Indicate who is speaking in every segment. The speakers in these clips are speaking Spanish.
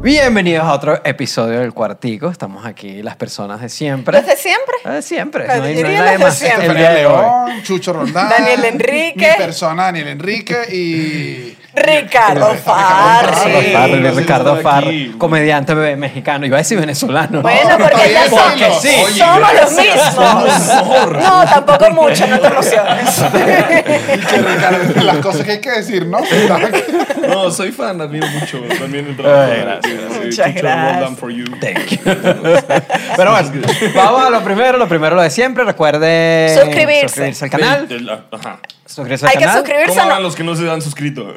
Speaker 1: Bienvenidos a otro episodio del Cuartico. Estamos aquí las personas de siempre.
Speaker 2: ¿Los de siempre?
Speaker 1: Ah, de siempre.
Speaker 2: La
Speaker 1: No hay, no hay
Speaker 2: mayoría
Speaker 1: nadie
Speaker 2: los de
Speaker 1: más.
Speaker 2: siempre.
Speaker 1: Este El día de hoy.
Speaker 3: León, Chucho Rondán.
Speaker 2: Daniel Enrique.
Speaker 3: Mi persona, Daniel Enrique y.
Speaker 1: Ricardo
Speaker 2: Ricardo
Speaker 1: Farri,
Speaker 2: Farri.
Speaker 4: gracias
Speaker 1: Ricardo
Speaker 4: por
Speaker 1: Farr,
Speaker 4: aquí.
Speaker 1: comediante be- mexicano. Iba a decir venezolano.
Speaker 2: Bueno, porque ya
Speaker 3: Oye,
Speaker 2: son-
Speaker 3: porque sí.
Speaker 2: Oye, somos los mismos. No, tampoco mucho, no te emociones.
Speaker 3: Y que Ricardo, las cosas que hay que decir, ¿no? Está-
Speaker 4: No, soy fan, la admiro mucho. También el trabajo. gracias, gracias.
Speaker 2: Muchas
Speaker 4: Chucho,
Speaker 2: gracias.
Speaker 4: well done for you.
Speaker 1: Thank you. Pero bueno, vamos a lo primero, lo primero lo de siempre. Recuerden
Speaker 2: Suscribirse.
Speaker 1: al canal.
Speaker 4: Del- ah, Ajá.
Speaker 1: Suscribirse al
Speaker 2: Hay que
Speaker 1: canal.
Speaker 2: suscribir- Suscribirse
Speaker 4: ¿Cómo
Speaker 2: no.
Speaker 4: van los que no se han suscrito?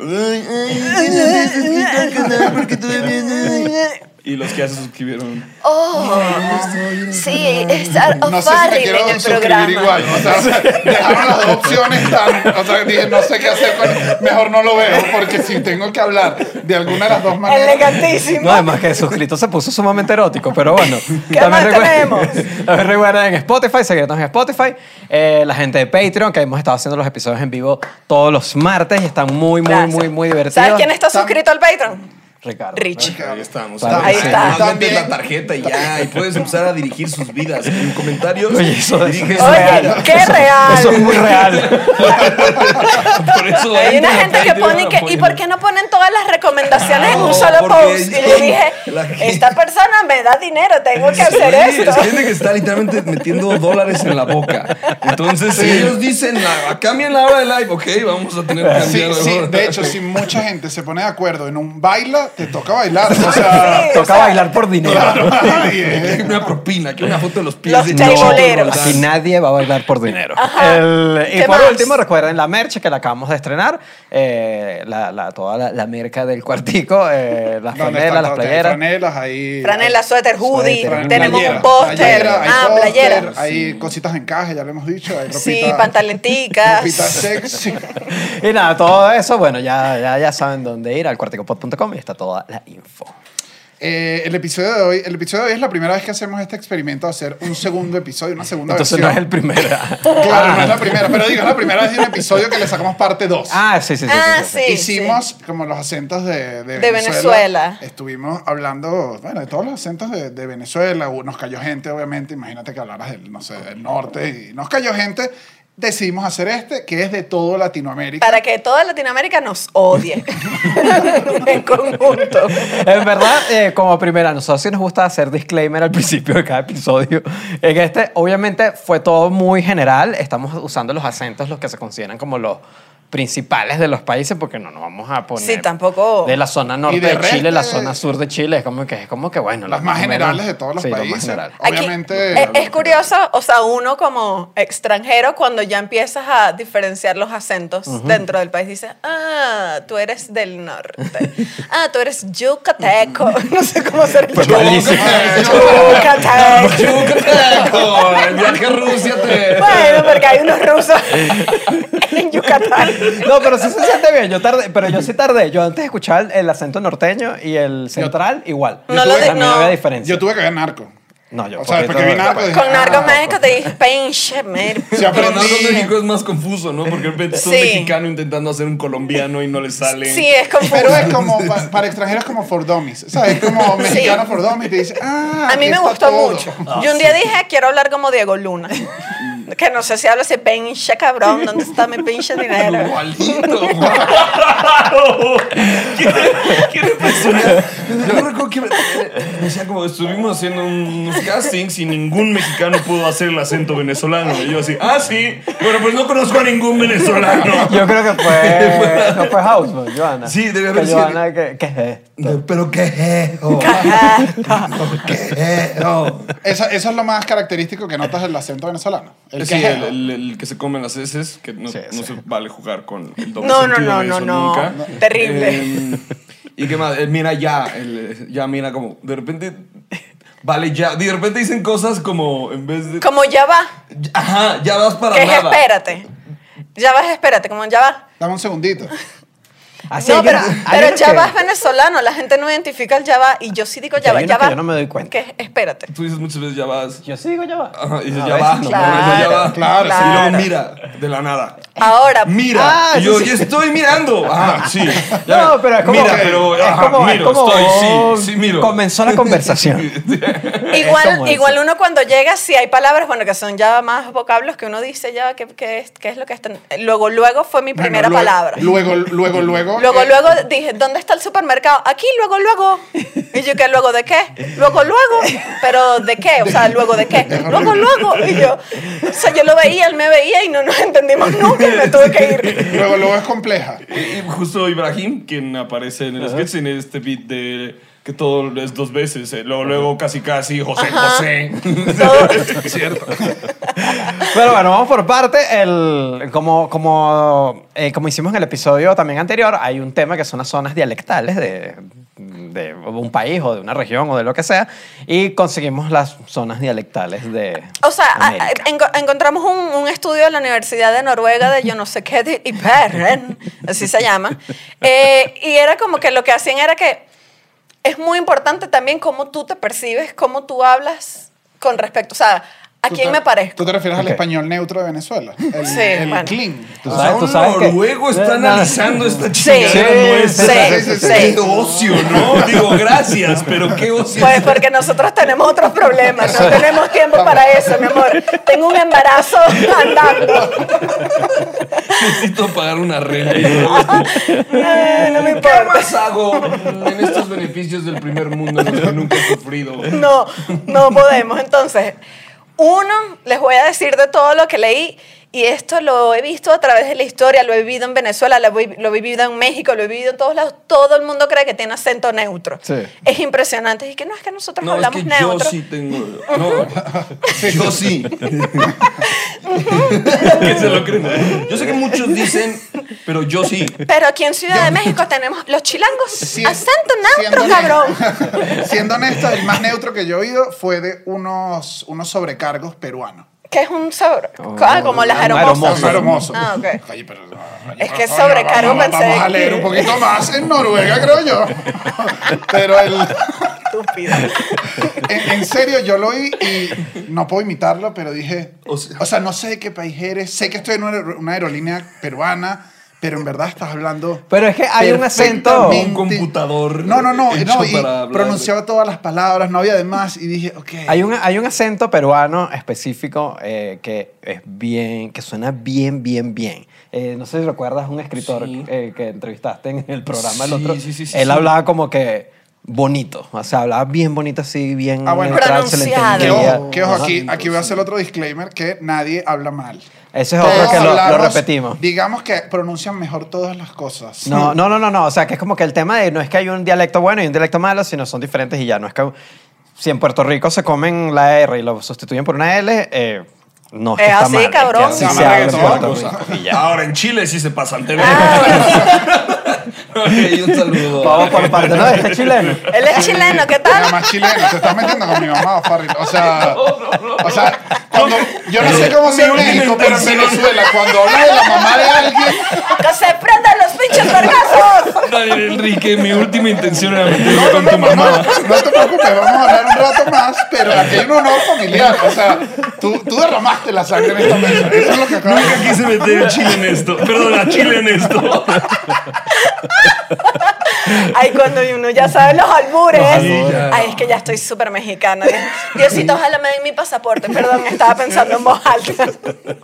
Speaker 4: Y los que ya se suscribieron.
Speaker 2: Oh, sí, estar
Speaker 3: No
Speaker 2: of
Speaker 3: sé si me
Speaker 2: Farri
Speaker 3: quiero
Speaker 2: en el
Speaker 3: suscribir
Speaker 2: programa.
Speaker 3: igual. O sea, dejaron las dos opciones tan. O sea, dije, no sé qué hacer con. Mejor no lo veo, porque si tengo que hablar de alguna de las dos maneras.
Speaker 2: Elegantísimo.
Speaker 1: No, además que suscrito se puso sumamente erótico, pero bueno.
Speaker 2: ¿Qué más tenemos?
Speaker 1: también recuerden en Spotify, seguirnos en Spotify, eh, la gente de Patreon, que hemos estado haciendo los episodios en vivo todos los martes y están muy, muy,
Speaker 2: Gracias.
Speaker 1: muy, muy divertidos.
Speaker 2: ¿Sabes quién está
Speaker 3: Tam-
Speaker 2: suscrito al Patreon?
Speaker 1: Ricardo.
Speaker 2: Rich.
Speaker 4: Ahí estamos.
Speaker 1: Claro
Speaker 2: Ahí está.
Speaker 4: Mándame
Speaker 3: También-
Speaker 4: la tarjeta y ya. Y puedes empezar a dirigir sus vidas. En comentarios.
Speaker 1: Oye, eso-
Speaker 4: diriges-
Speaker 1: eso-
Speaker 2: Oye,
Speaker 1: real.
Speaker 2: qué
Speaker 1: Eso es
Speaker 2: real.
Speaker 1: muy real.
Speaker 4: Por eso
Speaker 2: Hay una
Speaker 4: entren a
Speaker 2: gente que
Speaker 4: Patreon,
Speaker 2: pone y que, ¿y
Speaker 4: apoyen.
Speaker 2: por qué no ponen todas las recomendaciones en
Speaker 4: No,
Speaker 2: un solo
Speaker 4: porque
Speaker 2: post? Y yo
Speaker 4: son
Speaker 2: dije,
Speaker 4: la gente-
Speaker 2: esta persona me da dinero, tengo que hacer
Speaker 4: Sí,
Speaker 2: esto.
Speaker 4: Es gente que está literalmente metiendo dólares en la boca. Entonces, si ellos dicen, la, cambien la hora de live, ok, vamos a tener que
Speaker 3: Sí,
Speaker 4: cambiar la
Speaker 3: sí,
Speaker 4: hora.
Speaker 3: de hecho, si mucha gente se pone de acuerdo en un baila, te toca bailar. O sea,
Speaker 2: Sí, o
Speaker 1: Toca
Speaker 2: sea,
Speaker 1: bailar por dinero.
Speaker 3: nadie, ¿eh?
Speaker 4: Que una propina, que una foto de los pies.
Speaker 2: Los
Speaker 4: de
Speaker 2: chaiboleros.
Speaker 4: Chucho
Speaker 1: Aquí
Speaker 4: Roldán.
Speaker 1: nadie va a bailar por dinero. El- y
Speaker 2: ¿Qué
Speaker 1: por
Speaker 2: más?
Speaker 1: último, recuerden la merch que la acabamos de estrenar. eh, la, la- toda la, la merca del cuartico, eh, las
Speaker 3: ¿Dónde
Speaker 1: franelas,
Speaker 3: están?
Speaker 1: las
Speaker 3: Hay
Speaker 1: playeras.
Speaker 3: Franelas, ahí.
Speaker 2: Franela, suéter, hoodie.
Speaker 1: Suéter,
Speaker 2: tenemos
Speaker 1: playera,
Speaker 2: un póster.
Speaker 3: Playera, hay
Speaker 2: Ah,
Speaker 3: póster,
Speaker 2: playera.
Speaker 3: Hay cositas de encaje, ya lo hemos dicho. Hay ropita,
Speaker 2: Sí,
Speaker 3: Ropita
Speaker 2: pantaleticas.
Speaker 3: sexy.
Speaker 1: Y nada, todo eso, bueno, ya, ya, ya saben dónde ir, al cuarticopod.com y está toda la info.
Speaker 3: Eh, el, episodio de hoy, el episodio de hoy es la primera vez que hacemos este experimento de hacer un segundo episodio, una segunda
Speaker 1: Entonces no es
Speaker 3: versión.
Speaker 1: el primero.
Speaker 3: Claro, no es la primera, pero digo, es la primera vez de un episodio que le sacamos parte 2.
Speaker 1: Ah, sí, sí, sí.
Speaker 2: Ah, sí.
Speaker 3: Hicimos como los acentos de, de
Speaker 2: De Venezuela.
Speaker 3: Estuvimos hablando, bueno, de todos los acentos de, de Venezuela. Hubo- Nos cayó gente, obviamente. Imagínate que hablaras del, no sé, del norte. Y nos cayó gente. Decidimos hacer este, que es de todo Latinoamérica.
Speaker 2: Para que toda Latinoamérica nos odie. en conjunto.
Speaker 1: En verdad, eh, como primera, nosotros sí nos gusta hacer disclaimer al principio de cada episodio. En este, obviamente, fue todo muy general. Estamos usando los acentos, los que se consideran como los principales de los países, porque no nos vamos a poner...
Speaker 2: Sí, tampoco-
Speaker 1: De la zona
Speaker 3: Y
Speaker 1: norte
Speaker 3: de
Speaker 1: de, Chile, la
Speaker 3: resto-
Speaker 1: zona sur de Chile. Es como que, es como que bueno...
Speaker 3: Las
Speaker 1: lo
Speaker 3: más
Speaker 1: o menos-
Speaker 3: generales de todos los
Speaker 1: sí, lo más
Speaker 3: países.
Speaker 1: general.
Speaker 2: Aquí,
Speaker 3: Obviamente-
Speaker 2: eh, es, curioso, o sea, uno como extranjero, cuando ya empiezas a diferenciar los acentos dentro del país, dices, ah, tú eres del norte. ah, tú eres yucateco. no sé cómo hacer el
Speaker 4: Pues
Speaker 3: Pues
Speaker 1: Fue
Speaker 2: yucateco.
Speaker 1: malísimo.
Speaker 2: Yucateco.
Speaker 4: Yucateco, el viaje a Rusia te.
Speaker 2: Bueno, porque hay unos rusos en Yucatán.
Speaker 1: No, pero sí se siente bien. Yo tardé, pero yo sí tardé. Yo antes escuchaba el, el acento norteño y el central igual.
Speaker 2: No lo
Speaker 1: O sea,
Speaker 2: de- no.
Speaker 1: había diferencia.
Speaker 3: Yo tuve que ver narco.
Speaker 1: no, yo
Speaker 3: o sea,
Speaker 1: poquito-
Speaker 3: porque vi narco.
Speaker 4: pues.
Speaker 3: dije,
Speaker 2: Con
Speaker 3: ah,
Speaker 2: Narco México te dije, pinche mer-
Speaker 3: Se
Speaker 4: Pero
Speaker 3: aprendí.
Speaker 4: no, en México es más confuso, ¿no? Porque de repente es un
Speaker 2: Sí.
Speaker 4: mexicano intentando hacer un colombiano y no le sale.
Speaker 2: Sí, es confuso.
Speaker 3: Pero es como, pa- para extranjeros es como for dummies. O sea, es como mexicano for dummies. Te dice, ah,
Speaker 2: A mí
Speaker 3: aquí
Speaker 2: me gustó
Speaker 3: está todo. Ah,
Speaker 2: mucho. Yo un día dije, quiero hablar como Diego Luna. que no sé si hablo así, pinche cabrón, ¿dónde está mi pinche dinero?
Speaker 4: Igualito, wow. ¿Quién, quién empezó? Yo no recuerdo que eh, decía como estuvimos haciendo unos castings y ningún mexicano pudo hacer el acento venezolano. Y yo así, ah, sí. Bueno, pues no conozco a ningún venezolano.
Speaker 1: Yo creo que fue. No fue House, ¿no? Joana.
Speaker 4: Sí, debe haber
Speaker 1: que
Speaker 4: sido.
Speaker 1: Joana, ¿qué, qué es esto?
Speaker 4: Pero qué jejo. Qué jejo.
Speaker 3: Eso, eso es lo más característico que notas del acento venezolano. El
Speaker 4: Sí,
Speaker 3: quejeo.
Speaker 4: el, el- el que se come las heces, que no,
Speaker 1: Sí,
Speaker 4: no
Speaker 1: sí.
Speaker 4: se vale jugar con el doble
Speaker 2: No, no,
Speaker 4: sentido
Speaker 2: no,
Speaker 4: de
Speaker 2: no,
Speaker 4: eso
Speaker 2: no.
Speaker 4: nunca.
Speaker 2: No. Terrible.
Speaker 4: Eh, y qué más, Eh, mira ya, el- ya mira como, de repente, vale ya, de repente dicen cosas como, en vez de,
Speaker 2: Como ya va,
Speaker 4: ajá, ya vas para
Speaker 2: que es
Speaker 4: nada.
Speaker 2: espérate. Ya vas, espérate, como ya va.
Speaker 3: Dame un segundito.
Speaker 1: Así
Speaker 2: no,
Speaker 1: hay
Speaker 2: pero,
Speaker 1: unos- hay
Speaker 2: pero
Speaker 1: unos que-
Speaker 2: Java es venezolano, la gente no identifica el Java y yo sí digo
Speaker 1: hay
Speaker 2: Java.
Speaker 1: unos que
Speaker 2: Java
Speaker 1: yo no me doy cuenta.
Speaker 2: ¿Qué? Espérate.
Speaker 4: Tú dices muchas veces ya vas.
Speaker 1: Yo sigo ya va.
Speaker 4: Ajá, y dices
Speaker 1: A
Speaker 4: ya
Speaker 1: veces
Speaker 4: va.
Speaker 1: no.
Speaker 2: Claro,
Speaker 4: ya va.
Speaker 3: claro,
Speaker 4: Y luego
Speaker 2: claro.
Speaker 4: mira, de la nada.
Speaker 2: Ahora,
Speaker 4: Mira.
Speaker 1: Ah,
Speaker 4: y yo,
Speaker 1: sí, sí.
Speaker 4: ya estoy mirando. Ah, sí. Ya.
Speaker 1: No, pero es como.
Speaker 4: Mira,
Speaker 1: que-
Speaker 4: pero.
Speaker 1: es
Speaker 4: ajá,
Speaker 1: como- es
Speaker 4: miro,
Speaker 1: como-
Speaker 4: estoy. Sí, sí, miro.
Speaker 1: Comenzó la conversación. Es como
Speaker 2: igual,
Speaker 1: eso.
Speaker 2: igual uno cuando llega, si hay palabras, bueno, que son ya más vocablos que uno dice ya, ¿qué, qué es, qué es lo que está? Luego, luego fue mi
Speaker 3: Bueno,
Speaker 2: primera
Speaker 3: luego-
Speaker 2: palabra.
Speaker 3: Luego, luego, luego.
Speaker 2: Luego,
Speaker 3: eh,
Speaker 2: luego dije, ¿dónde está el supermercado? Aquí, luego, luego. Y yo, ¿qué? ¿Luego de qué? Luego, luego. ¿Pero de qué? O sea, ¿luego de qué? Luego, luego. Y yo, o sea, yo lo veía, él me veía y no nos entendimos nunca y me tuve que ir.
Speaker 3: Luego, luego es compleja.
Speaker 4: Y justo Ibrahim, quien aparece en el sketch, tiene este beat de que todo es dos veces. eh, Luego, luego casi casi, José José. es cierto.
Speaker 1: Pues Pero bueno, vamos por parte. El, como, como, eh, como hicimos en el episodio también anterior, hay un tema que son las zonas dialectales de, de un país o de una región o de lo que sea. Y conseguimos las zonas dialectales de.
Speaker 2: O sea, ah, eh, a-
Speaker 1: América.
Speaker 2: a- enco- encontramos un, un estudio de la Universidad de Noruega de yo no sé qué, de Iberren, así se llama. Eh, y era como que lo que hacían era que es muy importante también cómo tú te percibes, cómo tú hablas con respecto, o sea, ¿a
Speaker 3: ¿Tú
Speaker 2: quién
Speaker 3: te-
Speaker 2: me parezco?
Speaker 3: ¿Tú te refieres
Speaker 1: Ok.
Speaker 3: al español neutro de Venezuela? El,
Speaker 2: Sí,
Speaker 3: el
Speaker 2: bueno.
Speaker 3: clean. Ah,
Speaker 1: Tú
Speaker 4: O
Speaker 1: sabes-
Speaker 4: sea,
Speaker 1: tú
Speaker 4: un
Speaker 1: sabes que-
Speaker 4: noruego está
Speaker 1: No, no.
Speaker 4: analizando esta
Speaker 2: Sí,
Speaker 4: chingada nuestra.
Speaker 2: sí,
Speaker 3: sí, sí.
Speaker 4: Qué ocio, ¿no? Digo, gracias, pero qué ocio.
Speaker 2: Pues porque nosotros tenemos otros problemas, no tenemos tiempo para eso, mi amor. Tengo un embarazo andando.
Speaker 4: Necesito pagar una renta. y luego-
Speaker 2: Eh, No me
Speaker 4: ¿Qué
Speaker 2: importa.
Speaker 4: más hago en estos beneficios del primer mundo en los que nunca he sufrido?
Speaker 2: No, no podemos. Entonces, uno, les voy a decir de todo lo que leí, y esto lo he visto a través de la historia, lo he vivido en Venezuela, lo he, lo he vivido en México, lo he vivido en todos lados. Todo el mundo cree que tiene acento neutro.
Speaker 1: Sí.
Speaker 2: Es impresionante. Y que no, es que nosotros
Speaker 4: No, es
Speaker 2: hablamos
Speaker 4: que yo
Speaker 2: neutro.
Speaker 4: sí tengo. No, yo sí. Que se lo creen. Yo sé que muchos dicen, pero yo sí.
Speaker 2: Pero aquí en Ciudad de México tenemos los chilangos.
Speaker 3: Sí,
Speaker 2: acento
Speaker 3: siendo
Speaker 2: neutro, cabrón.
Speaker 3: honesto- Siendo honesto, el más neutro que yo he oído fue de unos, unos sobrecargos peruanos.
Speaker 2: Que es un sabor. ah, como las
Speaker 1: un
Speaker 2: aromosas.
Speaker 1: aeromozo.
Speaker 3: Hermoso.
Speaker 2: Ah, ok.
Speaker 3: Oye, pero, no,
Speaker 2: Es que
Speaker 3: no,
Speaker 2: sobrecargo
Speaker 3: vamos,
Speaker 2: pensé
Speaker 3: Vamos a
Speaker 2: que-
Speaker 3: leer un poquito más en Noruega, creo yo. Pero el,
Speaker 2: Estúpido.
Speaker 3: en, en serio, yo lo oí y no puedo imitarlo, pero dije,
Speaker 4: O
Speaker 3: o
Speaker 4: sea-
Speaker 3: sea, no sé de qué país eres, sé que estoy en una, aer- una aerolínea peruana, pero en verdad estás hablando...
Speaker 1: Pero es que hay un acento.
Speaker 3: perfectamente-
Speaker 4: Un computador
Speaker 3: No, no, no,
Speaker 4: hecho
Speaker 3: no y
Speaker 4: para hablar.
Speaker 3: pronunciaba todas las palabras, no había de más, y dije, ok.
Speaker 1: Hay un, hay un acento peruano específico eh, que es bien, que suena bien, bien, bien. Eh, no sé si recuerdas un escritor
Speaker 4: Sí.
Speaker 1: eh, que entrevistaste en el programa el
Speaker 4: Sí,
Speaker 1: otro.
Speaker 4: sí, sí, sí,
Speaker 1: Él
Speaker 4: sí.
Speaker 1: hablaba como que bonito, o sea, hablaba bien bonito así, bien
Speaker 3: Ah, bueno.
Speaker 1: neutral, se le
Speaker 2: Pronunciado.
Speaker 3: Que
Speaker 1: entendía.
Speaker 3: ojo, que ojo,
Speaker 1: Ajá.
Speaker 3: aquí, aquí voy a hacer otro disclaimer que nadie habla mal.
Speaker 1: Ese es otro
Speaker 3: Todos
Speaker 1: que lo- lo,
Speaker 3: hablamos,
Speaker 1: repetimos.
Speaker 3: Digamos que pronuncian mejor todas las cosas.
Speaker 1: No, no, no, no, no, o sea, que es como que el tema de no es que hay un dialecto bueno y un dialecto malo, sino son diferentes y ya, no es que si en Puerto Rico se comen la R y lo sustituyen por una L, eh, no es que
Speaker 2: Es
Speaker 1: está
Speaker 2: así,
Speaker 1: mal, es que
Speaker 2: cabrón.
Speaker 1: así
Speaker 3: No,
Speaker 1: se
Speaker 3: no,
Speaker 1: habla en
Speaker 3: reggaetón,
Speaker 1: Puerto
Speaker 3: cosa.
Speaker 1: Rico.
Speaker 4: Ahora en Chile sí se pasan. Te veo.
Speaker 3: Ah,
Speaker 4: ok, un saludo.
Speaker 1: Vamos por parte, ¿no? Este chileno.
Speaker 2: Él es chileno, ¿qué
Speaker 3: Nada
Speaker 2: tal?
Speaker 3: más chileno, te estás metiendo con mi mamá, Farrell. O sea, o sea, cuando, yo no sé cómo sea en
Speaker 4: Mi última
Speaker 3: México, pero en
Speaker 4: intención.
Speaker 3: Venezuela, cuando habla de la mamá de alguien,
Speaker 2: ¡Que se prendan los pinches vergazos!
Speaker 4: Daniel Enrique, mi última intención era meterme
Speaker 3: no,
Speaker 4: con tu
Speaker 3: no, no,
Speaker 4: mamá.
Speaker 3: no te preocupes, vamos a hablar un rato más, pero aquí hay un honor familiar. O sea, tú, tú derramaste la sangre en esta mesa. Eso es lo que acabo de
Speaker 4: Nunca quise meter a Chile en esto. Perdón, a Chile en esto.
Speaker 2: Ay, cuando uno ya sabe los albures.
Speaker 4: Los albures.
Speaker 2: Ay, es que ya estoy súper mexicana. Dios- Diosito, ojalá me den mi pasaporte. Perdón, estaba pensando en voz alta.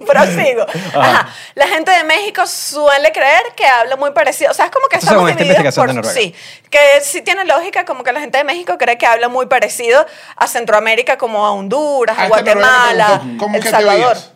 Speaker 2: Prosigo. Ajá. La gente de México suele creer que habla muy parecido. O sea, es como que
Speaker 1: Eso
Speaker 2: estamos
Speaker 1: según esta
Speaker 2: divididos
Speaker 1: investigación
Speaker 2: por...
Speaker 1: de Noruega.
Speaker 2: sí, que sí tiene lógica como que la gente de México cree que habla muy parecido a Centroamérica como a Honduras, a,
Speaker 3: A este
Speaker 2: Guatemala,
Speaker 3: noruego me preguntó, ¿cómo
Speaker 2: El
Speaker 3: que te
Speaker 2: Salvador.
Speaker 3: oías?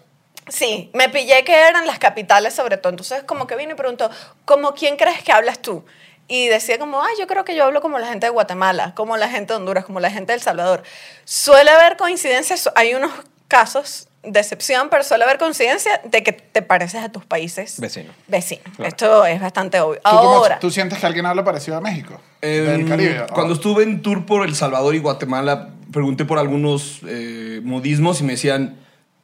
Speaker 2: Sí, me pillé que eran las capitales sobre todo. Entonces como que vino y preguntó, ¿cómo quién crees que hablas tú? Y decía como, ay, yo creo que yo hablo como la gente de Guatemala, como la gente de Honduras, como la gente de El Salvador. Suele haber coincidencias, hay unos casos de excepción, pero suele haber coincidencia de que te pareces a tus países
Speaker 1: Vecino.
Speaker 2: vecinos.
Speaker 1: Claro.
Speaker 2: Esto es bastante obvio.
Speaker 3: ¿Tú, cómo-
Speaker 2: Ahora,
Speaker 3: ¿Tú sientes que alguien habla parecido a México?
Speaker 4: Eh,
Speaker 3: del Caribe. ah. ¿o?
Speaker 4: Cuando estuve en tour por El Salvador y Guatemala, pregunté por algunos eh, modismos y me decían,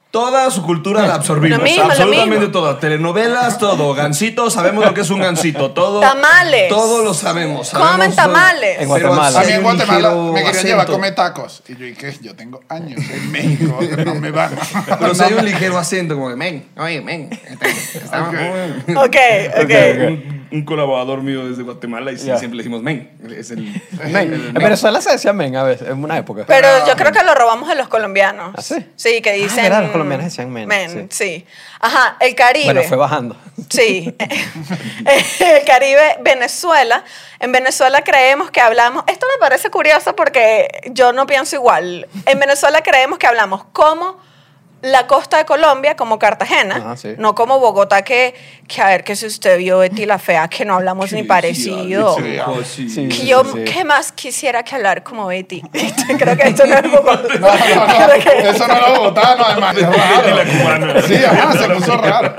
Speaker 4: Toda su cultura la absorbimos.
Speaker 2: Lo mismo, lo
Speaker 4: absolutamente
Speaker 2: mismo.
Speaker 4: toda. Telenovelas, todo. Gancito, sabemos lo que es un gancito. Todo.
Speaker 2: Tamales.
Speaker 4: Todo lo sabemos.
Speaker 2: Comen
Speaker 4: sabemos todo.
Speaker 2: tamales.
Speaker 1: En
Speaker 4: Pero
Speaker 1: Guatemala.
Speaker 4: hay
Speaker 3: A mí en
Speaker 4: un
Speaker 3: Guatemala
Speaker 4: ligero
Speaker 3: me querían llevar a
Speaker 4: acento.
Speaker 3: comer tacos. Y yo, ¿y qué? Yo tengo años en México, no me van.
Speaker 4: Pero si hay un ligero acento, como que, men, oye, men. este, estamos-
Speaker 2: Ok, ok.
Speaker 4: Un, un colaborador mío desde Guatemala y sí,
Speaker 1: Ya.
Speaker 4: siempre le decimos, men. Es el.
Speaker 1: Men. En Venezuela se decía men a veces, en una época.
Speaker 2: Pero yo creo que lo robamos de los colombianos.
Speaker 1: ¿Ah, sí?
Speaker 2: Sí, que
Speaker 1: Ah,
Speaker 2: dicen.
Speaker 1: verdad, los colombianos decían men,
Speaker 2: sí. Ajá, el Caribe.
Speaker 1: bueno, fue bajando.
Speaker 2: Sí. El Caribe, Venezuela. En Venezuela creemos que hablamos. Esto me parece curioso porque yo no pienso igual. En Venezuela creemos que hablamos como la costa de Colombia, como Cartagena,
Speaker 1: Ajá, sí.
Speaker 2: no como Bogotá, que, que a ver que si usted vio Betty la Fea, que no hablamos ni parecido.
Speaker 4: ah,
Speaker 3: sí,
Speaker 1: Sí.
Speaker 2: Que yo,
Speaker 1: sí.
Speaker 2: ¿qué más quisiera que hablar como Betty? Este, Creo que esto no es Bogotá.
Speaker 3: No, no, no,
Speaker 2: Creo que-
Speaker 3: eso no lo votaron, además. es raro.
Speaker 4: la cubana.
Speaker 3: Sí, ajá, se puso raro.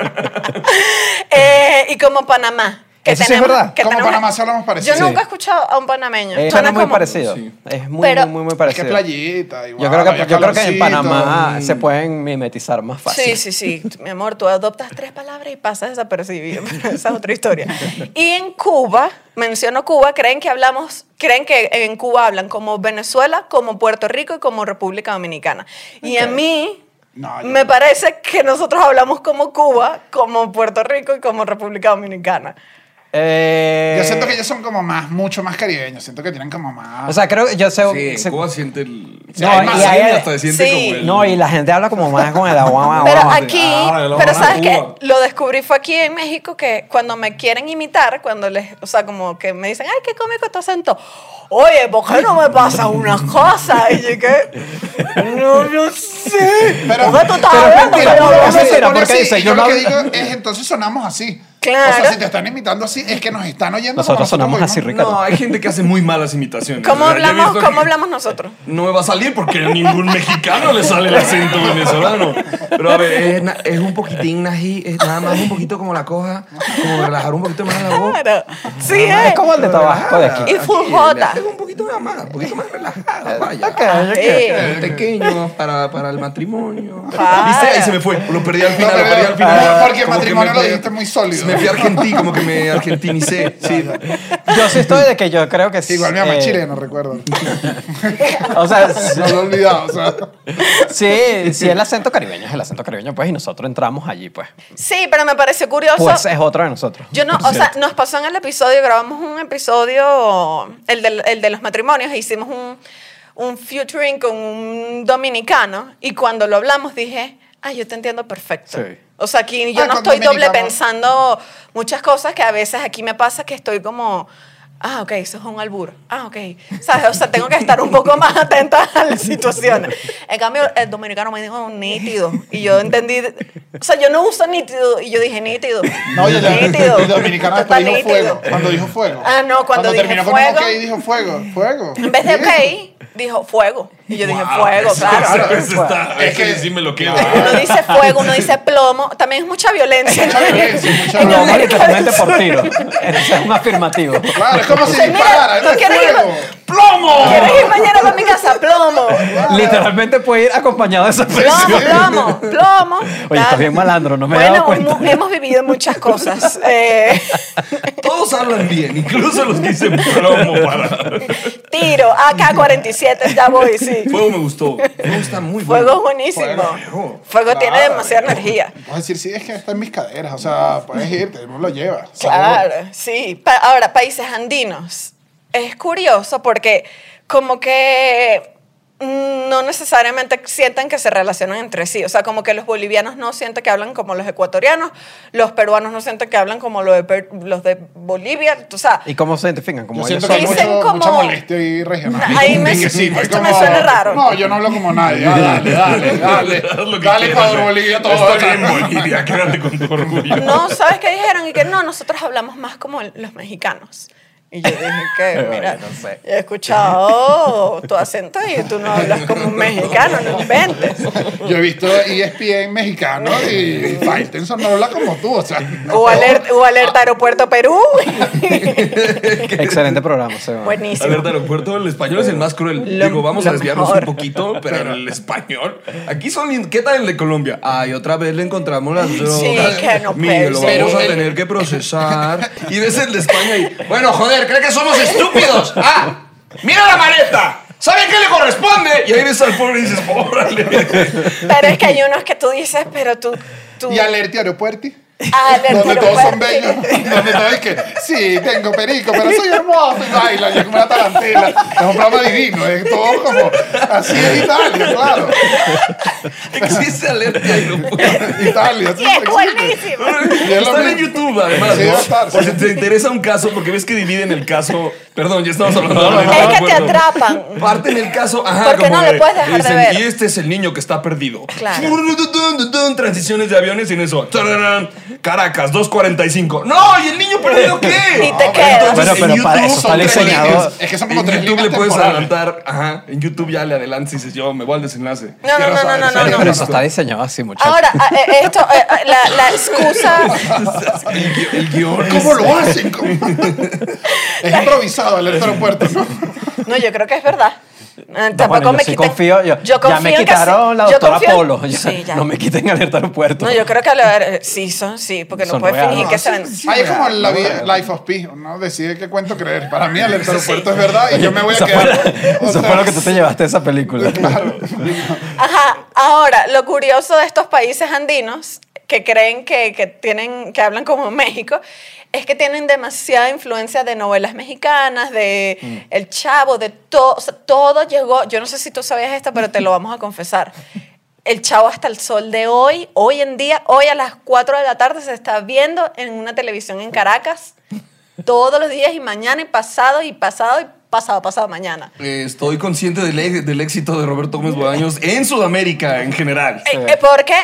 Speaker 2: Eh, y como Panamá. Que
Speaker 1: Eso sí es
Speaker 2: tenemos,
Speaker 1: verdad.
Speaker 2: que
Speaker 3: Como
Speaker 2: tenemos-
Speaker 3: Panamá sí hablamos parecido.
Speaker 2: Yo
Speaker 1: Sí.
Speaker 2: nunca he escuchado a un panameño.
Speaker 1: Eh,
Speaker 2: Suena
Speaker 1: suena muy
Speaker 2: como-
Speaker 1: parecido.
Speaker 4: Sí.
Speaker 1: Es muy,
Speaker 2: Pero-
Speaker 1: muy, muy, muy
Speaker 3: Es que
Speaker 1: parecido.
Speaker 3: playita, igual.
Speaker 1: yo creo que,
Speaker 3: había
Speaker 1: yo creo que en
Speaker 3: calorcito.
Speaker 1: Panamá se pueden mimetizar más fácil.
Speaker 2: Sí, sí, sí. Mi amor, tú adoptas tres palabras y pasas desapercibido. Pero esa es otra historia. Y en Cuba, menciono Cuba, creen que hablamos, creen que en Cuba hablan como Venezuela, como Puerto Rico y como República Dominicana. Y a mí.
Speaker 3: No, yo
Speaker 2: me
Speaker 3: no.
Speaker 2: parece que nosotros hablamos como Cuba, como Puerto Rico y como República Dominicana.
Speaker 1: Eh,
Speaker 3: Yo siento que ellos son como más, mucho más caribeños. Siento que tienen como más.
Speaker 1: O sea, creo que yo sé.
Speaker 4: Sí,
Speaker 1: sé-
Speaker 4: en Cuba siente el.
Speaker 1: No,
Speaker 4: hay más
Speaker 1: y ahí-
Speaker 4: señas, hasta se siente
Speaker 2: sí.
Speaker 4: como el-
Speaker 1: no, y la gente habla como más con el agua. agua,
Speaker 2: Pero
Speaker 1: agua.
Speaker 2: aquí,
Speaker 4: ahora lo
Speaker 2: pero
Speaker 4: van a
Speaker 2: sabes
Speaker 4: Cuba.
Speaker 2: que lo descubrí fue aquí en México que cuando me quieren imitar, cuando les, o sea, como que me dicen, ay, qué cómico tu acento. Oye, ¿por qué no me pasa una cosa? Y yo que, no, no sé.
Speaker 3: Pero-
Speaker 2: ¿Por qué tú estás
Speaker 1: pero
Speaker 2: hablando?
Speaker 1: mentira,
Speaker 2: que yo
Speaker 1: pero
Speaker 2: no sé?
Speaker 3: Por eso se
Speaker 1: mentira,
Speaker 3: pone
Speaker 1: porque
Speaker 3: así,
Speaker 1: dice,
Speaker 3: y
Speaker 1: yo
Speaker 3: yo lo
Speaker 1: no
Speaker 3: que digo
Speaker 1: hablo-
Speaker 3: es, entonces sonamos así.
Speaker 2: Claro.
Speaker 3: O sea, si te están imitando así, es que nos están oyendo. como
Speaker 1: Nosotros sonamos
Speaker 3: mismos.
Speaker 1: así, Ricardo.
Speaker 4: No, hay gente que hace muy malas imitaciones.
Speaker 2: ¿Cómo
Speaker 4: O sea, yo he
Speaker 2: hablamos,
Speaker 4: visto
Speaker 2: ¿cómo
Speaker 4: que
Speaker 2: hablamos nosotros?
Speaker 4: No me va a salir porque a ningún mexicano le sale el acento venezolano. Pero a ver, es, na- es un poquitín nají, es nada más un poquito como la coja, como relajar un poquito más la voz.
Speaker 2: Claro. Sí, eh.
Speaker 1: es
Speaker 2: es.
Speaker 1: como el de Tabasco de aquí.
Speaker 2: Y full jota.
Speaker 4: Es un poquito nada más, un poquito más relajada, vaya.
Speaker 2: Ah. Sí.
Speaker 4: Eh, Pequeño para, para el matrimonio.
Speaker 2: Claro.
Speaker 4: ¿Viste? Ahí se me fue. Lo perdí al final,
Speaker 3: No,
Speaker 4: lo
Speaker 3: pero-
Speaker 4: perdí al final.
Speaker 3: Ah, porque el
Speaker 4: Como que
Speaker 3: matrimonio
Speaker 4: me
Speaker 3: lo
Speaker 4: fui-
Speaker 3: dijiste muy sólido.
Speaker 4: Me fui a Argentina, como que me argentinicé. Sí.
Speaker 1: Yo sí estoy de que yo creo que sí.
Speaker 3: Igual mi mamá
Speaker 1: eh,
Speaker 3: es chileno, recuerdo.
Speaker 1: O sea,
Speaker 3: No lo he olvidado, o sea.
Speaker 1: sí, sí, el acento caribeño es el acento caribeño, pues, y nosotros entramos allí, pues.
Speaker 2: Sí, pero me pareció curioso.
Speaker 1: Pues es otro de nosotros.
Speaker 2: Yo no, o sea, nos pasó en el episodio, grabamos un episodio, el del- el de, los matrimonios, e hicimos un, un featuring con un dominicano y cuando lo hablamos dije, ay, yo te entiendo perfecto.
Speaker 1: Sí.
Speaker 2: O sea, aquí yo
Speaker 3: Ah,
Speaker 2: no
Speaker 3: con
Speaker 2: estoy doble
Speaker 3: dominicano.
Speaker 2: pensando muchas cosas que a veces aquí me pasa que estoy como... Ah, ok, eso es un albur. Ah, ok. ¿Sabes? O sea, tengo que estar un poco más atenta a las situaciones. En cambio, el dominicano me dijo nítido. Y yo entendí. O sea, yo no uso nítido. Y yo dije nítido.
Speaker 3: No, oye, la-
Speaker 2: Nítido.
Speaker 3: el dominicano
Speaker 2: Esto está
Speaker 3: después dijo
Speaker 2: nítido.
Speaker 3: fuego. Cuando dijo fuego.
Speaker 2: Ah, no, cuando dije
Speaker 3: terminó
Speaker 2: fuego.
Speaker 3: con un ok, dijo fuego. Fuego.
Speaker 2: En vez de
Speaker 3: Sí.
Speaker 2: ok, dijo fuego. Y yo dije
Speaker 4: Wow,
Speaker 2: fuego,
Speaker 4: eso-
Speaker 2: claro.
Speaker 4: eso- eso está-
Speaker 3: Es
Speaker 4: hay que
Speaker 3: que-
Speaker 4: decirme lo que
Speaker 2: Uno dice fuego, uno dice plomo. También es mucha violencia.
Speaker 3: Mucha violencia, mucha
Speaker 2: En
Speaker 3: violencia.
Speaker 1: Hablamos
Speaker 2: América del
Speaker 1: literalmente por
Speaker 2: Sur.
Speaker 1: tiro. Ese es un afirmativo.
Speaker 3: Claro, es como si
Speaker 2: Mira,
Speaker 3: disparara.
Speaker 2: ¿tú
Speaker 3: no es
Speaker 2: quieres ir-
Speaker 3: fuego.
Speaker 4: ¡Plomo!
Speaker 2: ¿Quieres ir mañana para mi casa? Plomo.
Speaker 1: Literalmente puede ir acompañado de esa
Speaker 2: Plomo,
Speaker 1: presión.
Speaker 2: plomo, plomo.
Speaker 1: Oye,
Speaker 2: Tal.
Speaker 1: estás bien malandro, no me he
Speaker 2: bueno,
Speaker 1: dado cuenta.
Speaker 2: mu- hemos vivido muchas cosas. Eh,
Speaker 4: Todos hablan bien, incluso los que dicen plomo para.
Speaker 2: tiro, AK-47, ya voy, sí.
Speaker 4: Fuego me gustó. Fuego está muy
Speaker 2: Fuego es
Speaker 4: bueno.
Speaker 2: buenísimo. Fuego,
Speaker 4: Fuego.
Speaker 2: tiene
Speaker 3: Claro.
Speaker 2: demasiada energía.
Speaker 3: Puedes decir, sí, es que está en mis caderas. O sea, puedes irte, no lo llevas.
Speaker 2: Claro, sí. Pa- ahora, países andinos. Es curioso porque como que no necesariamente sientan que se relacionan entre sí. O sea, como que los bolivianos no sienten que hablan como los ecuatorianos, los peruanos no sienten que hablan como los de, Per- los de Bolivia. O sea,
Speaker 1: ¿Y cómo se identifican? Como
Speaker 3: Yo
Speaker 1: ellos
Speaker 3: siento que hay
Speaker 1: son-
Speaker 2: Dicen
Speaker 3: mucho,
Speaker 2: como-
Speaker 3: mucha molestia ahí regional.
Speaker 2: Ahí me-
Speaker 3: Dije, sí, fue
Speaker 2: esto me suena raro.
Speaker 3: No, yo no hablo como nadie. Ah, dale, dale, dale.
Speaker 4: Haz lo que
Speaker 3: dale,
Speaker 4: quieras,
Speaker 3: Ecuador,
Speaker 4: eh.
Speaker 3: Bolivia, todo.
Speaker 4: Está bien, Bolivia, quédate con tu orgullo.
Speaker 2: no, ¿sabes qué dijeron? Y que no, nosotros hablamos más como los mexicanos. Y yo dije que,
Speaker 1: Bueno,
Speaker 2: mira,
Speaker 1: no sé.
Speaker 2: he escuchado tu acento y tú no hablas como un mexicano, no inventes.
Speaker 3: Yo he visto E ESPN mexicano y Faitelson no habla como tú, o sea. no.
Speaker 2: O alerta, o alerta Aeropuerto Perú.
Speaker 1: Excelente programa, Seba.
Speaker 2: Buenísimo.
Speaker 4: Alerta aeropuerto, el español es el más cruel.
Speaker 2: Lo-
Speaker 4: Digo, vamos
Speaker 2: lo
Speaker 4: a desviarnos
Speaker 2: mejor.
Speaker 4: un poquito, pero el español. Aquí son. in- ¿Qué tal el de Colombia? Ay, otra vez le encontramos las drogas.
Speaker 2: que no
Speaker 4: Mire, lo
Speaker 2: puede
Speaker 4: vamos a
Speaker 2: ser.
Speaker 4: tener que procesar. Y ves el de España y. Bueno, joder, ¿cree que somos estúpidos? ¡Ah! ¡Mira la maleta! ¿Sabe qué le corresponde? Y ahí ves al pobre y dices, ¡órale!
Speaker 2: Pero es que hay unos que tú dices, pero tú... tú ah,
Speaker 3: Y Alerti Aeropuerti.
Speaker 2: alerta
Speaker 3: Donde todos son
Speaker 2: Aeropuerto.
Speaker 3: bellos. Donde todos es que, sí, tengo perico, pero soy hermoso y baila, y es como una tarantela. Es un programa divino, es todo como. Así es Italia, claro.
Speaker 4: Existe alerta aeropuerto.
Speaker 3: Italia,
Speaker 2: Sí,
Speaker 3: sí,
Speaker 2: es
Speaker 3: existe.
Speaker 2: buenísimo.
Speaker 3: Y es lo
Speaker 4: Están en
Speaker 3: mismo.
Speaker 4: YouTube, además.
Speaker 3: Sí,
Speaker 4: ¿no?
Speaker 3: va a estar,
Speaker 4: Por
Speaker 3: sí.
Speaker 4: si te interesa un caso, porque ves que dividen el caso. Perdón, ya estamos hablando de
Speaker 2: Es que te
Speaker 4: aeropuerto.
Speaker 2: atrapan.
Speaker 4: Parten el caso, ajá,
Speaker 2: Porque
Speaker 4: como
Speaker 2: no
Speaker 4: de-
Speaker 2: lo puedes dejar de
Speaker 4: dicen,
Speaker 2: ver.
Speaker 4: Y este es el niño que está perdido.
Speaker 2: Claro.
Speaker 4: Transiciones de aviones y en eso. tararán, Caracas, 2.45. No, ¿y el niño perdido qué? Ah,
Speaker 2: Y te quedas.
Speaker 1: Bueno,
Speaker 4: en
Speaker 1: pero para
Speaker 4: YouTube
Speaker 1: eso está
Speaker 4: son
Speaker 1: el
Speaker 4: tres
Speaker 1: diseñador.
Speaker 4: líneas.
Speaker 3: Es que son como
Speaker 4: en
Speaker 3: tres
Speaker 4: YouTube le
Speaker 3: líneas
Speaker 4: puedes
Speaker 3: temporales.
Speaker 4: adelantar, ajá, en YouTube ya le adelantas y dices, yo me voy al desenlace.
Speaker 2: No, no,
Speaker 3: Quiero
Speaker 2: no, no,
Speaker 3: saber
Speaker 2: no,
Speaker 3: si
Speaker 2: no, no.
Speaker 3: hay
Speaker 1: Pero
Speaker 3: preso.
Speaker 1: eso está diseñado así, muchachos.
Speaker 2: Ahora, a- eh, esto, eh, eh, la, la excusa,
Speaker 4: El, gui- el guión es-
Speaker 3: ¿Cómo lo hacen? ¿Cómo? Es improvisado Alerta Aeropuerto, ¿no?
Speaker 2: no, yo creo que es verdad. Eh, Tampoco
Speaker 1: Bueno, yo
Speaker 2: me
Speaker 1: sí
Speaker 2: quitan-
Speaker 1: confío. Yo, ya me
Speaker 2: en que
Speaker 1: quitaron
Speaker 2: sí.
Speaker 1: la
Speaker 2: Yo
Speaker 1: doctora
Speaker 2: confío en-
Speaker 1: Polo. ya,
Speaker 2: sí, ya.
Speaker 1: No me quiten alerta aeropuerto.
Speaker 2: No, yo creo que la- eh, sí, son, sí, porque no
Speaker 1: Son
Speaker 2: puedes
Speaker 1: reales.
Speaker 2: fingir
Speaker 1: No,
Speaker 2: que
Speaker 1: sí,
Speaker 2: se ven.
Speaker 3: Ahí es como la
Speaker 1: no, eh.
Speaker 3: vida,
Speaker 1: no.
Speaker 3: Life of Pi. Uno decide qué cuento creer. Para mí Alerta Aeropuerto es verdad y yo me voy a
Speaker 1: Eso fue,
Speaker 3: quedar. o
Speaker 1: eso
Speaker 3: sea,
Speaker 1: fue lo que tú te llevaste de esa película.
Speaker 3: Claro.
Speaker 2: Ajá, ahora, lo curioso de estos países andinos que creen que, que tienen, que hablan como México, es que tienen demasiada influencia de novelas mexicanas, de El Chavo, de todo, o sea, todo llegó, yo no sé si tú sabías esto, pero te lo vamos a confesar. El Chavo hasta el sol de hoy, hoy en día, hoy a las 4 de la tarde se está viendo en una televisión en Caracas, todos los días y mañana y pasado y pasado y pasado, pasado mañana.
Speaker 4: Eh, Estoy consciente del, e- del éxito de Roberto Gómez Bolaños en Sudamérica en general.
Speaker 2: Eh, eh, porque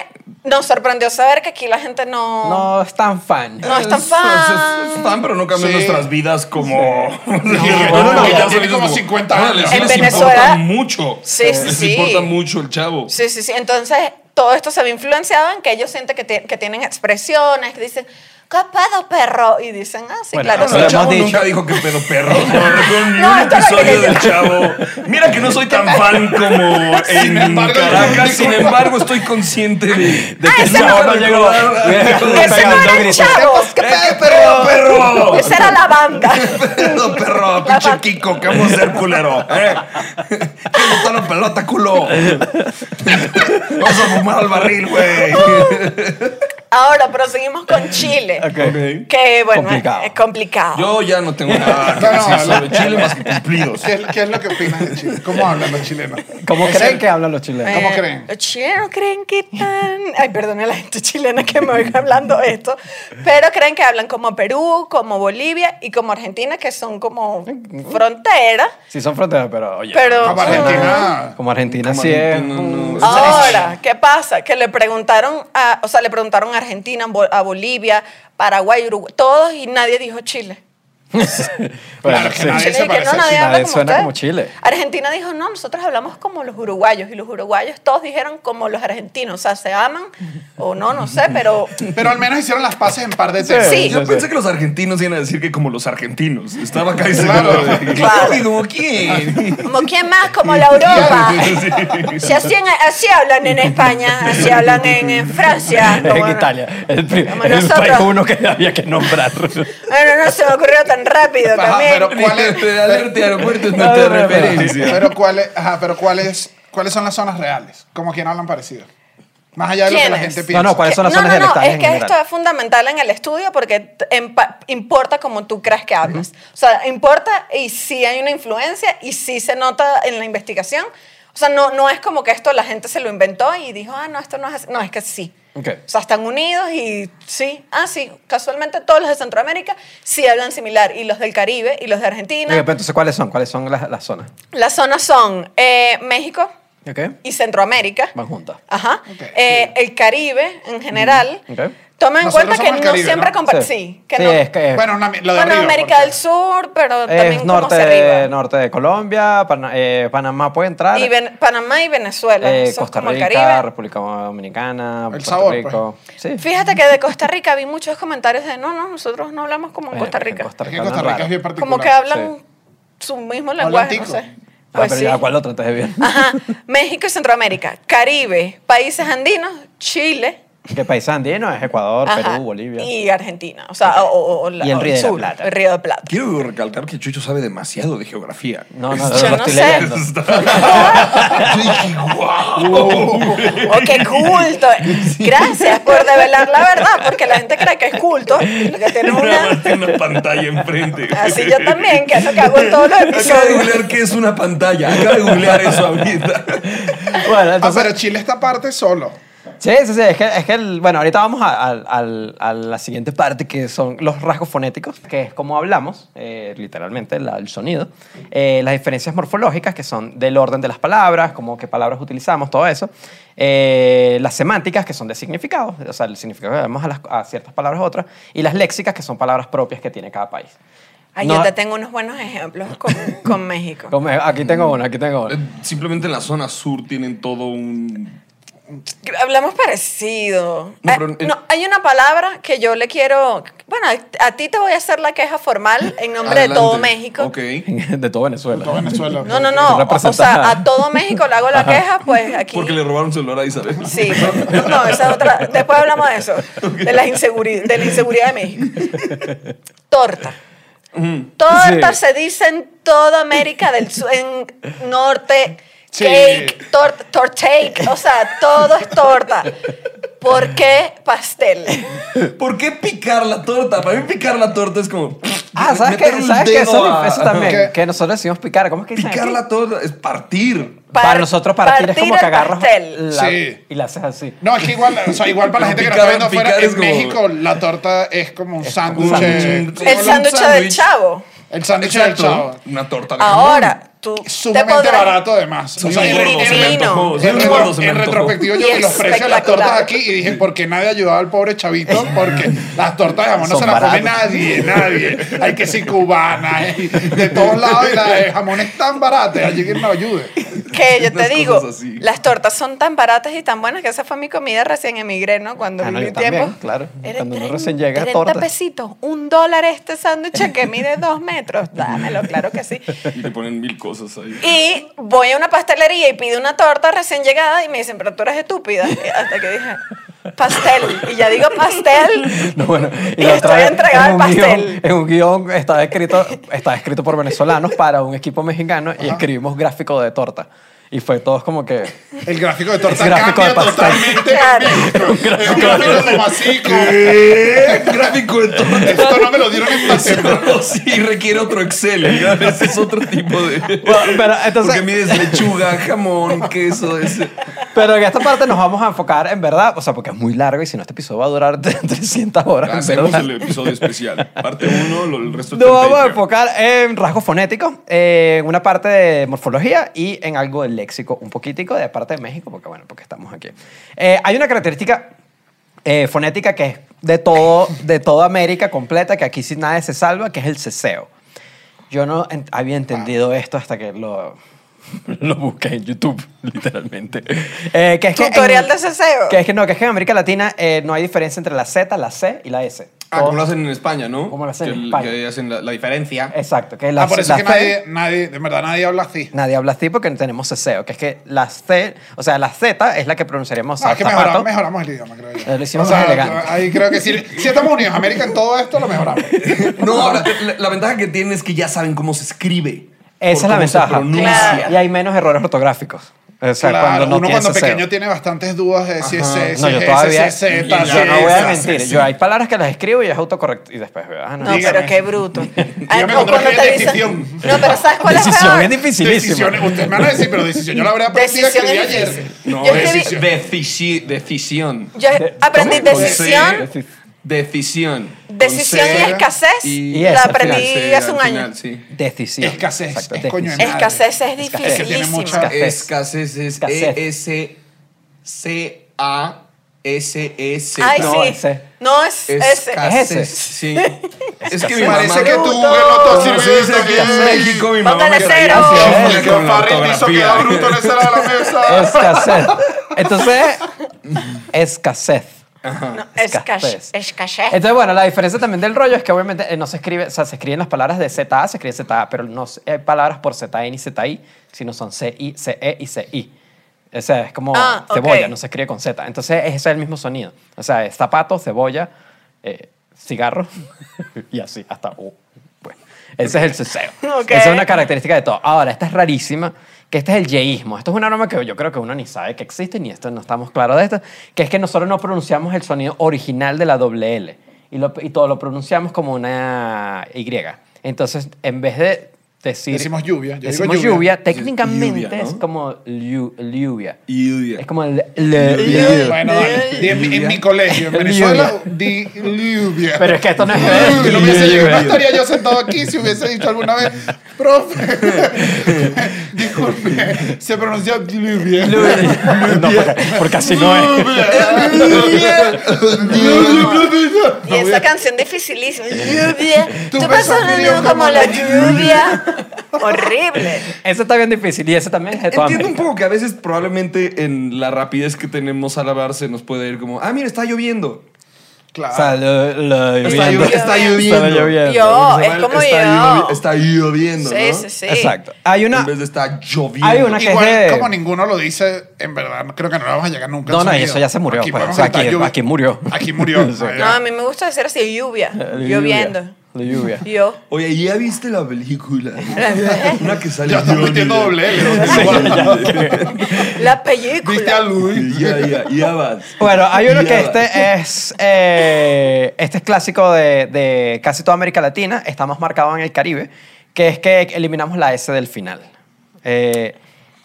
Speaker 2: nos sorprendió saber que aquí la gente no...
Speaker 1: No es tan fan.
Speaker 2: No es tan
Speaker 4: Es- es- es-
Speaker 2: fan.
Speaker 4: es fan, pero no cambian
Speaker 3: Sí.
Speaker 4: nuestras vidas como. No,
Speaker 3: bueno,
Speaker 1: no,
Speaker 3: ya tiene como 50 años.
Speaker 2: En
Speaker 4: les
Speaker 2: Venezuela-
Speaker 4: importa mucho. Eh,
Speaker 2: Sí, sí,
Speaker 4: Les
Speaker 2: sí.
Speaker 4: importa mucho el chavo.
Speaker 2: Sí, sí, sí. Entonces, todo esto se ve influenciado en que ellos sienten que, tie- que tienen expresiones, que dicen, ¿qué pedo, perro? Y dicen, ah, sí,
Speaker 1: Bueno,
Speaker 2: claro.
Speaker 1: no,
Speaker 2: sí".
Speaker 1: lo
Speaker 4: el
Speaker 1: hemos
Speaker 4: chavo
Speaker 1: dicho.
Speaker 4: nunca dijo que pedo perro. No, recuerdo ni
Speaker 2: No,
Speaker 4: un
Speaker 2: esto es lo que
Speaker 4: episodio
Speaker 2: le-
Speaker 4: del chavo. Mira que no soy tan fan como en
Speaker 3: embargo,
Speaker 4: Caracas.
Speaker 3: el público-
Speaker 4: Sin embargo, estoy consciente de, de
Speaker 2: Ah,
Speaker 4: que
Speaker 2: ese no-
Speaker 4: no llegó.
Speaker 2: Ese no era el chavo.
Speaker 4: ¿Qué pedo, perro, perro?
Speaker 2: Esa era la banda.
Speaker 4: pedo, perro? Pinche Kiko, ¿qué vamos a hacer, culero? ¿Eh? ¿Quién botó la pelota, culo? Vamos a fumar al barril, güey.
Speaker 2: Ahora proseguimos con Chile.
Speaker 1: Ok.
Speaker 2: Que bueno,
Speaker 1: Complicado.
Speaker 2: es complicado.
Speaker 4: Yo ya no tengo nada que
Speaker 3: No, no,
Speaker 4: decir
Speaker 3: no.
Speaker 4: sobre Chile más que cumplidos.
Speaker 3: ¿Qué, es- ¿Qué es lo que opinas de Chile? ¿Cómo hablan los chilenos?
Speaker 1: ¿Cómo
Speaker 3: Es
Speaker 1: creen
Speaker 3: el-
Speaker 1: que hablan los chilenos?
Speaker 2: Eh.
Speaker 3: ¿Cómo creen?
Speaker 2: Los chilenos creen que están. Ay, perdone a la gente chilena que me oiga hablando esto. Pero creen que hablan como Perú, como Bolivia y como Argentina, que son como frontera.
Speaker 1: Sí son fronteras, pero oye.
Speaker 2: Pero. ah,
Speaker 3: Como Argentina.
Speaker 1: como Argentina
Speaker 4: Como
Speaker 1: sí es.
Speaker 4: Argentina,
Speaker 3: Pues
Speaker 4: no.
Speaker 1: un- Ah,
Speaker 2: Ahora, ¿qué pasa? Que le preguntaron a, o sea, le preguntaron a Argentina, Bo- a Bolivia, Paraguay, Uruguay, todos y nadie dijo Chile.
Speaker 1: Bueno,
Speaker 3: Claro que
Speaker 1: sí.
Speaker 3: nadie
Speaker 2: Chile
Speaker 3: se
Speaker 2: dijo,
Speaker 3: parece a
Speaker 2: no, nadie
Speaker 1: Chile.
Speaker 2: habla
Speaker 1: Nadie
Speaker 2: como
Speaker 1: suena
Speaker 2: ustedes.
Speaker 1: como Chile.
Speaker 2: Argentina dijo, no, nosotros hablamos como los uruguayos y los uruguayos todos dijeron como los argentinos, o sea, se aman o no, no sé, pero
Speaker 3: Pero al menos hicieron las paces en par de
Speaker 1: Sí.
Speaker 3: temas.
Speaker 2: Sí.
Speaker 4: Yo
Speaker 1: Sí.
Speaker 4: pensé que los argentinos iban a decir que como los argentinos. Estaba acá y se
Speaker 3: Claro.
Speaker 4: Claro. Y como, ¿quién?
Speaker 2: como quién más como la Europa. Si así, en- así hablan en España, así hablan en, en Francia.
Speaker 1: Es
Speaker 2: como-
Speaker 1: en Italia. El, pri-
Speaker 2: como
Speaker 1: el
Speaker 2: nosotros.
Speaker 1: país uno que había que nombrar.
Speaker 2: Bueno, no se me ocurrió tan rápido
Speaker 3: Ajá,
Speaker 2: también.
Speaker 3: pero ¿cuál es?
Speaker 4: Alerte aeropuerto es
Speaker 1: No, no,
Speaker 4: nuestra
Speaker 1: no, no.
Speaker 4: referencia.
Speaker 3: Pero, ¿cuál es- ajá, pero ¿cuál es- ¿cuáles son las zonas reales? Como quien hablan parecido. Más allá de lo que la
Speaker 2: ¿Quiénes?
Speaker 3: gente
Speaker 2: No,
Speaker 3: piensa.
Speaker 1: no, pues, ¿cuál- ¿Cuáles son las
Speaker 2: no,
Speaker 1: zonas
Speaker 2: no, no,
Speaker 1: dialectales
Speaker 2: es
Speaker 1: en
Speaker 2: que
Speaker 1: general?
Speaker 2: esto es fundamental en el estudio porque t- empa- importa como tú crees que hablas. O sea, importa y sí hay una influencia y sí se nota en la investigación. O sea, no, no es como que esto la gente se lo inventó y dijo, ah, no, esto no es así. No, es que sí.
Speaker 1: Ok.
Speaker 2: O sea, están unidos y sí, ah, sí, casualmente todos los de Centroamérica sí hablan similar y los del Caribe y los de
Speaker 1: Oye,
Speaker 2: Argentina.
Speaker 1: pero Entonces, ¿cuáles son? ¿Cuáles son las, las zonas?
Speaker 2: Las zonas son eh, México
Speaker 1: ¿Ok?
Speaker 2: y Centroamérica.
Speaker 1: Van juntas.
Speaker 2: Ajá.
Speaker 3: Ok,
Speaker 2: Eh, El Caribe en general.
Speaker 1: Ok.
Speaker 2: Tomen en
Speaker 3: Nosotros
Speaker 2: cuenta que
Speaker 3: somos el
Speaker 2: no
Speaker 3: Caribe,
Speaker 2: siempre
Speaker 3: ¿no?
Speaker 2: compa- Sí, que no.
Speaker 1: es que es,
Speaker 3: Bueno, una- lo de
Speaker 2: bueno,
Speaker 3: arriba,
Speaker 2: América
Speaker 3: porque-
Speaker 2: del Sur, pero
Speaker 1: es
Speaker 2: también como
Speaker 1: Eh, norte,
Speaker 2: se arriba.
Speaker 1: de, norte de Colombia, Pana- eh, Panamá puede entrar,
Speaker 2: Y Ven- Panamá y Venezuela.
Speaker 1: eh,
Speaker 2: son
Speaker 1: Costa
Speaker 2: como el
Speaker 1: Rica,
Speaker 2: Caribe.
Speaker 1: República Dominicana, Puerto
Speaker 3: sabor, pues.
Speaker 1: Rico. Sí.
Speaker 2: Fíjate que de Costa Rica vi muchos comentarios de no, no, nosotros no hablamos como en
Speaker 1: Eh,
Speaker 2: Costa
Speaker 1: en
Speaker 2: Rica.
Speaker 1: Costa
Speaker 3: Es que
Speaker 1: Rica
Speaker 3: Costa
Speaker 1: no es
Speaker 3: Rica es bien
Speaker 1: raro.
Speaker 3: particular.
Speaker 2: Como que hablan
Speaker 1: sí.
Speaker 2: su mismo lenguaje, no
Speaker 3: tico.
Speaker 2: sé.
Speaker 1: Ah,
Speaker 2: Pues
Speaker 1: pero
Speaker 2: sí.
Speaker 1: ya, ¿cuál otro te bien?
Speaker 2: Ajá. México y Centroamérica, Caribe, países andinos, Chile.
Speaker 1: ¿Qué país andino es? Ecuador,
Speaker 2: ajá,
Speaker 1: Perú, Bolivia.
Speaker 2: Y Argentina. O sea, o, o- o la-
Speaker 1: Y en
Speaker 2: o el
Speaker 1: Río de la
Speaker 2: sur,
Speaker 1: Plata.
Speaker 2: el Río de Plata.
Speaker 4: Quiero recalcar que Chucho sabe demasiado de geografía.
Speaker 1: No, no, no,
Speaker 2: Yo
Speaker 1: lo
Speaker 2: no
Speaker 1: estoy
Speaker 2: sé.
Speaker 1: leyendo.
Speaker 4: Yo dije, wow.
Speaker 2: ¡Oh, qué culto! Gracias por develar la verdad, porque la gente cree que es culto, lo que tiene
Speaker 4: Nada más
Speaker 2: una...
Speaker 4: tiene una pantalla enfrente.
Speaker 2: Así yo también, que es lo que hago en todos los
Speaker 4: Acaba de
Speaker 2: episodios.
Speaker 4: googlear qué es una pantalla. Acaba de googlear eso ahorita.
Speaker 1: Bueno,
Speaker 3: Ah,
Speaker 1: entonces,
Speaker 3: pero Chile está aparte solo.
Speaker 1: Sí, sí, sí. Es que, es que el- bueno, ahorita vamos a, al- al- a la siguiente parte, que son los rasgos fonéticos, que es cómo hablamos, eh, literalmente, la- el sonido. Eh, las diferencias morfológicas, que son del orden de las palabras, como qué palabras utilizamos, todo eso. Eh, las semánticas, que son de significados, o sea, el significado que damos a, las- a ciertas palabras a otras. Y las léxicas, que son palabras propias que tiene cada país.
Speaker 2: Ay,
Speaker 1: No-
Speaker 2: yo te tengo unos buenos ejemplos con, con México.
Speaker 1: como- eh, Aquí tengo uno, aquí tengo uno.
Speaker 4: Eh, Simplemente en la zona sur tienen todo un.
Speaker 2: Hablamos parecido.
Speaker 4: No,
Speaker 2: Eh,
Speaker 4: pero en-
Speaker 2: no, hay una palabra que yo le quiero... Bueno, a, a ti te voy a hacer la queja formal en nombre de todo
Speaker 4: Adelante.
Speaker 2: México.
Speaker 4: Ok.
Speaker 1: De todo Venezuela.
Speaker 3: Todo Venezuela.
Speaker 2: No, no,
Speaker 1: Tú
Speaker 2: no. O- O
Speaker 1: representas
Speaker 2: sea,
Speaker 1: a-
Speaker 2: a todo México le hago la queja, pues aquí...
Speaker 4: Porque le robaron celular a Isabel.
Speaker 2: Sí, no, esa es otra. Después hablamos de eso, de la, inseguri- de la inseguridad de México. Torta. Torta
Speaker 1: Sí.
Speaker 2: se dice en toda América del Sur, en Norte,
Speaker 3: Sí.
Speaker 2: cake, torta, tortake, o sea, todo es torta. ¿Por qué pastel?
Speaker 4: ¿Por qué picar la torta? Para mí picar la torta es como.
Speaker 1: Ah, ¿sabes
Speaker 4: meter
Speaker 1: qué?
Speaker 4: el
Speaker 1: ¿Sabes qué?
Speaker 4: dedo
Speaker 1: Eso,
Speaker 4: a-
Speaker 1: eso también.
Speaker 3: ¿Qué?
Speaker 1: Que nosotros decimos picar. ¿Cómo es que dicen
Speaker 4: Picar
Speaker 1: aquí?
Speaker 4: la torta es partir.
Speaker 1: Para,
Speaker 2: Par-
Speaker 1: nosotros partir, es como
Speaker 2: el
Speaker 1: que agarras
Speaker 2: pastel.
Speaker 1: la-
Speaker 3: Sí.
Speaker 1: y la haces así.
Speaker 3: No, es que igual, o sea, igual para la gente que nos está
Speaker 4: Picar-
Speaker 3: viendo afuera,
Speaker 4: picar es
Speaker 3: en
Speaker 4: como-
Speaker 3: México la torta es como un
Speaker 1: como un
Speaker 3: sándwich.
Speaker 4: sándwich.
Speaker 3: eh,
Speaker 2: El
Speaker 4: Un
Speaker 2: sándwich del
Speaker 4: sándwich.
Speaker 2: chavo.
Speaker 3: El sándwich del chavo.
Speaker 4: Una torta de
Speaker 2: Ah, Ahora, tú
Speaker 3: Es
Speaker 2: te
Speaker 3: Sumamente
Speaker 2: podrás-
Speaker 3: barato además. O
Speaker 4: jamón.
Speaker 3: sea,
Speaker 4: Soy
Speaker 3: en,
Speaker 4: un gordo, se me
Speaker 2: divino.
Speaker 4: antojó. Soy
Speaker 3: en-
Speaker 4: un gordo, se me
Speaker 3: en
Speaker 4: antojó.
Speaker 3: retrospectiva yo
Speaker 2: Y
Speaker 3: vi los precios de las
Speaker 2: espectacular.
Speaker 3: tortas aquí y dije, ¿por qué nadie ayudaba al pobre chavito? Porque las tortas de jamón no
Speaker 1: Son
Speaker 3: se las come
Speaker 1: baratas.
Speaker 3: nadie, nadie. Hay que ser cubana, eh, de todos lados y la de jamón es tan barata, allí que nos ayude.
Speaker 2: Que yo te
Speaker 4: Unas
Speaker 2: digo,
Speaker 4: cosas así.
Speaker 2: las tortas son tan baratas y tan buenas que esa fue mi comida recién emigré, ¿no? Cuando
Speaker 1: Ah, no,
Speaker 2: viví
Speaker 1: yo también,
Speaker 2: tiempo.
Speaker 1: claro.
Speaker 2: Era
Speaker 1: Cuando uno
Speaker 2: 30,
Speaker 1: recién llega,
Speaker 2: 30
Speaker 1: torta.
Speaker 2: pesitos, un dólar este sándwich que mide dos metros. Dámelo, claro que sí.
Speaker 4: Y le ponen mil cosas ahí.
Speaker 2: Y voy a una pastelería y pido una torta recién llegada y me dicen, pero tú eres estúpida. Y Hasta que dije, pastel. Y ya digo pastel.
Speaker 1: No, bueno,
Speaker 2: Y
Speaker 1: la
Speaker 2: estoy
Speaker 1: otra vez,
Speaker 2: entregada
Speaker 1: en
Speaker 2: al
Speaker 1: un
Speaker 2: pastel.
Speaker 1: Guión, en un guión está escrito, está escrito por venezolanos para un equipo mexicano y escribimos gráfico de torta. Y fue todos como que...
Speaker 3: El gráfico de torta
Speaker 1: El gráfico
Speaker 3: cambia
Speaker 1: de pastel.
Speaker 3: totalmente.
Speaker 2: Claro.
Speaker 3: Un gráfico, como así, como,
Speaker 4: ¿Qué? Gráfico de torta.
Speaker 3: Esto no me lo dieron en pastel.
Speaker 4: No, sí, requiere otro Excel. Ese es otro tipo de.
Speaker 1: Bueno, pero entonces-
Speaker 4: Porque mides lechuga, jamón, queso. Ese.
Speaker 1: Pero en esta parte nos vamos a enfocar en verdad, o sea, porque es muy largo y si no este episodio va a durar 300 horas. en
Speaker 4: Hacemos
Speaker 1: verdad.
Speaker 4: Ah, el episodio especial. Parte uno, el resto
Speaker 1: Nos
Speaker 4: está en
Speaker 1: vamos a
Speaker 4: Patreon.
Speaker 1: enfocar en rasgos fonéticos, en una parte de morfología y en algo del léxico, un poquitico de parte de México, porque bueno, porque estamos aquí. Eh, hay una característica eh, fonética que es de, todo, de toda América completa, que aquí sin nadie se salva, que es el ceseo. Yo no en- había entendido
Speaker 3: Ah.
Speaker 1: esto hasta que lo, lo busqué en YouTube, literalmente. Eh, que es que en-
Speaker 2: Tutorial de ceseo.
Speaker 1: Que es que no, que es que en América Latina eh, no hay diferencia entre la Z, la C y la S.
Speaker 4: Ah,
Speaker 1: Todo-
Speaker 4: como lo hacen en España, ¿no?
Speaker 1: Como lo hacen
Speaker 4: que,
Speaker 1: en España.
Speaker 4: Que hacen la, la diferencia.
Speaker 1: Exacto, que es la,
Speaker 3: Ah, por eso
Speaker 1: la
Speaker 3: es que
Speaker 1: C-
Speaker 3: nadie, nadie, de verdad, nadie habla así.
Speaker 1: Nadie habla así porque no tenemos ceseo, que es que la C, o sea, la Z es la que pronunciaríamos
Speaker 3: No, Ah, es que
Speaker 1: zapato.
Speaker 3: mejoramos, mejoramos el idioma, creo yo.
Speaker 1: Eh, lo hicimos
Speaker 3: O sea,
Speaker 1: más elegante.
Speaker 3: Ahí creo que si, si estamos unidos, América, en todo esto lo mejoramos.
Speaker 4: No, la, la- la ventaja que tiene es que ya saben cómo se escribe. por
Speaker 1: Esa es la
Speaker 4: cómo se
Speaker 1: ventaja.
Speaker 4: pronuncia.
Speaker 2: Claro.
Speaker 1: Y hay menos errores ortográficos. O sea,
Speaker 3: Claro,
Speaker 1: cuando no
Speaker 3: uno
Speaker 1: tienes
Speaker 3: cuando
Speaker 1: ceseo.
Speaker 3: pequeño tiene bastantes dudas de si es
Speaker 4: Ajá.
Speaker 3: S,
Speaker 1: no, yo
Speaker 3: es
Speaker 1: todavía.
Speaker 3: S, es
Speaker 1: yo
Speaker 3: Z, sí,
Speaker 1: no voy a
Speaker 3: es
Speaker 4: sí,
Speaker 1: mentir.
Speaker 4: sí, sí.
Speaker 1: Yo hay palabras que las escribo y es autocorrecto. Y después veo, ah, no.
Speaker 2: No,
Speaker 3: Dígame.
Speaker 2: pero qué bruto. Ah,
Speaker 3: Dígame
Speaker 2: o
Speaker 3: cuando
Speaker 2: cuando
Speaker 3: escribe
Speaker 2: te dicen-
Speaker 3: decisión.
Speaker 2: No, pero ¿sabes cuál es
Speaker 1: Decisión
Speaker 2: peor?
Speaker 1: es dificilísimo.
Speaker 3: Decisiones. Ustedes me van a decir, pero decisión yo la habría aprendido a
Speaker 2: Decisión
Speaker 3: escribir
Speaker 2: es
Speaker 3: ayer.
Speaker 2: difícil.
Speaker 4: No,
Speaker 2: Yo
Speaker 4: es
Speaker 2: escribí-
Speaker 4: defici- decisión.
Speaker 2: Yo aprendí
Speaker 3: Pues
Speaker 1: ¿Cómo?
Speaker 2: decisión,
Speaker 1: Con C.
Speaker 4: Decisión.
Speaker 2: decisión y
Speaker 3: C.
Speaker 2: escasez.
Speaker 4: Y
Speaker 1: Y
Speaker 2: la
Speaker 1: esa,
Speaker 2: aprendí
Speaker 4: Sí,
Speaker 2: hace
Speaker 4: al
Speaker 2: un año.
Speaker 4: final, sí.
Speaker 1: Decisión.
Speaker 3: Escasez,
Speaker 1: Exacto,
Speaker 3: es coño de
Speaker 1: decisión.
Speaker 3: madre.
Speaker 2: Escasez es
Speaker 1: Escasez.
Speaker 3: Es que tiene
Speaker 2: dificilísima.
Speaker 3: mucha-
Speaker 4: Escasez es
Speaker 1: Escasez.
Speaker 4: E-S-C-A. S-E-C.
Speaker 2: Ay,
Speaker 1: No,
Speaker 2: sí.
Speaker 1: ese.
Speaker 2: No, es,
Speaker 4: Es
Speaker 2: ese.
Speaker 1: ese.
Speaker 4: Cases, sí. es que mi mamá...
Speaker 3: Parece que tú,
Speaker 2: Bruto.
Speaker 3: Veloto,
Speaker 4: No, sí,
Speaker 3: sirviendo
Speaker 4: es que en
Speaker 3: aquí.
Speaker 4: México mi mamá
Speaker 2: Póngale
Speaker 4: me
Speaker 2: cero.
Speaker 4: regaña
Speaker 1: Sí,
Speaker 4: siempre
Speaker 3: Con
Speaker 4: con la
Speaker 3: Farritizo queda
Speaker 4: ortografía.
Speaker 3: bruto en esa de la mesa.
Speaker 1: Escasez. Entonces, escasez.
Speaker 2: No, es caché.
Speaker 1: Escasez.
Speaker 2: Es caché.
Speaker 1: Entonces, bueno, la diferencia también del rollo es que obviamente eh, no se escribe, o sea, se escriben las palabras de ZA, se escribe ZA, pero no se- hay palabras por ZN y ZI, sino son CI, CE E y CI. O sea, es como
Speaker 2: Ah, ok.
Speaker 1: cebolla, no se escribe con Z. Entonces, ese es el mismo sonido. O sea, es zapato, cebolla, eh, cigarro y así, hasta U. Bueno, ese es el ceseo.
Speaker 2: Ok.
Speaker 1: Esa es una característica de todo. Ahora, esta es rarísima, que este es el yeísmo. Esto es una norma que yo creo que uno ni sabe que existe, ni esto, no estamos claros de esto, que es que nosotros no pronunciamos el sonido original de la doble L y, lo- y todo lo pronunciamos como una Y. Entonces, en vez de decir...
Speaker 3: Decimos lluvia, yo
Speaker 1: decimos
Speaker 3: digo lluvia.
Speaker 1: lluvia, técnicamente
Speaker 4: Lluvia, ¿no?
Speaker 1: es como llu- lluvia.
Speaker 4: Lluvia.
Speaker 1: Es como... le- le-
Speaker 4: Lluvia.
Speaker 3: Bueno, dale. Di- en, en mi colegio, en Venezuela, di lluvia.
Speaker 1: Pero es que esto no es...
Speaker 3: Uy, no, hubiese
Speaker 1: Lluvia.
Speaker 3: llegado, no estaría yo sentado aquí si hubiese dicho alguna vez, profe, disculpe, se pronunció lluvia.
Speaker 1: No, porque, porque así no eh. es.
Speaker 2: Y esa canción dificilísima. Lluvia.
Speaker 3: Tú
Speaker 2: Tú
Speaker 3: ves
Speaker 2: pasas
Speaker 3: a
Speaker 2: de
Speaker 3: Dios
Speaker 2: nuevo como
Speaker 3: como
Speaker 2: la
Speaker 3: la
Speaker 2: lluvia. Horrible.
Speaker 1: Eso está bien difícil y eso también es de toda
Speaker 4: Entiendo un
Speaker 1: América.
Speaker 4: poco que a veces probablemente en la rapidez que tenemos al hablar se nos puede ir como, ah, mira, está lloviendo.
Speaker 1: O sea,
Speaker 3: Claro.
Speaker 1: lo, lo
Speaker 4: Está,
Speaker 1: lloviendo.
Speaker 4: llo- está lloviendo.
Speaker 1: Está lloviendo.
Speaker 2: Yo, es
Speaker 4: Igual
Speaker 2: como
Speaker 4: está
Speaker 2: yo.
Speaker 4: llovi- Está lloviendo,
Speaker 2: Sí,
Speaker 4: ¿no?
Speaker 2: sí, sí.
Speaker 1: Exacto. Hay una.
Speaker 4: En vez de está lloviendo.
Speaker 1: Hay una que
Speaker 3: Igual,
Speaker 1: es de.
Speaker 3: como ninguno lo dice, en verdad, creo que no vamos a llegar nunca. al
Speaker 1: No, no,
Speaker 3: sonido.
Speaker 1: eso ya se murió, pues.
Speaker 3: podemos
Speaker 1: O sea, aquí-
Speaker 3: gritar lluvia.
Speaker 1: aquí murió.
Speaker 3: Aquí murió.
Speaker 1: Sí.
Speaker 2: No, a mí me gusta decir así, lluvia.
Speaker 1: La lluvia.
Speaker 2: Lloviendo.
Speaker 1: La lluvia.
Speaker 2: Yo.
Speaker 4: Oye, ¿y ¿ya viste la película? una que sale
Speaker 3: Ya estás
Speaker 4: Johnny
Speaker 3: metiendo
Speaker 4: Depp.
Speaker 3: doble.
Speaker 2: La película.
Speaker 3: Viste a Luis.
Speaker 4: Ya, ya, ya vas.
Speaker 1: Bueno, hay uno
Speaker 4: Ya
Speaker 1: que
Speaker 4: vas.
Speaker 1: este es. eh, este es clásico de, de casi toda América Latina. Está más marcado en el Caribe. Que es que eliminamos la S del final. Eh,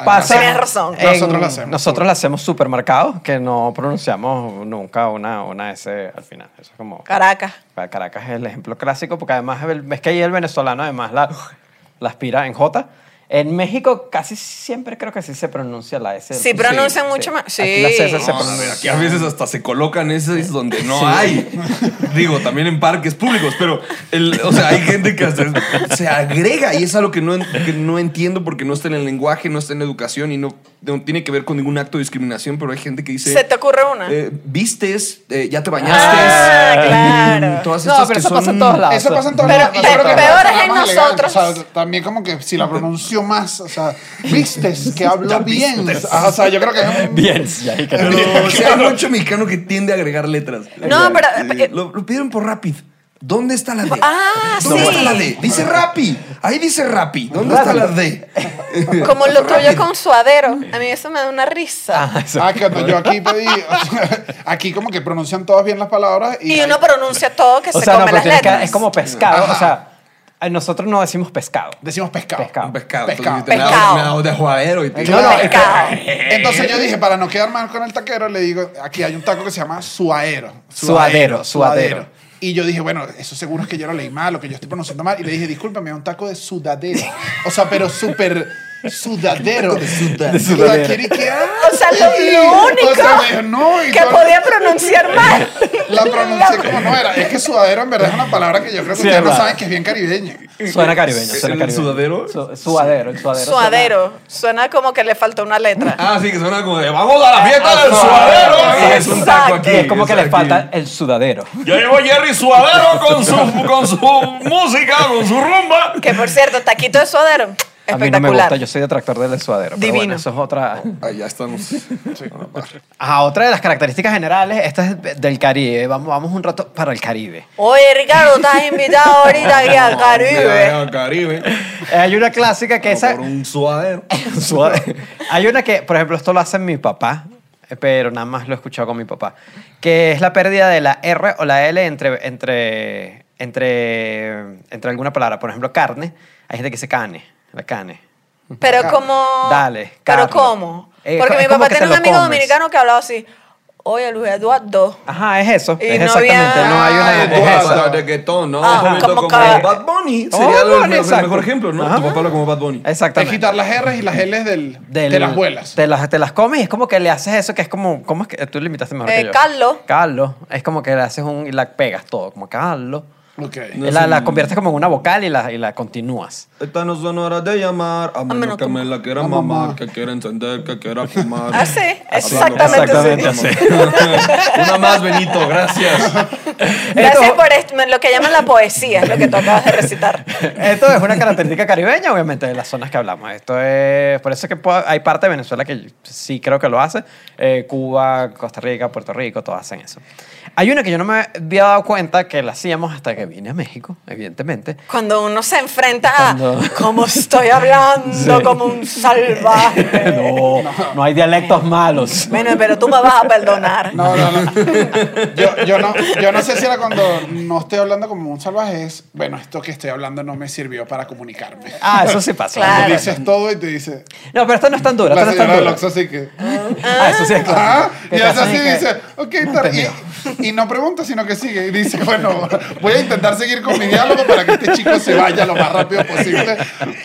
Speaker 3: Ah,
Speaker 1: pasa.
Speaker 2: tienes razón.
Speaker 1: en-
Speaker 3: Nosotros la hacemos.
Speaker 1: Nosotros la hacemos súper marcado. Que no pronunciamos nunca una, una S al final. Eso es como.
Speaker 2: Caracas.
Speaker 1: Para Caracas es el ejemplo clásico, porque además el- ves que ahí el venezolano además la, la aspira en J. En México casi siempre creo que sí se pronuncia la S.
Speaker 2: Sí, pronuncian mucho más. Sí.
Speaker 1: Aquí las S se
Speaker 4: No, a ver,
Speaker 1: pronuncian.
Speaker 4: aquí a veces hasta se colocan esas donde no
Speaker 1: Sí.
Speaker 4: hay. Digo, también en parques públicos, pero el- o sea, hay gente que hasta se agrega y es algo que no, en- que no entiendo porque no está en el lenguaje, no está en la educación y no, no tiene que ver con ningún acto de discriminación, pero hay gente que dice...
Speaker 2: ¿Se te ocurre una?
Speaker 4: eh, vistes, eh, ya te bañaste.
Speaker 2: Ah, claro.
Speaker 4: Mm, Todas
Speaker 1: No,
Speaker 4: estas
Speaker 1: pero
Speaker 4: que
Speaker 1: eso
Speaker 4: son...
Speaker 1: pasa en todos lados.
Speaker 3: Eso pasa en todos
Speaker 2: Pero-
Speaker 3: lados.
Speaker 2: pero
Speaker 3: Yo creo que
Speaker 2: peor es
Speaker 3: pasa
Speaker 2: en
Speaker 3: más elegante,
Speaker 2: nosotros.
Speaker 3: o sea, también como que si la pronunció más, o sea, vistes que habló bien. Ajá, O sea, yo creo que es un-
Speaker 1: Bien, sí, ahí que-
Speaker 4: Pero o sea, hay mucho mexicano que tiende a agregar letras.
Speaker 2: No,
Speaker 4: O sea,
Speaker 2: pero-
Speaker 4: eh, lo, lo pidieron por Rapid. ¿Dónde está la D?
Speaker 2: Ah,
Speaker 4: ¿Dónde
Speaker 2: sí.
Speaker 4: está la D? Dice Rappi. Ahí dice Rappi. ¿Dónde está la D?
Speaker 2: Como lo tuyo con suadero. A mí eso me da una risa.
Speaker 1: Ah, eso.
Speaker 3: Ah, que no, yo aquí pedí, o sea, aquí como que pronuncian todas bien las palabras y,
Speaker 2: Y uno pronuncia todo que
Speaker 1: o
Speaker 2: se
Speaker 1: sea, no,
Speaker 2: come
Speaker 1: pero
Speaker 2: las
Speaker 1: tienes que-
Speaker 2: letras.
Speaker 1: es como pescado. O sea, a nosotros no decimos pescado.
Speaker 3: decimos pescado.
Speaker 1: Pescado.
Speaker 4: Un pescado.
Speaker 3: Pescado.
Speaker 4: Te la-
Speaker 2: Pescado.
Speaker 4: me la- de jugadero y te-
Speaker 1: No, no, es que-
Speaker 2: Pescado.
Speaker 3: Entonces yo dije, para no quedar mal con el taquero, le digo, aquí hay un taco que se llama suadero.
Speaker 1: Suadero, suadero.
Speaker 3: Y yo dije, bueno, eso seguro es que yo lo leí mal, o que yo estoy pronunciando mal. Y le dije, discúlpame, es un taco de sudadero. O sea, pero súper sudadero. De sudadero.
Speaker 1: De sudadero.
Speaker 3: Y que, ah,
Speaker 2: O sea, lo,
Speaker 3: sí.
Speaker 2: lo único
Speaker 3: O sea, me dijo, no, y
Speaker 2: que
Speaker 3: todo-
Speaker 2: podía pronunciar mal.
Speaker 3: La pronuncié como no era. Es que sudadero en verdad es una palabra que yo creo
Speaker 1: Sí,
Speaker 3: que ustedes
Speaker 1: es
Speaker 3: no
Speaker 1: verdad.
Speaker 3: saben que es bien caribeña.
Speaker 1: Suena caribeño. Suena
Speaker 4: ¿El
Speaker 1: caribeño.
Speaker 4: sudadero?
Speaker 1: Su- suadero, el suadero. suena-
Speaker 2: Suadero. Suena como que le falta una letra.
Speaker 4: Ah, sí, que suena como de vamos a la fiesta del
Speaker 1: Ah, exacto.
Speaker 4: suadero. Y es un taco aquí.
Speaker 1: Es como que le
Speaker 4: aquí.
Speaker 1: falta el sudadero.
Speaker 4: Ya llegó Jerry Suadero con su, con su música, con su rumba.
Speaker 2: Que por cierto, taquito de suadero.
Speaker 1: A mí no me
Speaker 2: Espectacular.
Speaker 1: gusta, yo soy detractor del suadero. Pero bueno,
Speaker 2: Divino.
Speaker 1: eso es otra.
Speaker 4: Ah, ya estamos.
Speaker 1: Ajá, otra de las características generales, esta es del Caribe. Vamos, vamos un rato para el Caribe.
Speaker 2: Oye, Ricardo, estás invitado ahorita aquí al Caribe.
Speaker 4: Al Caribe.
Speaker 1: Eh, Hay una clásica que esa...
Speaker 4: Por un suadero.
Speaker 1: Suave. Hay una que, por ejemplo, esto lo hace mi papá, eh, pero nada más lo he escuchado con mi papá, que es la pérdida de la R o la L entre, entre, entre, entre alguna palabra. Por ejemplo, carne. Hay gente que dice cane, la cane.
Speaker 2: Pero como.
Speaker 1: Dale, Carla.
Speaker 2: Pero cómo.
Speaker 1: Eh,
Speaker 2: Porque
Speaker 1: es
Speaker 2: mi
Speaker 1: como
Speaker 2: papá
Speaker 1: que te
Speaker 2: tenía un
Speaker 1: lo
Speaker 2: amigo
Speaker 1: comes.
Speaker 2: dominicano que hablaba así. Oye, Luis Eduardo.
Speaker 1: Ajá, es eso.
Speaker 2: Y
Speaker 1: es
Speaker 2: no
Speaker 1: exactamente,
Speaker 2: había- Ah,
Speaker 1: no hay una...
Speaker 2: Ay,
Speaker 1: es
Speaker 4: Eduardo
Speaker 1: eso.
Speaker 4: de reggaetón, ¿no?
Speaker 2: Ah,
Speaker 4: Un momento
Speaker 2: como
Speaker 4: como,
Speaker 2: que-
Speaker 4: Bad Bunny.
Speaker 1: Oh,
Speaker 4: Sería el-
Speaker 1: Bunny,
Speaker 4: el,
Speaker 1: exacto.
Speaker 4: mejor ejemplo, ¿no?
Speaker 1: Ajá.
Speaker 4: Tu papá habla como Bad Bunny.
Speaker 3: Te
Speaker 1: Exactamente.
Speaker 3: quitar las R's y las L's del,
Speaker 1: Del-
Speaker 3: de las vuelas.
Speaker 1: Te las, te las comes y es como que le haces eso que es como... ¿Cómo es que tú lo imitaste mejor
Speaker 2: Eh,
Speaker 1: que yo?
Speaker 2: Carlos.
Speaker 1: Carlos. Es como que le haces un... y la pegas todo, como Carlos.
Speaker 3: Ok.
Speaker 4: No es
Speaker 1: la, la
Speaker 4: un-
Speaker 1: conviertes como en una vocal y la, y la continúas.
Speaker 4: Esta no son horas de llamar, a menos que me la quiera mamar, que quiera encender, que quiera fumar.
Speaker 2: Ah, sí,
Speaker 4: Hablando
Speaker 2: exactamente
Speaker 4: como-
Speaker 1: así.
Speaker 4: Una más, Benito, gracias.
Speaker 2: Gracias
Speaker 1: Esto-
Speaker 2: por esto- lo que llaman la poesía, es lo que tú acabas de recitar.
Speaker 1: Esto es una característica caribeña, obviamente, de las zonas que hablamos. Esto es, por eso es que puedo- hay parte de Venezuela que yo sí creo que lo hace. Eh, Cuba, Costa Rica, Puerto Rico, todos hacen eso. Hay una que yo no me había dado cuenta que la hacíamos hasta que vine a México, evidentemente.
Speaker 2: Cuando uno se enfrenta a
Speaker 1: Cuando-
Speaker 2: como estoy hablando
Speaker 1: Sí.
Speaker 2: como un salvaje.
Speaker 1: No, no hay dialectos malos.
Speaker 2: Bueno, pero tú me vas a perdonar.
Speaker 3: No, no, no. Yo, yo no. yo no sé si era cuando no estoy hablando como un salvaje, es, bueno, esto que estoy hablando no me sirvió para comunicarme.
Speaker 1: Ah, eso sí pasa.
Speaker 2: Claro.
Speaker 3: Tú dices todo y te dice,
Speaker 1: No, pero esta no es tan dura.
Speaker 3: la
Speaker 1: Esta no es tan
Speaker 3: señora de
Speaker 1: dura.
Speaker 3: Loxo así que...
Speaker 1: Ah, eso sí es
Speaker 3: Ah,
Speaker 1: claro.
Speaker 3: y es así dice, ok, tar- y, y no pregunta, sino que sigue. Y dice, bueno, voy a intentar seguir con mi diálogo para que este chico se vaya lo más rápido posible.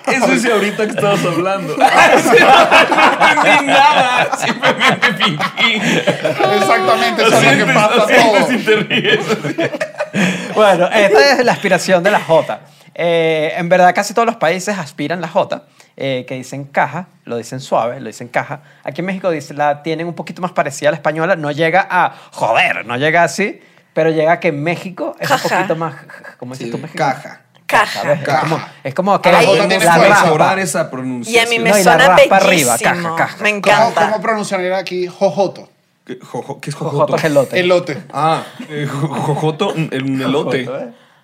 Speaker 4: Eso es ahorita que estabas hablando. no entendí nada, simplemente fingí.
Speaker 3: Exactamente, eso es lo que pasa todo.
Speaker 4: y te ríes.
Speaker 1: Bueno, esta es la aspiración de la J. Eh, en verdad, casi todos los países aspiran la J, eh, que dicen caja, lo dicen suave, lo dicen caja. Aquí en México dice, la tienen un poquito más parecida a la española, no llega a joder, no llega así, pero llega a que en México es
Speaker 2: Caja.
Speaker 1: un poquito más. ¿Cómo dices tú, México?
Speaker 5: Caja.
Speaker 1: ¿Sabes?
Speaker 2: Caja.
Speaker 1: Es como, es como que
Speaker 2: Ah, la
Speaker 1: hay
Speaker 2: J
Speaker 1: la
Speaker 3: tiene
Speaker 1: raspa.
Speaker 3: fuerza.
Speaker 4: mejorar esa
Speaker 2: Y a
Speaker 4: pronunciación.
Speaker 2: mí
Speaker 1: No,
Speaker 2: me
Speaker 1: y la
Speaker 2: suena
Speaker 1: raspa
Speaker 2: bellísimo.
Speaker 1: arriba, caja, caja.
Speaker 2: Me
Speaker 3: ¿Cómo, cómo
Speaker 2: encanta.
Speaker 3: pronunciar aquí jojoto?
Speaker 4: ¿Qué? Jojo- ¿Qué es jojoto?
Speaker 1: Jojoto es elote.
Speaker 3: Elote.
Speaker 4: Ah, eh, jo- jojoto, el elote.
Speaker 2: ¿eh?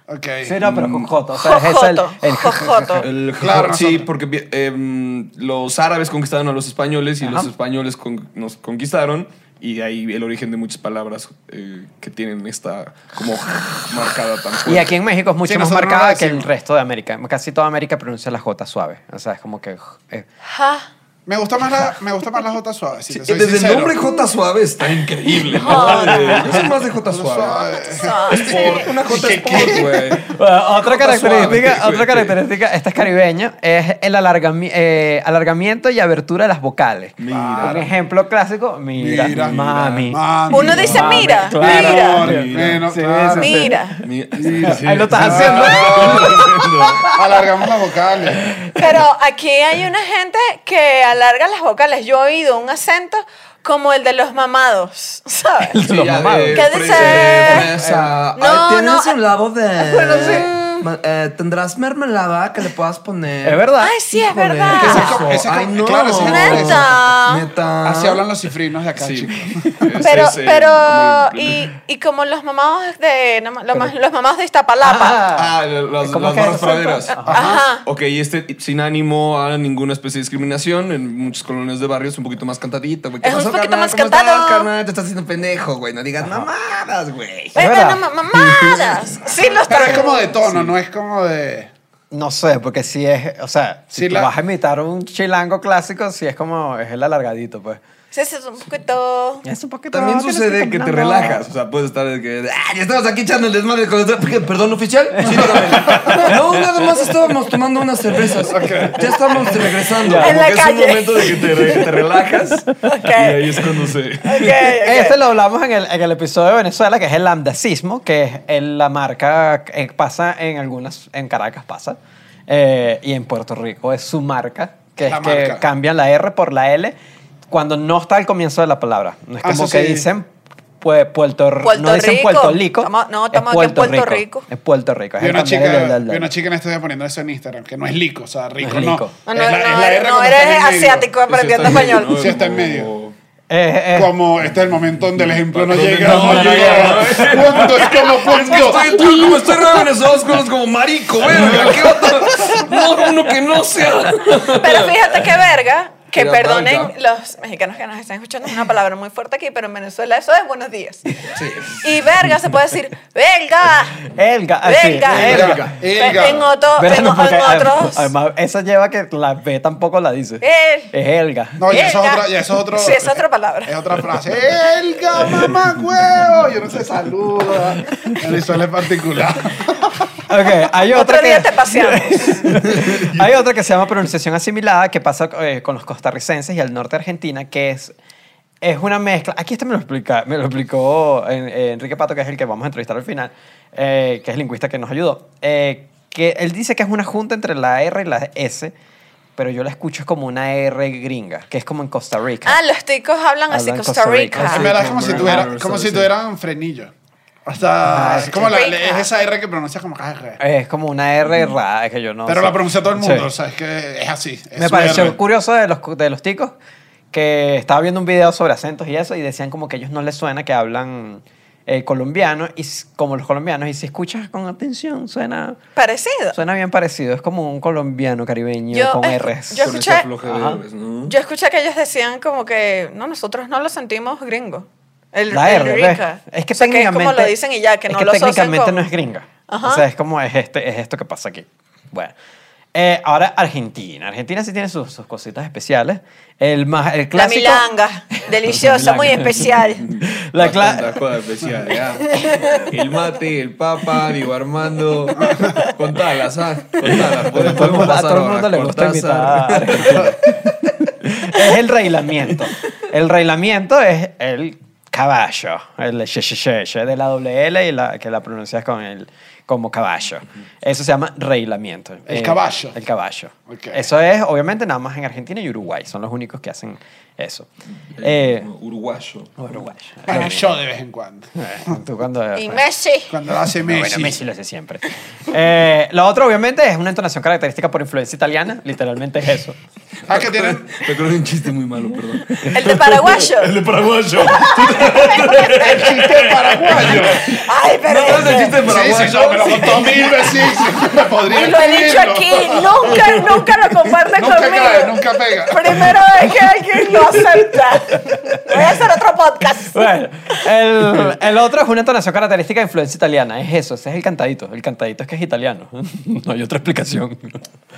Speaker 3: Ok.
Speaker 1: ¿eh? Sí, no, pero jojoto. O sea, es esa el-
Speaker 2: Jojoto,
Speaker 1: el-
Speaker 2: jojoto.
Speaker 4: El
Speaker 3: Claro,
Speaker 4: jojoto, sí,
Speaker 3: nosotros.
Speaker 4: porque vi- em, los árabes conquistaron a los españoles y
Speaker 1: Ajá.
Speaker 4: los españoles con- nos conquistaron y de ahí el origen de muchas palabras eh, que tienen esta como marcada tan fuerte.
Speaker 1: Y aquí en México es mucho
Speaker 3: Sí,
Speaker 1: más
Speaker 3: nosotros no
Speaker 1: marcada
Speaker 3: la
Speaker 1: que el
Speaker 3: decimos.
Speaker 1: resto de América. Casi toda América pronuncia la J suave. O sea, es como que. eh,
Speaker 2: Ja.
Speaker 3: Me gusta más la, me gusta más la J suave, si
Speaker 4: Sí,
Speaker 3: te soy
Speaker 4: desde el
Speaker 3: sincero.
Speaker 4: nombre J Suave está increíble. ¿no?
Speaker 2: Joder.
Speaker 4: Yo soy más de J Suave. Sport, una J
Speaker 3: ¿Qué,
Speaker 4: Sport,
Speaker 3: qué?
Speaker 4: güey.
Speaker 1: Bueno, otra
Speaker 4: Jota
Speaker 1: característica,
Speaker 4: suave.
Speaker 1: otra característica, esta es caribeña, es el alargami- eh, alargamiento y abertura de las vocales.
Speaker 4: Mira.
Speaker 1: Un ejemplo clásico, mira,
Speaker 3: Mira,
Speaker 1: mami.
Speaker 3: Mami.
Speaker 2: Uno dice
Speaker 1: Mami,
Speaker 2: mira,
Speaker 1: claro.
Speaker 2: mira,
Speaker 3: Amor,
Speaker 4: Mira.
Speaker 3: bueno,
Speaker 1: Sí,
Speaker 3: claro.
Speaker 1: sí, sí.
Speaker 2: mira.
Speaker 4: Mira,
Speaker 1: Ahí lo
Speaker 4: Ah,
Speaker 1: estás haciendo.
Speaker 3: Alargamos las vocales.
Speaker 2: Pero aquí hay una gente que alarga las vocales. Yo he oído un acento como el de los mamados, ¿sabes?
Speaker 1: El de los
Speaker 4: Sí, ya,
Speaker 1: mamados.
Speaker 4: eh,
Speaker 2: ¿Qué
Speaker 4: pre-
Speaker 2: dice?
Speaker 4: eh, fresa.
Speaker 2: No,
Speaker 5: Ah,
Speaker 2: no,
Speaker 5: Tienes
Speaker 2: ah,
Speaker 5: un labo de.
Speaker 2: bueno, sí.
Speaker 5: Ma- eh, Tendrás mermelada que le puedas poner.
Speaker 1: Es verdad.
Speaker 2: Ay, sí, es
Speaker 5: Híjole,
Speaker 2: verdad.
Speaker 5: ¿qué
Speaker 3: Ese es
Speaker 5: eso?
Speaker 3: como- ese es
Speaker 5: Ay,
Speaker 3: como-
Speaker 5: no.
Speaker 3: claro, ese es como-
Speaker 2: Neta.
Speaker 1: Ah.
Speaker 5: Neta.
Speaker 3: Así hablan los cifrinos de acá,
Speaker 4: Sí.
Speaker 3: chicos.
Speaker 4: Ese
Speaker 2: Pero,
Speaker 4: es el-
Speaker 2: pero,
Speaker 4: como el-
Speaker 2: y, y como los mamados de, no, lo más- los mamados de Iztapalapa.
Speaker 4: Ah, las,
Speaker 1: ¿Cómo
Speaker 4: las
Speaker 1: que
Speaker 4: barras
Speaker 1: es?
Speaker 4: praderas.
Speaker 2: Ajá.
Speaker 4: Ok, y este sin ánimo a ninguna especie de discriminación. En muchas colonias de barrios un poquito más cantadita, güey. ¿Qué
Speaker 2: Es un
Speaker 4: pasó,
Speaker 2: poquito
Speaker 4: carnal?
Speaker 2: más
Speaker 4: ¿Cómo
Speaker 2: cantado.
Speaker 4: estás, carnal?
Speaker 5: Carnal, te estás haciendo pendejo, güey. No digas mamadas, güey.
Speaker 2: Ay,
Speaker 1: ¿verdad?
Speaker 2: bueno, ma- mamadas. Sí, los
Speaker 3: Pero es como de tono, no es como de...
Speaker 1: No sé, porque si es, o sea, si
Speaker 3: Sí,
Speaker 1: tú
Speaker 3: la-
Speaker 1: vas a imitar un chilango clásico, si es como, es el alargadito, pues.
Speaker 2: Sí, sí, es un poquito.
Speaker 1: Es un poquito-
Speaker 4: También
Speaker 1: no, tienes ir
Speaker 4: sucede que te
Speaker 1: caminando.
Speaker 4: relajas. O sea, puedes estar de que.
Speaker 5: Ah, ya estamos aquí echando el desmadre con esto. ¿Qué? ¿Perdón, oficial? Sí, dígame. No, nada más estábamos tomando unas cervezas. Ya estamos regresando.
Speaker 4: Como
Speaker 2: En la
Speaker 4: que
Speaker 2: calle.
Speaker 4: Es un momento de que te, re- te relajas. Y ahí es cuando se.
Speaker 2: Ok, ok.
Speaker 1: Este lo hablamos en el, en el episodio de Venezuela, que es el lambdacismo, que es el- la marca que pasa en algunas, en Caracas pasa, eh, y en Puerto Rico es su marca, que
Speaker 3: La
Speaker 1: es que
Speaker 3: marca.
Speaker 1: cambian la R por la L cuando no está al comienzo de la palabra. No es
Speaker 3: Ah,
Speaker 1: como
Speaker 3: eso
Speaker 1: que
Speaker 3: sí.
Speaker 1: dicen pue- Puerto, R-
Speaker 2: Puerto
Speaker 1: no dicen
Speaker 2: Rico.
Speaker 1: Puerto Rico,
Speaker 2: Estamos- no,
Speaker 1: es
Speaker 2: estamos aquí en Puerto Rico.
Speaker 1: Es Puerto Rico. es
Speaker 3: Vi
Speaker 1: el
Speaker 3: una,
Speaker 1: cambiar el-
Speaker 3: chica,
Speaker 1: el- el-
Speaker 3: vi una chica en este día poniendo eso en Instagram, que no es lico, o sea, rico
Speaker 1: es
Speaker 3: no.
Speaker 1: lico.
Speaker 2: No,
Speaker 3: Es
Speaker 2: Ah, no,
Speaker 3: la- es
Speaker 2: no,
Speaker 3: la R
Speaker 2: no,
Speaker 3: cuando
Speaker 2: eres
Speaker 3: está en el medio.
Speaker 2: asiático aprendiendo
Speaker 4: Sí, está en medio,
Speaker 2: español.
Speaker 4: ¿no?
Speaker 3: Sí, está en
Speaker 4: Como-
Speaker 3: medio.
Speaker 1: Eh, eh,
Speaker 3: Como este es el momento donde el ejemplo no
Speaker 4: Donde
Speaker 3: llega.
Speaker 4: no,
Speaker 3: No,
Speaker 4: no
Speaker 3: llega.
Speaker 4: llega.
Speaker 3: Punto, es como punto.
Speaker 4: Estoy, estoy como estoy revenezados con los como marico, verga. ¿Qué otro? No, uno que no sea.
Speaker 2: Pero fíjate que verga Que
Speaker 5: Tira
Speaker 2: perdonen
Speaker 5: banca.
Speaker 2: los mexicanos que nos están escuchando, es una palabra muy fuerte aquí, pero en Venezuela eso es buenos días. Y verga se puede decir, verga,
Speaker 1: Elga. ah, sí,
Speaker 2: verga.
Speaker 1: elga.
Speaker 3: Elga.
Speaker 2: En, otro, en-
Speaker 1: Verano,
Speaker 2: en
Speaker 1: porque, ah,
Speaker 2: otros...
Speaker 1: Además, esa lleva que la B tampoco la dice.
Speaker 2: El-
Speaker 1: Es Elga.
Speaker 3: No, ya es
Speaker 2: Elga.
Speaker 3: otra, ya es otro.
Speaker 2: Sí, es otra palabra.
Speaker 3: Es otra frase. ¡Elga, mamá, huevo! Yo no sé, saluda. Venezuela en particular.
Speaker 1: Ok, hay otra
Speaker 2: Otro
Speaker 1: que...
Speaker 2: día te paseamos.
Speaker 1: Hay otra que se llama pronunciación asimilada que pasa eh, con los costarricenses y al norte de Argentina, que es, es una mezcla. Aquí este me lo, explica, me lo explicó en- eh, Enrique Pato, que es el que vamos a entrevistar al final, eh, que es lingüista que nos ayudó. eh, que él dice que es una junta entre la R y la S, pero yo la escucho es como una R gringa, que es como en Costa Rica.
Speaker 2: Ah, los ticos hablan así,
Speaker 1: Hablan
Speaker 2: Costa
Speaker 1: Costa
Speaker 2: Rica.
Speaker 1: Rica,
Speaker 3: En
Speaker 1: sí.
Speaker 3: verdad es como si tuviera,
Speaker 4: Brown,
Speaker 3: como si
Speaker 4: sí.
Speaker 3: tuvieran frenillo. O sea, es como la,
Speaker 2: Rica.
Speaker 3: es esa R que pronuncias como R.
Speaker 1: Es como una R rara, es que yo no
Speaker 3: Pero
Speaker 1: sé.
Speaker 3: la pronuncia todo el mundo,
Speaker 1: Sí.
Speaker 3: o sea, es que es así. es
Speaker 1: Me
Speaker 3: su
Speaker 1: pareció
Speaker 3: R.
Speaker 1: curioso de los, cu- de los ticos que estaba viendo un video sobre acentos y eso y decían como que a ellos no les suena que hablan eh, colombiano y s- como los colombianos y si escuchas con atención suena
Speaker 2: Parecido.
Speaker 1: suena bien parecido es como un colombiano caribeño
Speaker 2: Yo,
Speaker 1: con
Speaker 2: eh,
Speaker 1: R's
Speaker 2: yo-
Speaker 5: Con
Speaker 2: escuché-
Speaker 5: esa floja de
Speaker 1: Ajá.
Speaker 5: héroes, ¿no?
Speaker 2: Yo escuché que ellos decían como que, no, nosotros no lo sentimos gringo. El,
Speaker 1: la
Speaker 2: el
Speaker 1: R ¿ves?
Speaker 2: rica.
Speaker 1: es que
Speaker 2: O sea, es
Speaker 1: técnicamente
Speaker 2: como lo dicen y ya, que
Speaker 1: es
Speaker 2: no lo asocian
Speaker 1: técnicamente
Speaker 2: con-
Speaker 1: no es gringa o
Speaker 2: Ajá.
Speaker 1: sea es como es este es esto que pasa aquí bueno eh, ahora Argentina Argentina sí tiene sus, sus cositas especiales el más el
Speaker 2: La
Speaker 1: clásico
Speaker 2: milanga, deliciosa, muy
Speaker 1: milanga.
Speaker 2: especial.
Speaker 1: la
Speaker 5: Bastante
Speaker 1: cla-
Speaker 5: acuada especial, ya. El mate, el papa, Diego Armando. Contalas, ah, contalas. Podemos,
Speaker 1: Pero todo el
Speaker 5: podemos
Speaker 1: mundo- a
Speaker 5: pasar
Speaker 1: todo el mundo
Speaker 5: ahora.
Speaker 1: le gusta
Speaker 5: Cortázar.
Speaker 1: imitar. es el reilamiento. El reilamiento es el caballo, el she, she, she, she de la doble L y la, que la pronuncias con el, como caballo. Eso se llama reilamiento. Eh,
Speaker 3: El caballo.
Speaker 1: El caballo.
Speaker 3: Ok.
Speaker 1: Eso es, obviamente, nada más en Argentina y Uruguay. Son los únicos que hacen eso. Eh,
Speaker 5: Uruguayo.
Speaker 1: Uruguay. Eh,
Speaker 3: Bueno, yo de vez en cuando.
Speaker 1: Tú cuando-
Speaker 2: Y Messi.
Speaker 3: Cuando lo hace
Speaker 1: no,
Speaker 3: Messi.
Speaker 1: Bueno, Messi lo hace siempre. Eh, la otra, obviamente, es una entonación característica por influencia italiana. Literalmente es eso.
Speaker 3: Ah, que tienen.
Speaker 5: Recuerdo un chiste muy malo, perdón.
Speaker 2: El de paraguayo.
Speaker 4: El de paraguayo.
Speaker 3: El chiste paraguayo.
Speaker 2: Ay, pero. este,
Speaker 5: No, no, el chiste de
Speaker 3: Sí, sí, no, me lo contó mil veces. sí, me podría
Speaker 2: Y lo he dicho
Speaker 3: escribirlo.
Speaker 2: aquí, nunca, nunca lo comparte
Speaker 3: Nunca
Speaker 2: conmigo.
Speaker 3: cae, nunca pega.
Speaker 2: Primero es que alguien lo acepta. Voy a hacer otro podcast.
Speaker 1: Bueno, el, el otro es una entonación característica de influencia italiana. Es eso, ese es el cantadito. El cantadito es que es italiano. No hay otra explicación.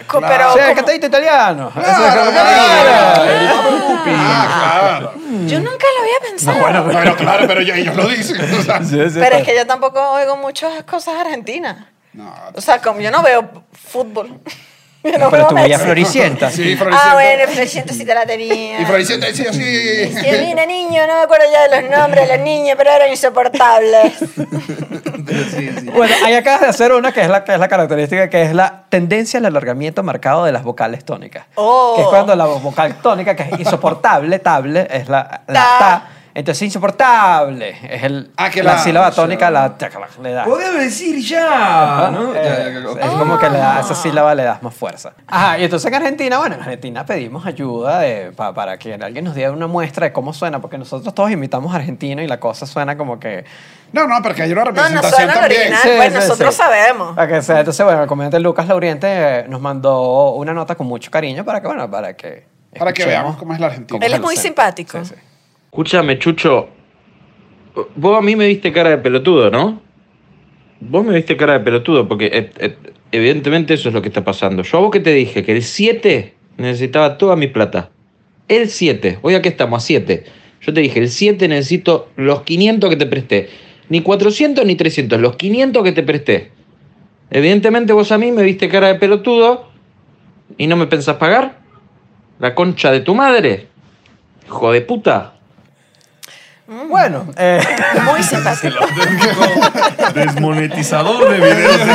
Speaker 2: Co-
Speaker 3: Claro.
Speaker 2: Pero
Speaker 1: O sea, el
Speaker 2: como-
Speaker 1: cantadito italiano. Eso es
Speaker 3: Claro,
Speaker 1: como-
Speaker 3: claro. Ah, claro.
Speaker 2: yo nunca lo había pensado.
Speaker 3: Bueno, pues, claro, pero ellos, ellos lo dicen. o sea.
Speaker 1: Sí, sí,
Speaker 2: pero es
Speaker 1: está-
Speaker 2: que yo tampoco oigo muchas cosas argentinas.
Speaker 3: No,
Speaker 2: O sea, como yo no veo fútbol. Yo
Speaker 1: Pero
Speaker 2: no veo
Speaker 1: tú veías
Speaker 2: Messi.
Speaker 1: Floricienta.
Speaker 3: sí,
Speaker 2: Ah,
Speaker 3: Floricienta.
Speaker 2: bueno, Floricienta sí te la tenía.
Speaker 3: Y Floricienta, sí, sí.
Speaker 2: Que mira, niño, no me acuerdo ya de los nombres de los niños, pero eran insoportables.
Speaker 5: Pero sí, sí.
Speaker 1: Bueno, ahí acabas de hacer una que es la que es la característica que es la tendencia al alargamiento marcado de las vocales tónicas.
Speaker 2: Oh.
Speaker 1: Que es cuando la vocal tónica que es insoportable, table es la, la
Speaker 2: Ta.
Speaker 1: ta. Entonces insoportable es el
Speaker 3: Ah, que
Speaker 1: la,
Speaker 3: la-
Speaker 1: sílaba tónica la le da.
Speaker 5: Podemos decir ya, ¿no?
Speaker 1: Eh,
Speaker 5: Ya, ya, ya, Ah,
Speaker 1: es
Speaker 5: ok.
Speaker 1: como que le da- a esa sílaba le das más fuerza. Ajá, y entonces en Argentina, bueno, en Argentina pedimos ayuda de- pa- para que alguien nos diera una muestra de cómo suena, porque nosotros todos imitamos argentino y la cosa suena como que...
Speaker 3: No, no, porque hay una
Speaker 2: No, no
Speaker 3: representación
Speaker 2: suena al
Speaker 3: también.
Speaker 2: original, pues nosotros sabemos.
Speaker 1: Ok, o sea, entonces, bueno, el comediante Lucas Lauriente eh, nos mandó una nota con mucho cariño para que, bueno, para que...
Speaker 3: Para que
Speaker 1: escuchemos
Speaker 3: veamos cómo es la Argentina.
Speaker 1: cómo
Speaker 2: Él es
Speaker 1: el
Speaker 2: muy
Speaker 1: acento.
Speaker 2: simpático.
Speaker 1: Sí, sí.
Speaker 6: Escúchame, Chucho. Vos a mí me viste cara de pelotudo, ¿no? Vos me viste cara de pelotudo porque eh, eh, evidentemente eso es lo que está pasando. Yo a vos que te dije que el 7 necesitaba toda mi plata. El 7. Hoy aquí estamos a 7. Yo te dije, el 7 necesito los 500 que te presté. Ni 400 ni 300, los 500 que te presté. Evidentemente vos a mí me viste cara de pelotudo y no me pensás pagar. La concha de tu madre. Hijo de puta.
Speaker 1: Bueno, eh,
Speaker 2: Muy simpático.
Speaker 4: Desmonetizador de videos de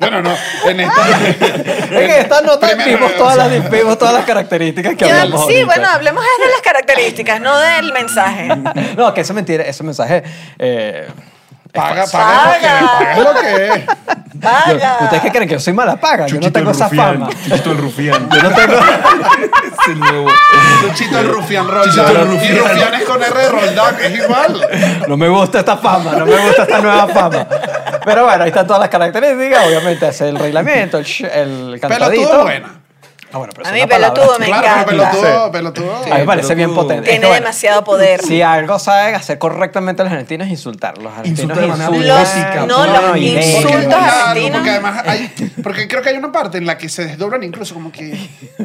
Speaker 3: Bueno, no. En esta,
Speaker 1: es que esta nota
Speaker 3: Primero,
Speaker 1: vimos todas, las, vimos todas las características que
Speaker 2: Yo-
Speaker 1: hablamos
Speaker 2: sí,
Speaker 1: ahorita.
Speaker 2: bueno, hablemos de las características, no del mensaje.
Speaker 1: No, que eso es mentira, ese mensaje... eh,
Speaker 3: paga, paga,
Speaker 2: Paga.
Speaker 3: lo que es. Paga lo que es.
Speaker 2: Vaya.
Speaker 1: ¿Ustedes qué creen? Que yo soy mala paga. Yo no
Speaker 4: Chuchito el
Speaker 1: tengo esa
Speaker 4: rufián.
Speaker 1: fama.
Speaker 4: Chuchito el rufián.
Speaker 1: Yo no tengo...
Speaker 5: Es el nuevo.
Speaker 3: Chuchito el rufián
Speaker 4: Chuchito el
Speaker 3: Roldán.
Speaker 4: rufián.
Speaker 3: Y rufián es con R de Roldán, es igual.
Speaker 1: No me gusta esta fama, no me gusta esta nueva fama. Pero bueno, ahí están todas las características. Obviamente es el reglamento, el, sh- el
Speaker 3: Pelotudo
Speaker 1: cantadito.
Speaker 3: buena.
Speaker 1: Ah, bueno, pero
Speaker 2: A
Speaker 1: es
Speaker 2: mí
Speaker 1: una palabra.
Speaker 2: pelotudo me
Speaker 3: Claro, pero
Speaker 2: encanta.
Speaker 3: pelotudo, pelotudo.
Speaker 1: A mí me parece bien
Speaker 5: pelotudo.
Speaker 1: potente. Es
Speaker 2: Tiene
Speaker 1: que, bueno,
Speaker 2: demasiado poder.
Speaker 1: Si algo saben hacer correctamente los argentinos es insultar. Los argentinos
Speaker 5: Insultar de manera
Speaker 1: insultan.
Speaker 5: básica, los
Speaker 2: no,
Speaker 1: idea.
Speaker 3: Porque,
Speaker 2: insultos
Speaker 3: claro,
Speaker 2: argentinos.
Speaker 3: porque además hay, porque creo que hay una parte en la que se desdoblan incluso como que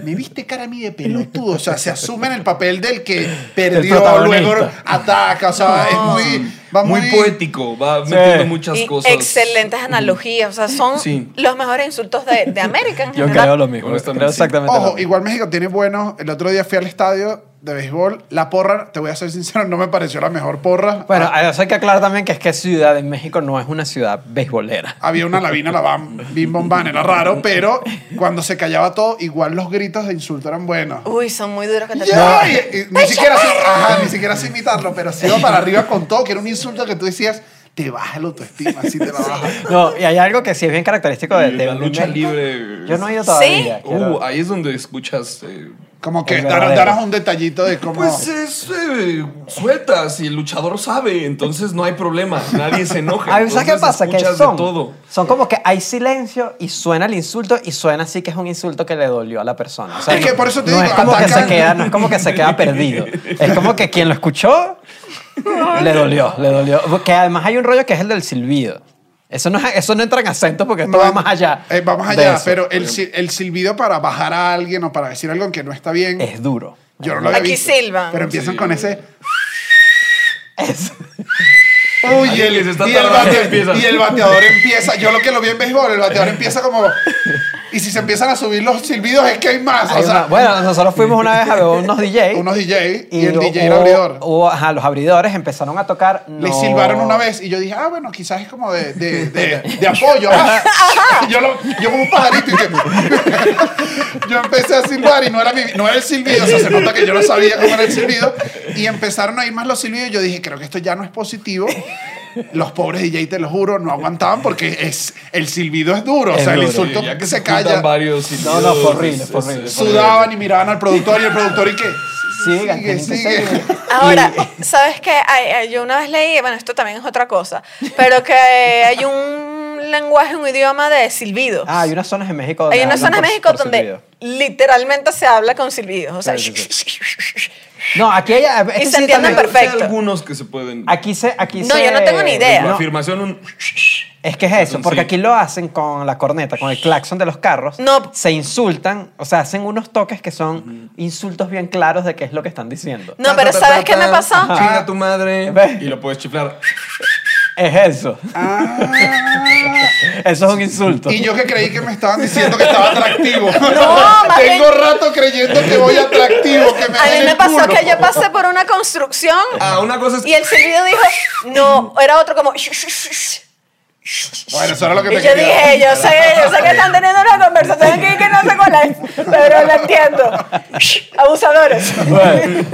Speaker 3: me viste cara a mí de pelotudo, o sea, se asumen el papel del que perdió,
Speaker 1: protagonista.
Speaker 3: luego ataca, o sea, es muy, va muy,
Speaker 5: Muy poético, va metiendo muchas
Speaker 2: Y
Speaker 5: cosas.
Speaker 2: excelentes analogías. O sea, son
Speaker 5: Sí.
Speaker 2: los mejores insultos de, de América en
Speaker 1: Yo
Speaker 2: general.
Speaker 1: creo lo mismo.
Speaker 5: Honestamente,
Speaker 1: creo
Speaker 5: sí.
Speaker 1: exactamente lo
Speaker 3: Ojo,
Speaker 1: mismo.
Speaker 3: igual México tiene buenos. El otro día fui al estadio de béisbol. La porra, te voy a ser sincero, no me pareció la mejor porra.
Speaker 1: Bueno,
Speaker 3: Ah,
Speaker 1: a eso hay que aclarar también que es que Ciudad de México no es una ciudad beisbolera.
Speaker 3: había una lavina, la bam, bim bom bam, era raro, pero cuando se callaba todo, igual los gritos de insulto eran buenos.
Speaker 2: Uy, son muy duros que te
Speaker 3: Ya, y- y ni, siquiera así, ajá, ni siquiera así imitarlo, pero se iba para arriba con todo, que era un insulto que tú decías, te baja la autoestima, así te la baja.
Speaker 1: No, y hay algo que sí es bien característico de, de-
Speaker 4: la
Speaker 1: de
Speaker 4: lucha
Speaker 1: México.
Speaker 4: libre.
Speaker 1: Yo no he ido
Speaker 2: ¿Sí?
Speaker 1: todavía. quiero-
Speaker 4: Uh, ahí es donde escuchas. eh,
Speaker 3: Como que
Speaker 1: Es
Speaker 3: dar-
Speaker 1: verdadero.
Speaker 3: darás un detallito de cómo.
Speaker 4: Pues es eh, sueltas y el luchador sabe, entonces no hay problema, nadie se enoja.
Speaker 1: A ver, ¿Sabes qué
Speaker 4: entonces
Speaker 1: pasa? Que
Speaker 4: escuchas de
Speaker 1: son,
Speaker 4: todo.
Speaker 1: son como que hay silencio y suena el insulto y suena así que es un insulto que le dolió a la persona. O sea,
Speaker 3: Es
Speaker 1: no-
Speaker 3: que por eso te
Speaker 1: no
Speaker 3: digo,
Speaker 1: es como que
Speaker 3: atacan-
Speaker 1: se queda, no es como que se queda perdido. Es como que quien lo escuchó le dolió, le dolió. Porque además hay un rollo que es el del silbido. Eso no, es- eso no entra en acento porque esto va más allá.
Speaker 3: Eh, va más
Speaker 1: de
Speaker 3: allá,
Speaker 1: eso.
Speaker 3: pero el, sil- el silbido para bajar a alguien o para decir algo que no está bien.
Speaker 1: Es duro.
Speaker 3: Yo no lo había
Speaker 2: Aquí
Speaker 3: visto.
Speaker 2: silban.
Speaker 3: Pero empiezan
Speaker 4: Sí.
Speaker 3: con ese.
Speaker 1: Eso.
Speaker 3: Uy, y
Speaker 4: Alguien
Speaker 3: el,
Speaker 4: les está
Speaker 3: y el
Speaker 4: tardando,
Speaker 3: bate-
Speaker 4: empieza.
Speaker 3: y el bateador empieza. Yo lo que lo vi en béisbol, el bateador empieza como. Y si se empiezan a subir los silbidos, es que hay más.
Speaker 1: Hay
Speaker 3: o sea,
Speaker 1: una- bueno, nosotros fuimos una vez a ver unos DJs.
Speaker 3: unos DJ y, el DJ era
Speaker 1: hubo-
Speaker 3: abridor.
Speaker 1: hubo- ajá, los abridores empezaron a tocar.
Speaker 3: Le
Speaker 1: no-
Speaker 3: silbaron una vez y yo dije, ah, bueno, quizás es como de, de, de, de apoyo. Ah, yo, lo- yo como un pajarito y que- yo empecé a silbar y no era, mi- no era el silbido, o sea, se nota que yo no sabía cómo era el silbido. Y empezaron a ir más los silbidos y yo dije, creo que esto ya no es positivo. Los pobres DJ, te lo juro, no aguantaban porque es, el silbido es duro, o
Speaker 1: Es
Speaker 3: sea, el
Speaker 1: duro.
Speaker 3: insulto
Speaker 4: Ya
Speaker 3: que se
Speaker 4: juntan
Speaker 3: calla.
Speaker 4: Varios y
Speaker 1: No, no, fue horrible, fue horrible.
Speaker 3: Sudaban y miraban al productor y el productor y que...
Speaker 1: Sigan,
Speaker 3: sigue,
Speaker 1: tienen que
Speaker 3: sigue.
Speaker 1: seguir.
Speaker 2: Ahora, ¿sabes qué? Hay- hay- yo una vez leí, bueno, esto también es otra cosa, pero que hay un lenguaje, un idioma de silbidos.
Speaker 1: Ah, hay unas zonas en México donde
Speaker 2: Hay una
Speaker 1: hablan
Speaker 2: zona en
Speaker 1: por-
Speaker 2: México
Speaker 1: por
Speaker 2: donde
Speaker 1: silbido.
Speaker 2: literalmente se habla con silbidos. O sea,
Speaker 1: Sí, sí, No, aquí hay... este
Speaker 2: se
Speaker 1: sí también-
Speaker 2: entienden perfecto.
Speaker 4: Hay algunos que se pueden.
Speaker 1: Aquí se... Aquí
Speaker 2: No,
Speaker 1: se-
Speaker 2: yo no tengo ni idea.
Speaker 4: La
Speaker 1: No,
Speaker 4: afirmación, un.
Speaker 1: es que es eso, porque
Speaker 4: Sí.
Speaker 1: aquí lo hacen con la corneta, con el claxon de los carros.
Speaker 2: No.
Speaker 1: Se insultan, o sea, hacen unos toques que son insultos bien claros de qué es lo que están diciendo.
Speaker 2: no, pero ¿sabes qué me pasó?
Speaker 4: Chinga tu madre.
Speaker 1: Ve.
Speaker 4: Y lo puedes chiflar.
Speaker 1: Es eso.
Speaker 3: Ah.
Speaker 1: Eso es un insulto.
Speaker 3: Y yo que creí que me estaban diciendo que estaba atractivo.
Speaker 2: más bien-
Speaker 3: Tengo rato creyendo que voy atractivo, que me
Speaker 2: A
Speaker 3: den
Speaker 2: mí
Speaker 3: el
Speaker 2: me pasó
Speaker 3: culo.
Speaker 2: que yo pasé por una construcción
Speaker 4: Ah, una cosa es.
Speaker 2: y el silbido dijo, no, era otro como... Y
Speaker 3: Bueno, eso era lo que te
Speaker 2: yo
Speaker 3: quería
Speaker 2: dije, yo sé, yo sé que están teniendo una conversación aquí que no sé cuál es, pero la entiendo. Abusadores.
Speaker 1: Bueno.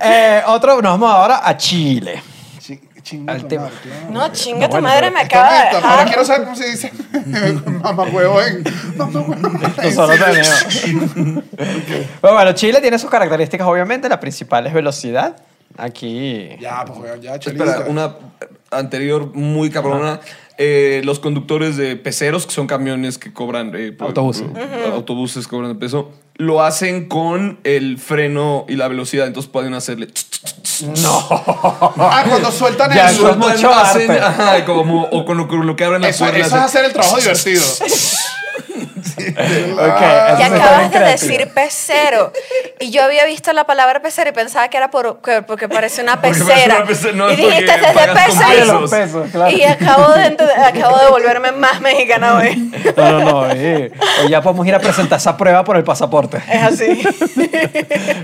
Speaker 1: Eh, otro, nos vamos ahora a Chile.
Speaker 3: Chi- chinga
Speaker 1: Al
Speaker 3: tu
Speaker 1: tema.
Speaker 3: madre, tío.
Speaker 2: No, chinga tu
Speaker 1: bueno,
Speaker 2: madre,
Speaker 1: pero
Speaker 2: me acaba de
Speaker 3: Correcto, ahora
Speaker 2: dejar.
Speaker 3: quiero saber cómo se dice mamá huevo eh. en mamá
Speaker 1: Nosotros tenemos. bueno, bueno, Chile tiene sus características, obviamente. La principal es velocidad. Aquí.
Speaker 3: Ya, pues weón, ya, chelita.
Speaker 4: Espera, una anterior muy cabrona. Eh, los conductores de peceros, que son camiones que cobran. eh, por-
Speaker 1: Autobuses.
Speaker 4: por- Autobuses cobran de peso. Lo hacen con el freno y la velocidad. Entonces pueden hacerle. tss, tss, tss,
Speaker 3: Ah, cuando sueltan
Speaker 1: Ya, eso-
Speaker 3: eso.
Speaker 1: es mucho
Speaker 4: hacen,
Speaker 1: arte.
Speaker 4: ajá, como, o con lo, con lo que abren las
Speaker 3: Eso, eso
Speaker 4: puertas.
Speaker 3: es hacer el trabajo divertido.
Speaker 1: Ok,
Speaker 2: Y
Speaker 1: eso
Speaker 3: Ah,
Speaker 1: sí está bien
Speaker 2: acabas de
Speaker 1: creativo.
Speaker 2: decir pecero. Y yo había visto la palabra pecero y pensaba que era por, que- porque parece una
Speaker 4: Porque parece
Speaker 2: pecera.
Speaker 4: una pecera, no,
Speaker 2: y
Speaker 4: es
Speaker 2: dijiste,
Speaker 4: porque
Speaker 2: es de
Speaker 4: pagas con
Speaker 1: Ay, de
Speaker 2: pecero.
Speaker 1: los pesos, claro.
Speaker 2: Y acabo de, ente- acabo de volverme más mexicana hoy.
Speaker 1: No, no, no. eh. O ya podemos ir a presentar esa prueba por el pasaporte.
Speaker 2: Es así.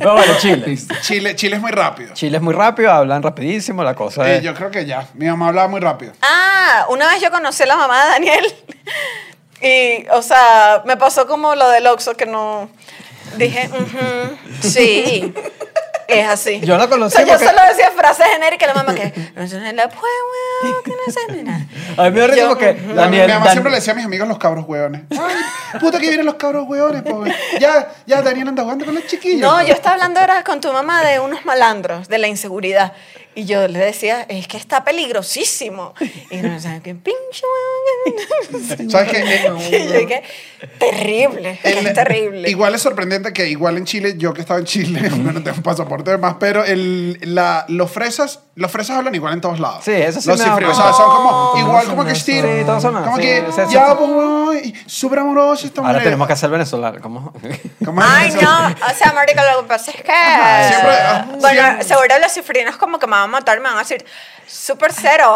Speaker 1: No, bueno, Chile.
Speaker 3: Chile, Chile es muy rápido.
Speaker 1: Chile es muy rápido, hablan rapidísimo, la cosa
Speaker 3: Eh,
Speaker 1: es.
Speaker 3: yo creo que ya. Mi mamá hablaba muy rápido.
Speaker 2: Ah, una vez yo conocí a la mamá de Daniel. Y, o sea, me pasó como lo del Oxxo que no... Dije, "Ujú, sí, es así.
Speaker 1: Yo la conocí
Speaker 2: O sea, yo
Speaker 1: porque-
Speaker 2: solo decía frases genéricas la mamá que... No sé, la puedo, que no sé, ni nada".
Speaker 1: A mí me da risa
Speaker 2: Yo-
Speaker 1: porque
Speaker 2: Ujú.
Speaker 1: Daniel.
Speaker 3: mi mamá
Speaker 1: Dan-
Speaker 3: siempre le decía a mis amigos los cabros hueones. Ay, puta que vienen los cabros hueones, pobre. Ya, ya, Daniel anda jugando con los chiquillos.
Speaker 2: No, yo estaba hablando ahora con tu mamá de unos malandros, de la inseguridad. Y yo le decía, es que está peligrosísimo. Y no saben qué pinche huevón".
Speaker 3: ¿Sabes qué? Eh,
Speaker 2: Y yo dije, terrible,
Speaker 3: El-
Speaker 2: es terrible.
Speaker 3: Igual es sorprendente que igual en Chile, yo que estaba en Chile, bueno, tengo un pasaporte de más, pero el, la, los fresas, los fresas hablan igual en todos lados.
Speaker 1: Sí, eso sí
Speaker 3: Los
Speaker 1: me da-
Speaker 3: cifres, o sea, son como,
Speaker 1: No,
Speaker 3: igual
Speaker 1: no
Speaker 3: como
Speaker 1: son
Speaker 3: que
Speaker 1: eso.
Speaker 3: estilo.
Speaker 1: Sí, todos son
Speaker 3: Como
Speaker 1: así,
Speaker 3: que,
Speaker 1: o sea,
Speaker 3: ya,
Speaker 1: son-
Speaker 3: pues, güey, súper amoroso esta
Speaker 1: Ahora
Speaker 3: manera.
Speaker 1: tenemos que hacer venezolano. ¿Cómo?
Speaker 3: ¿Cómo es
Speaker 2: Ay,
Speaker 3: eso?
Speaker 2: no, o sea, marica, lo que pasa es que...
Speaker 3: siempre- ah,
Speaker 2: bueno,
Speaker 3: siempre-
Speaker 2: seguro los cifrinos como que me van a matar, me van a decir, súper cero.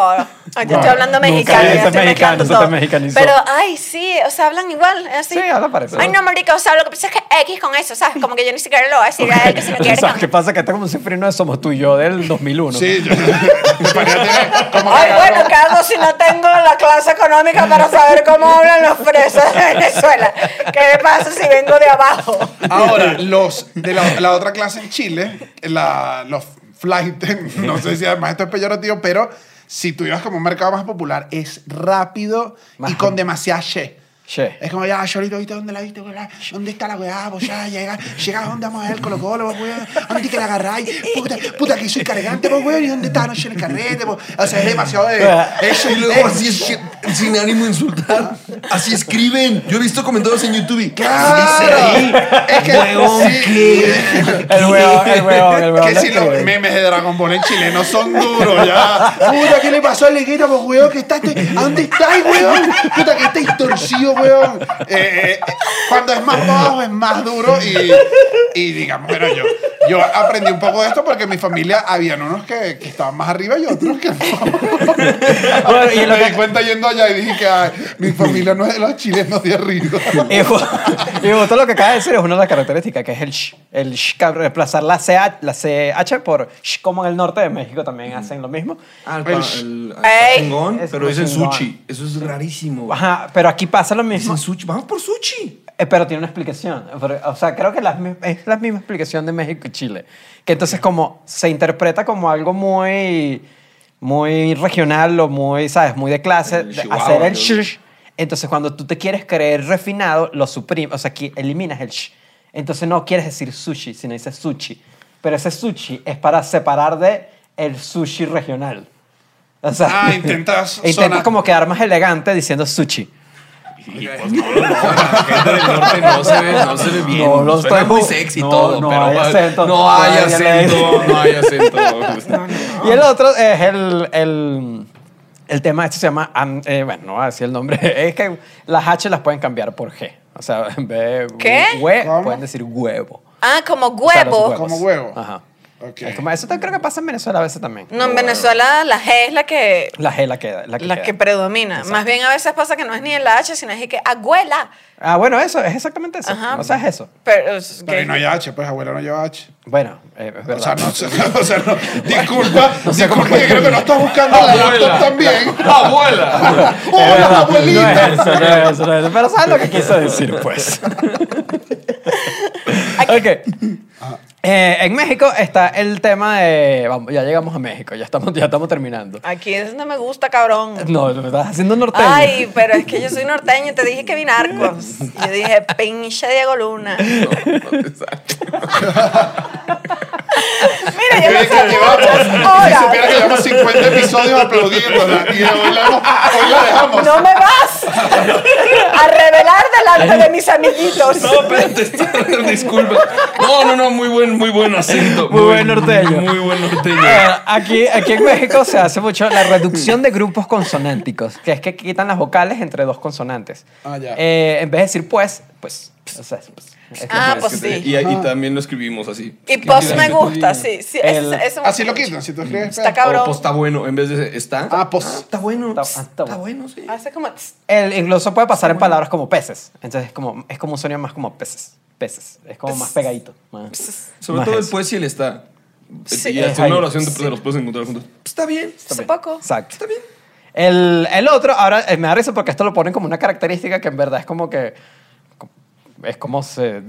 Speaker 2: Ay, yo estoy hablando mexicano.
Speaker 1: Sí,
Speaker 2: ya
Speaker 1: ese
Speaker 2: estoy
Speaker 1: mexicano,
Speaker 2: mezclando
Speaker 1: ese
Speaker 2: todo.
Speaker 1: te mexicanizó.
Speaker 2: Pero, ay, sí, o sea, hablan igual, es así.
Speaker 1: Sí, hablan parecido.
Speaker 2: Ay, no, marica, o sea, lo que pasa es que X con eso, ¿sabes? Como que yo ni siquiera lo voy a decir a él, que si no quiere...
Speaker 1: ¿Sabes
Speaker 2: con-
Speaker 1: qué pasa? Que está como un cifrino de Somos tú y yo del 2001.
Speaker 3: Sí, yo- Imagínate como que
Speaker 2: Ay,
Speaker 3: agarro-
Speaker 2: bueno, Carlos, si no tengo la clase económica para saber cómo hablan los presos de Venezuela, ¿qué me pasa si vengo de abajo?
Speaker 3: Ahora, los de la, la otra clase en Chile, la- los flight, no sé si además esto es peyorativo, pero si tú ibas como a un mercado más popular, es rápido y
Speaker 1: Más-
Speaker 3: con demasiada che.
Speaker 1: Che.
Speaker 3: Es como, ya, ahorita ¿viste dónde la viste? güey? ¿Dónde está la weá? Pues ya, llega, llega, ¿dónde vamos a ver? Colo Colo, pues, weón. ¿Dónde que la agarráis? Puta, puta, que soy cargante, pues, weón. ¿Y dónde está? No sé, en el carrete, pues. O sea, es demasiado de...
Speaker 4: eh,
Speaker 3: Eso
Speaker 5: Y
Speaker 3: es
Speaker 5: luego así es que- sin ánimo de insultar. Así escriben. Yo he visto comentarios en YouTube. y,
Speaker 3: Claro. Es que...
Speaker 5: Weón,
Speaker 3: sí.
Speaker 5: ¿qué?
Speaker 1: El huevón, el huevón, el huevón.
Speaker 3: Que si los memes de Dragon Ball en chileno son duros ya. Puta, ¿qué le pasó al leguero, pues, weón? Que está este- ¿A dónde estáis, weón? Puta, que estáis torcido, weón. Eh, eh, cuando es más bajo, es más duro. Y, y digamos, pero yo, yo aprendí un poco de esto porque en mi familia habían unos que, que estaban más arriba y otros que no.
Speaker 1: Bueno, y lo
Speaker 3: me di
Speaker 1: que-
Speaker 3: cuenta yendo allá y dije que ay, mi familia no es de los chilenos de arriba.
Speaker 1: Y ju- y justo lo que acaba de decir es una de las características, que es el sh. El sh, que reemplazar la CH, la CH por sh, como en el norte de México también hacen lo mismo.
Speaker 5: Ah, el,
Speaker 3: El-
Speaker 5: pa- el-
Speaker 2: Ey.
Speaker 5: el chingón,
Speaker 1: Es
Speaker 5: pero
Speaker 1: un
Speaker 5: dicen
Speaker 1: chingón.
Speaker 5: sushi. Eso es rarísimo.
Speaker 1: Ajá, pero aquí pasa lo mismo.
Speaker 5: Dicen sushi. Vamos por sushi.
Speaker 1: Eh, Pero tiene una explicación. Pero, O sea, creo que las mi- es la misma explicación de México y Chile. Que entonces como se interpreta como algo muy, muy regional o muy, ¿sabes? Muy de clase.
Speaker 5: El
Speaker 1: de
Speaker 5: Chihuahua,
Speaker 1: hacer el
Speaker 5: ¿no?
Speaker 1: sh. Entonces cuando tú te quieres creer refinado, lo suprimes. O sea, aquí eliminas el sh. Entonces no quieres decir sushi, sino dices sushi. Pero ese sushi es para separar de el sushi regional. O sea,
Speaker 3: Ah, intentas
Speaker 1: intentas
Speaker 3: sonar-
Speaker 1: como quedar más elegante diciendo sushi.
Speaker 4: Y pues no, no, la gente del norte
Speaker 5: No se ve, no se ve bien.
Speaker 1: No lo
Speaker 5: Suena
Speaker 1: estoy-
Speaker 5: muy sexy
Speaker 1: no,
Speaker 5: todo,
Speaker 1: no
Speaker 5: pero
Speaker 1: hay
Speaker 5: va-
Speaker 4: pues,
Speaker 1: acento.
Speaker 5: no hay
Speaker 1: Todavía le-
Speaker 5: acento, no hay acento.
Speaker 1: Y el otro es el, el, el tema, este se llama, an- eh, bueno, no voy a decir el nombre, es que las H las pueden cambiar por G. O sea, en vez de
Speaker 2: ¿Qué?
Speaker 1: hue-
Speaker 3: ¿Cómo?
Speaker 1: pueden decir huevo.
Speaker 2: Ah, como
Speaker 1: O sea, los
Speaker 2: huevo.
Speaker 1: huevos.
Speaker 3: Como huevo.
Speaker 1: Ajá.
Speaker 3: Ok.
Speaker 1: Es como- eso te- creo que pasa en Venezuela a veces también.
Speaker 2: No, en Venezuela la G es la que,
Speaker 1: La G la queda. La que,
Speaker 2: la
Speaker 1: queda.
Speaker 2: que predomina. Más bien a veces pasa que no es ni el H, sino es que abuela.
Speaker 1: ah, bueno, eso, es exactamente eso.
Speaker 2: Ajá.
Speaker 1: O sea, es eso.
Speaker 2: Pero, es
Speaker 3: Pero
Speaker 2: que-
Speaker 3: y no hay H, pues abuela no lleva H.
Speaker 1: Bueno, eh, es
Speaker 3: O sea,
Speaker 1: verdad.
Speaker 3: no, sé, o sea, no, disculpa, disculpa, que creo que no estás buscando la laptop también.
Speaker 4: Abuela.
Speaker 1: Es
Speaker 3: ¡Hola,
Speaker 1: verdad. pues, No
Speaker 3: abuelita!
Speaker 1: es eso, no es eso, no es eso. Pero ¿sabes lo que quiso decir, pues? ok. Eh, en México está el tema de... Vamos, ya llegamos a México, ya estamos, ya estamos terminando.
Speaker 2: Aquí es no me gusta, cabrón.
Speaker 1: No, me estás haciendo norteño.
Speaker 2: Ay, pero es que yo soy norteño y te dije que vi narcos. Y yo dije, pinche Diego Luna. Mira, yo me
Speaker 3: Qué bien que
Speaker 2: salté muchas
Speaker 3: llevamos. Si supiera
Speaker 2: horas.
Speaker 3: que llevamos 50 episodios aplaudiéndola y hoy la, hoy la dejamos.
Speaker 2: No me vas a revelar delante de mis amiguitos.
Speaker 4: No, espérate, disculpa. No, no, no, muy buen, muy buen acento.
Speaker 1: Muy buen norteño.
Speaker 4: Muy buen norteño.
Speaker 1: Eh, Aquí, aquí en México se hace mucho la reducción de grupos consonánticos, que es que quitan las vocales entre dos consonantes.
Speaker 3: Ah, ya.
Speaker 1: Eh, en vez de decir pues, pues. o sea, pues, es que-
Speaker 2: Ah,
Speaker 4: Es
Speaker 2: pues
Speaker 4: que
Speaker 2: sí.
Speaker 4: te- Y, y también lo escribimos así.
Speaker 2: Y post me gusta, sí. sí
Speaker 1: El-
Speaker 2: ese- ese me
Speaker 3: Así lo
Speaker 2: gusta
Speaker 3: quitan, si tú escribes.
Speaker 2: Está
Speaker 3: espera.
Speaker 2: cabrón.
Speaker 4: O pues está bueno, en vez de está.
Speaker 3: Ah, pues.
Speaker 5: Está bueno.
Speaker 1: Está-
Speaker 5: pss,
Speaker 1: está
Speaker 5: Está bueno, sí.
Speaker 2: Hace como... tss.
Speaker 1: El incluso puede pasar en palabras como peces. Entonces es como, es como un sonido más como peces. Peces. Es como más pegadito. Ah, más-
Speaker 4: Sobre
Speaker 1: más
Speaker 4: todo el
Speaker 1: eso.
Speaker 4: pues y el está.
Speaker 2: Sí.
Speaker 4: Y hasta una
Speaker 1: Ahí.
Speaker 4: oración te te los puedes encontrar juntos.
Speaker 5: Está bien.
Speaker 2: Hace poco.
Speaker 1: Exacto.
Speaker 5: Está bien.
Speaker 1: El, el otro, ahora eh, me da risa porque esto lo ponen como una característica que en verdad es como que. Es como se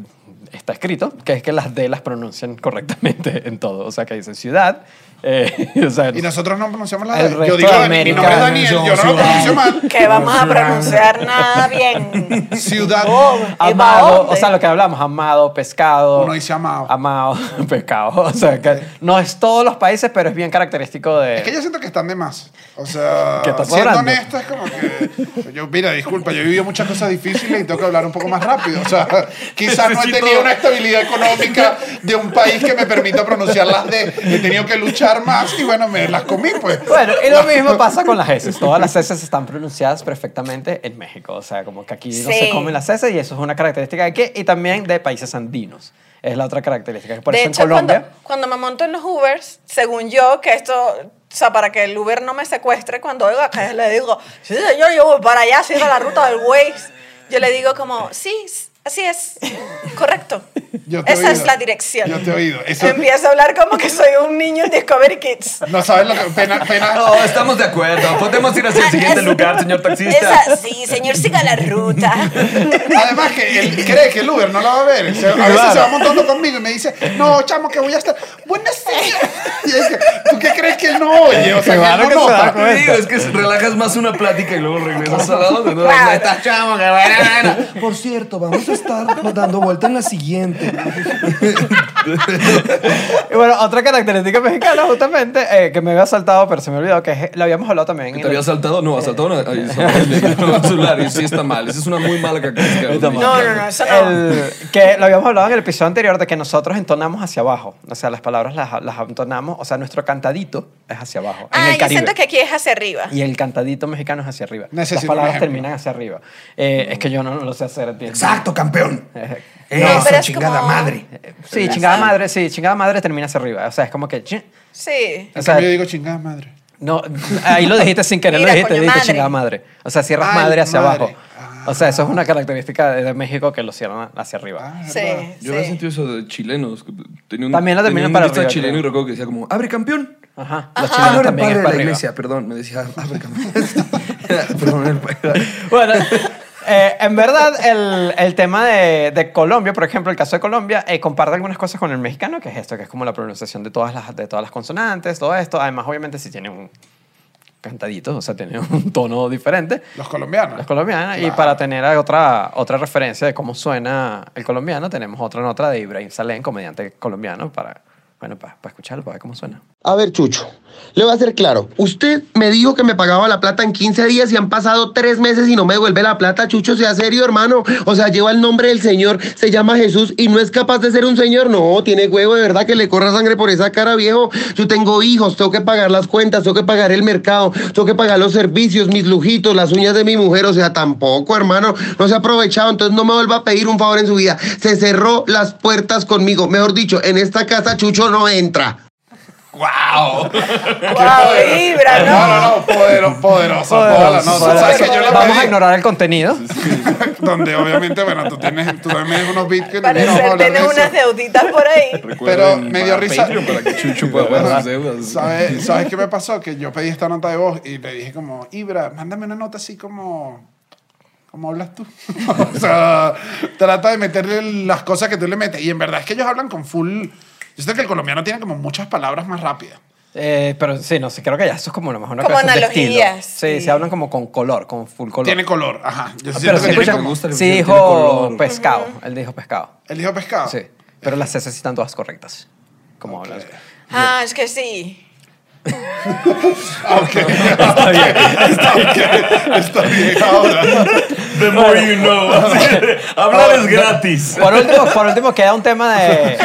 Speaker 1: está escrito, que es que las D las pronuncian correctamente en todo. O sea, que dicen ciudad. eh, o sea,
Speaker 3: Y nosotros no pronunciamos la
Speaker 1: El
Speaker 3: D.
Speaker 1: resto
Speaker 3: Yo digo,
Speaker 1: de
Speaker 3: Dani, mi
Speaker 1: América,
Speaker 3: nombre es Daniel, yo no lo
Speaker 5: ciudad.
Speaker 3: pronuncio mal.
Speaker 2: Que vamos a pronunciar nada bien.
Speaker 3: Ciudad.
Speaker 2: Oh, ¿y pa'
Speaker 1: Amado,
Speaker 2: dónde?
Speaker 1: o sea, lo que hablamos, amado, pescado.
Speaker 3: Uno dice amado.
Speaker 1: Amado, pescado. O sea, que no es todos los países, pero es bien característico de.
Speaker 3: Es que yo siento que están de más. O sea,
Speaker 1: Que estás
Speaker 3: siendo
Speaker 1: sobrando.
Speaker 3: honesto, es como que. Yo, mira, disculpa, yo he vivido muchas cosas difíciles y tengo que hablar un poco más rápido. O sea, quizás no he
Speaker 4: Necesito-
Speaker 3: tenido una estabilidad económica de un país que me permita pronunciar las D. He tenido que luchar más y bueno, me las comí, pues.
Speaker 1: Bueno, y lo mismo pasa con las heces. Todas las heces están pronunciadas perfectamente en México. O sea, como que aquí no
Speaker 2: Sí.
Speaker 1: se comen las heces y eso es una característica de aquí y también de países andinos. Es la otra característica. Por
Speaker 2: de
Speaker 1: eso
Speaker 2: hecho,
Speaker 1: en Colombia.
Speaker 2: cuando, cuando me monto en los Ubers, según yo, que esto, o sea, para que el Uber no me secuestre, cuando oigo que le digo, sí, señor, yo voy para allá, sigo la ruta del Waze, yo le digo como, sí, s- así es, correcto.
Speaker 3: Yo te he
Speaker 2: Esa
Speaker 3: oído.
Speaker 2: es la dirección.
Speaker 3: Yo te he oído. Eso-
Speaker 2: Empiezo a hablar como que soy un niño en Discovery Kids.
Speaker 3: No sabes lo que. Pena, pena.
Speaker 5: No, estamos de acuerdo. Podemos ir hacia el siguiente
Speaker 2: Ah, Es-
Speaker 5: lugar, señor taxista.
Speaker 2: Esa, sí, señor, siga la ruta.
Speaker 3: Además que él cree que el Uber no la va a ver. Se- a veces
Speaker 1: Claro.
Speaker 3: se va montando conmigo y me dice, no, chamo, que voy a estar. Buenas días. Y es que, ¿Tú qué crees que él no oye? O sea, que
Speaker 1: Claro
Speaker 3: él
Speaker 1: que
Speaker 3: no
Speaker 1: se
Speaker 3: nota.
Speaker 1: da cuenta.
Speaker 5: Te digo, es que relajas más una plática y luego regresas a la otra. ¿no?
Speaker 2: Claro.
Speaker 5: Estás chamo, que buena, buena. Por cierto, vamos a estar dando vuelta en la siguiente.
Speaker 1: Y bueno, otra característica mexicana justamente eh, que me había saltado, pero se me olvidó, que es- lo habíamos hablado también.
Speaker 5: ¿Te
Speaker 1: en el-
Speaker 5: había saltado? No, asaltado una, ay, asaltado un celular y sí está mal. Esa es una muy mala característica. de los
Speaker 1: Está mal.
Speaker 5: mexicanos.
Speaker 2: No, no, no, eso no.
Speaker 1: El- que lo habíamos hablado en el episodio anterior de que nosotros entonamos hacia abajo. O sea, las palabras las, las entonamos, o sea, nuestro cantadito es hacia abajo. en
Speaker 2: Ah,
Speaker 1: el
Speaker 2: yo
Speaker 1: Caribe.
Speaker 2: siento que aquí es hacia arriba.
Speaker 1: Y el cantadito mexicano es hacia arriba.
Speaker 3: Necesito
Speaker 1: Las
Speaker 3: un
Speaker 1: palabras
Speaker 3: ejemplo.
Speaker 1: terminan hacia arriba. Eh, es que yo no, no lo sé hacer, ¿entiendes?
Speaker 5: Exacto, campeón.
Speaker 1: Eh,
Speaker 2: No, pero
Speaker 5: Esa
Speaker 2: es
Speaker 5: chingada
Speaker 2: como-
Speaker 5: madre.
Speaker 1: Sí, chingada madre, sí, chingada madre termina hacia arriba. O sea, es como que. chin.
Speaker 2: Sí.
Speaker 1: O
Speaker 3: En
Speaker 1: sea,
Speaker 3: cambio, yo digo, chingada madre.
Speaker 1: no, ahí lo dijiste sin querer,
Speaker 2: Mira,
Speaker 1: lo dijiste,
Speaker 2: coño,
Speaker 1: dijiste
Speaker 2: madre.
Speaker 1: chingada madre. O sea, cierras
Speaker 3: Ay,
Speaker 1: madre hacia
Speaker 3: madre.
Speaker 1: abajo. O sea,
Speaker 5: Ah.
Speaker 1: eso es una característica de de México que lo cierran hacia arriba.
Speaker 3: Ah,
Speaker 2: Sí,
Speaker 3: ¿verdad?
Speaker 5: Yo
Speaker 2: sí.
Speaker 5: había sentido eso de chilenos. que Tenía un,
Speaker 1: También la
Speaker 5: tenía
Speaker 1: terminan
Speaker 5: un
Speaker 1: para
Speaker 5: guionista
Speaker 1: arriba,
Speaker 5: chileno
Speaker 1: creo.
Speaker 5: y recuerdo que decía como, abre campeón.
Speaker 1: Ajá. Los
Speaker 5: Ah, no
Speaker 1: chilenos
Speaker 5: era el
Speaker 1: también
Speaker 5: padre
Speaker 1: es
Speaker 5: de
Speaker 1: para
Speaker 5: la
Speaker 1: arriba.
Speaker 5: iglesia, perdón. Me decía, abre campeón. perdón, el padre.
Speaker 1: Bueno, eh, en verdad, el, el tema de, de Colombia, por ejemplo, el caso de Colombia, eh, comparte algunas cosas con el mexicano, que es esto, que es como la pronunciación de todas las, de todas las consonantes, todo esto. Además, obviamente, si tiene un cantadito, o sea, tiene un tono diferente.
Speaker 3: Los colombianos.
Speaker 1: Las colombianas, y
Speaker 3: Claro.
Speaker 1: para tener otra, otra referencia de cómo suena el colombiano, tenemos otra nota de Ibrahim Salem, comediante colombiano, para, bueno, para, escucharlo, para ver cómo suena.
Speaker 7: A ver, Chucho, le voy a ser claro. Usted me dijo que me pagaba la plata en 15 días y han pasado tres meses y no me devuelve la plata. Chucho, sea serio, hermano. O sea, lleva el nombre del Señor, se llama Jesús y no es capaz de ser un señor. No, tiene huevo de verdad que le corra sangre por esa cara, viejo. Yo tengo hijos, tengo que pagar las cuentas, tengo que pagar el mercado, tengo que pagar los servicios, mis lujitos, las uñas de mi mujer. O sea, tampoco, hermano. No se ha aprovechado, entonces no me vuelva a pedir un favor en su vida. Se cerró las puertas conmigo. Mejor dicho, en esta casa Chucho no entra.
Speaker 2: Guau,
Speaker 4: ¡Wow!
Speaker 2: vibra,
Speaker 3: No,
Speaker 2: ¿no?
Speaker 3: no, no, poderoso, poderoso, poderoso.
Speaker 1: Poderoso,
Speaker 3: ¿Sabes que yo
Speaker 1: poderoso.
Speaker 3: le
Speaker 1: Vamos a
Speaker 3: pedí-
Speaker 1: ignorar el contenido.
Speaker 3: Donde obviamente, bueno, tú tienes, tú también tienes unos beats que
Speaker 2: Parece
Speaker 3: no vamos a
Speaker 2: que
Speaker 3: hablar de
Speaker 2: tienes
Speaker 3: eso.
Speaker 2: unas deuditas por ahí.
Speaker 3: Pero me dio risa.
Speaker 4: Patreon para que Chuchu pueda pagar sus deudas.
Speaker 3: ¿Sabes, ¿Sabes qué me pasó? Que yo pedí esta nota de voz y le dije como, Ibra, mándame una nota así como... ¿Cómo hablas tú? o sea, trata de meterle las cosas que tú le metes. Y en verdad es que ellos hablan con full... Yo sé que el colombiano tiene como muchas palabras más rápidas.
Speaker 1: Eh, pero sí, no sé, creo que ya eso es como lo más una
Speaker 2: Como
Speaker 1: cuestión de
Speaker 2: analogías,
Speaker 1: estilo. Sí,
Speaker 2: sí.
Speaker 1: se hablan como con color, con full color. Ah,
Speaker 3: Tiene color, ajá. Yo
Speaker 1: pero
Speaker 3: siento
Speaker 1: sí,
Speaker 3: que tiene
Speaker 1: escucha,
Speaker 5: me
Speaker 3: como...
Speaker 5: gusta la
Speaker 1: sí
Speaker 5: versión,
Speaker 1: dijo
Speaker 5: tiene color.
Speaker 1: pescado, él dijo pescado.
Speaker 3: Él dijo pescado.
Speaker 1: Sí, pero las heces sí están todas correctas. Como hablas.
Speaker 2: Ah, es que sí.
Speaker 3: Ok. Está bien. Está bien. Está bien ahora.
Speaker 4: The more you know. Hablar es gratis.
Speaker 1: Por último, por último queda un tema de...